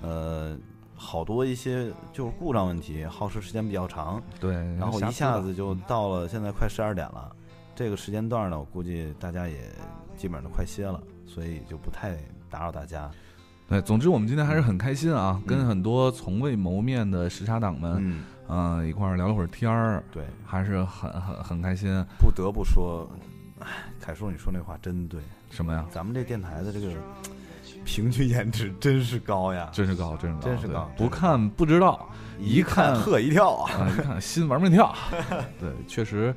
Speaker 2: 呃，好多一些就是故障问题，耗时时间比较长，
Speaker 1: 对，
Speaker 2: 然后
Speaker 1: 瑕疵
Speaker 2: 一下
Speaker 1: 吧
Speaker 2: 子就到了现在快十二点了，这个时间段呢，我估计大家也基本上都快歇了，所以就不太打扰大家。
Speaker 1: 对，哎总之我们今天
Speaker 2: 嗯
Speaker 1: 还是很开心啊，跟很多从未谋面的时差党们，
Speaker 2: 嗯，
Speaker 1: 呃，一块儿聊了会儿天儿，
Speaker 2: 对，
Speaker 1: 还是很很很开心。
Speaker 2: 不得不说，哎，凯叔，你说那话真对。
Speaker 1: 什么呀？
Speaker 2: 咱们这电台的这个平均颜值真是 高呀，
Speaker 1: 真是高，真是高，
Speaker 2: 真是
Speaker 1: 对
Speaker 2: 高
Speaker 1: 不看不知道，
Speaker 2: 一看
Speaker 1: 看
Speaker 2: 吓一跳
Speaker 1: 啊，一看心玩命 跳。对，确实，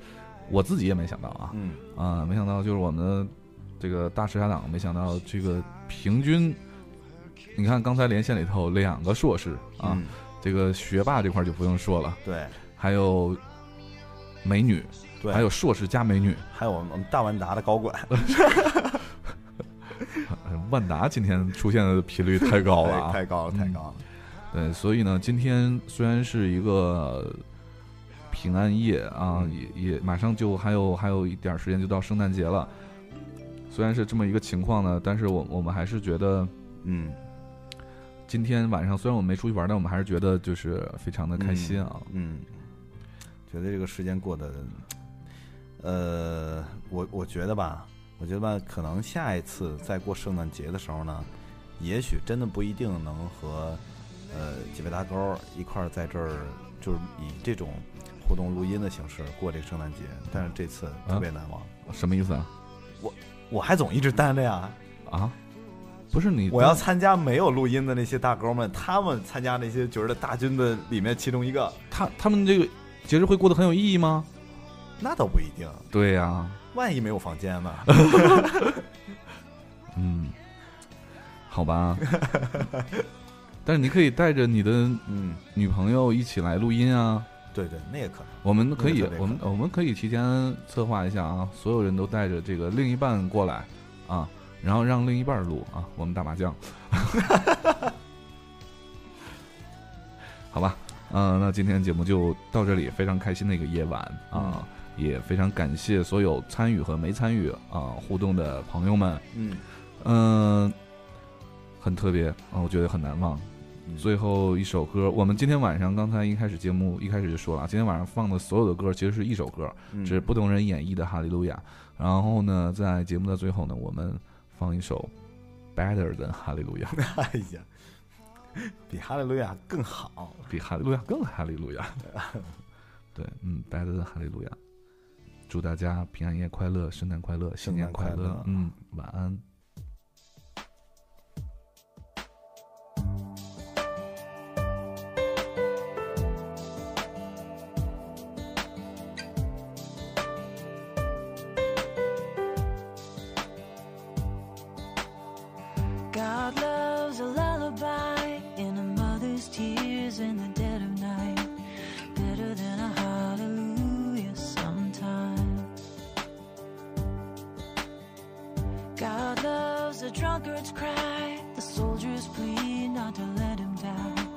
Speaker 1: 我自己也没想到啊，
Speaker 2: 嗯
Speaker 1: 啊，没想到就是我们的这个大时家党，没想到这个平均，你看刚才连线里头两个硕士啊，
Speaker 2: 嗯
Speaker 1: 这个学霸这块儿就不用说了，
Speaker 2: 对，
Speaker 1: 还有美女，
Speaker 2: 对
Speaker 1: 还有硕士加美女，
Speaker 2: 还有我们我们大万达的高 管，
Speaker 1: 哎万达今天出现的频率太高了、啊，
Speaker 2: 太太高了太高了
Speaker 1: 嗯。对，所以呢，今天虽然是一个平安夜啊，
Speaker 2: 嗯
Speaker 1: 也也马上就还有还有一点儿时间就到圣诞节了。虽然是这么一个情况呢，但是我我们还是觉得，
Speaker 2: 嗯，
Speaker 1: 今天晚上虽然我们没出去玩，但我们还是觉得就是非常的开心啊。
Speaker 2: 嗯，觉得这个时间过得，呃，我我觉得吧，我觉得吧，可能下一次再过圣诞节的时候呢，也许真的不一定能和呃几位大高一块儿在这儿，就是以这种互动录音的形式过这个圣诞节，但是这次特别难忘。
Speaker 1: 什么意思啊？
Speaker 2: 我我还总一直单着呀。
Speaker 1: 啊？不是你，
Speaker 2: 我要参加没有录音的那些大哥们，他们参加那些角儿的大军的里面其中一个，
Speaker 1: 他他们这个节日会过得很有意义吗？
Speaker 2: 那倒不一定，
Speaker 1: 对呀、
Speaker 2: 万一没有房间呢？
Speaker 1: 嗯，好吧。 但是你可以带着你的
Speaker 2: 嗯
Speaker 1: 女朋友一起来录音啊。
Speaker 2: 对对，那也可能。
Speaker 1: 我们可以
Speaker 2: 那个特别，
Speaker 1: 我们我们可以提前策划一下啊，所有人都带着这个另一半过来啊，然后让另一半录啊， 我们打麻将。好吧，呃，那今天节目就到这里，非常开心的一个夜晚
Speaker 2: 嗯
Speaker 1: 啊，也非常感谢所有参与和没参与啊互动的朋友们，
Speaker 2: 嗯
Speaker 1: 嗯、很特别啊，我觉得很难忘。
Speaker 2: 嗯
Speaker 1: 最后一首歌，我们今天晚上刚才一开始节目一开始就说了，今天晚上放的所有的歌其实是一首歌，
Speaker 2: 嗯
Speaker 1: 只是不同人演绎的《哈利路亚》。然后呢，在节目的最后呢，我们放一首《Better Than 哈利路亚》，
Speaker 2: 哎呀，比哈利路亚更好。
Speaker 1: 比哈利路亚更哈利路 亚。对，嗯，《Better Than 哈利路亚》，祝大家平安夜快乐，圣诞快乐，新年快乐，
Speaker 2: 圣诞快乐
Speaker 1: 嗯，晚安。
Speaker 14: God loves a lullaby in a mother's tears in the dead of night. Better than a hallelujah sometimes. God loves a drunkard's cry, the soldier's plea not to let him die.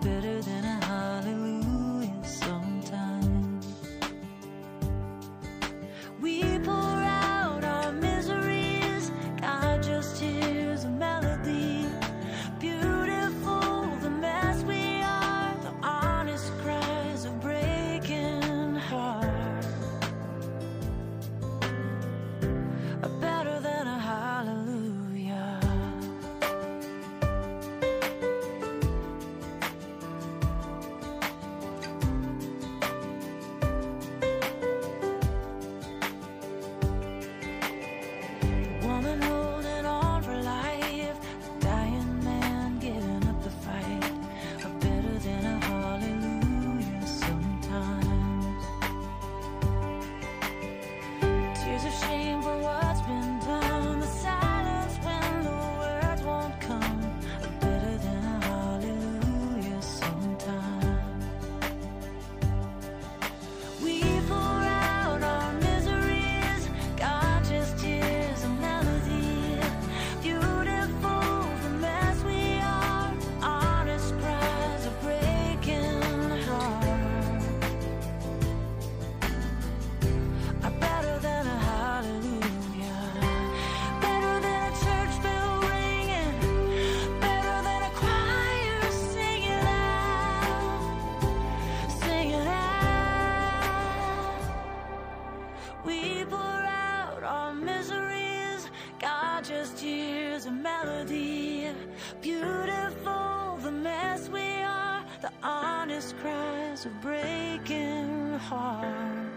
Speaker 14: Better than a hallelujah sometimes. We pour out our miseries, God just hears a melody. Beautiful, the mess we are, the honest cries of breaking heart are better than a hallelujah. Woman holding on for life, a dying man giving up the fight are better than a hallelujah sometimes. Tears of shame for what's been done, the silence when the words won't come are better than a hallelujah sometimes. We pour out our miseries. God just hears a melody. Beautiful, the mess we are. Honest cries of breaking heart are better than a hallelujah. Better than a church bell ringing. Better than a choir singing out, singing out. We pour out our miseries. God just hears a melody. Beautiful, the mess we are. The honest cries of breaking heart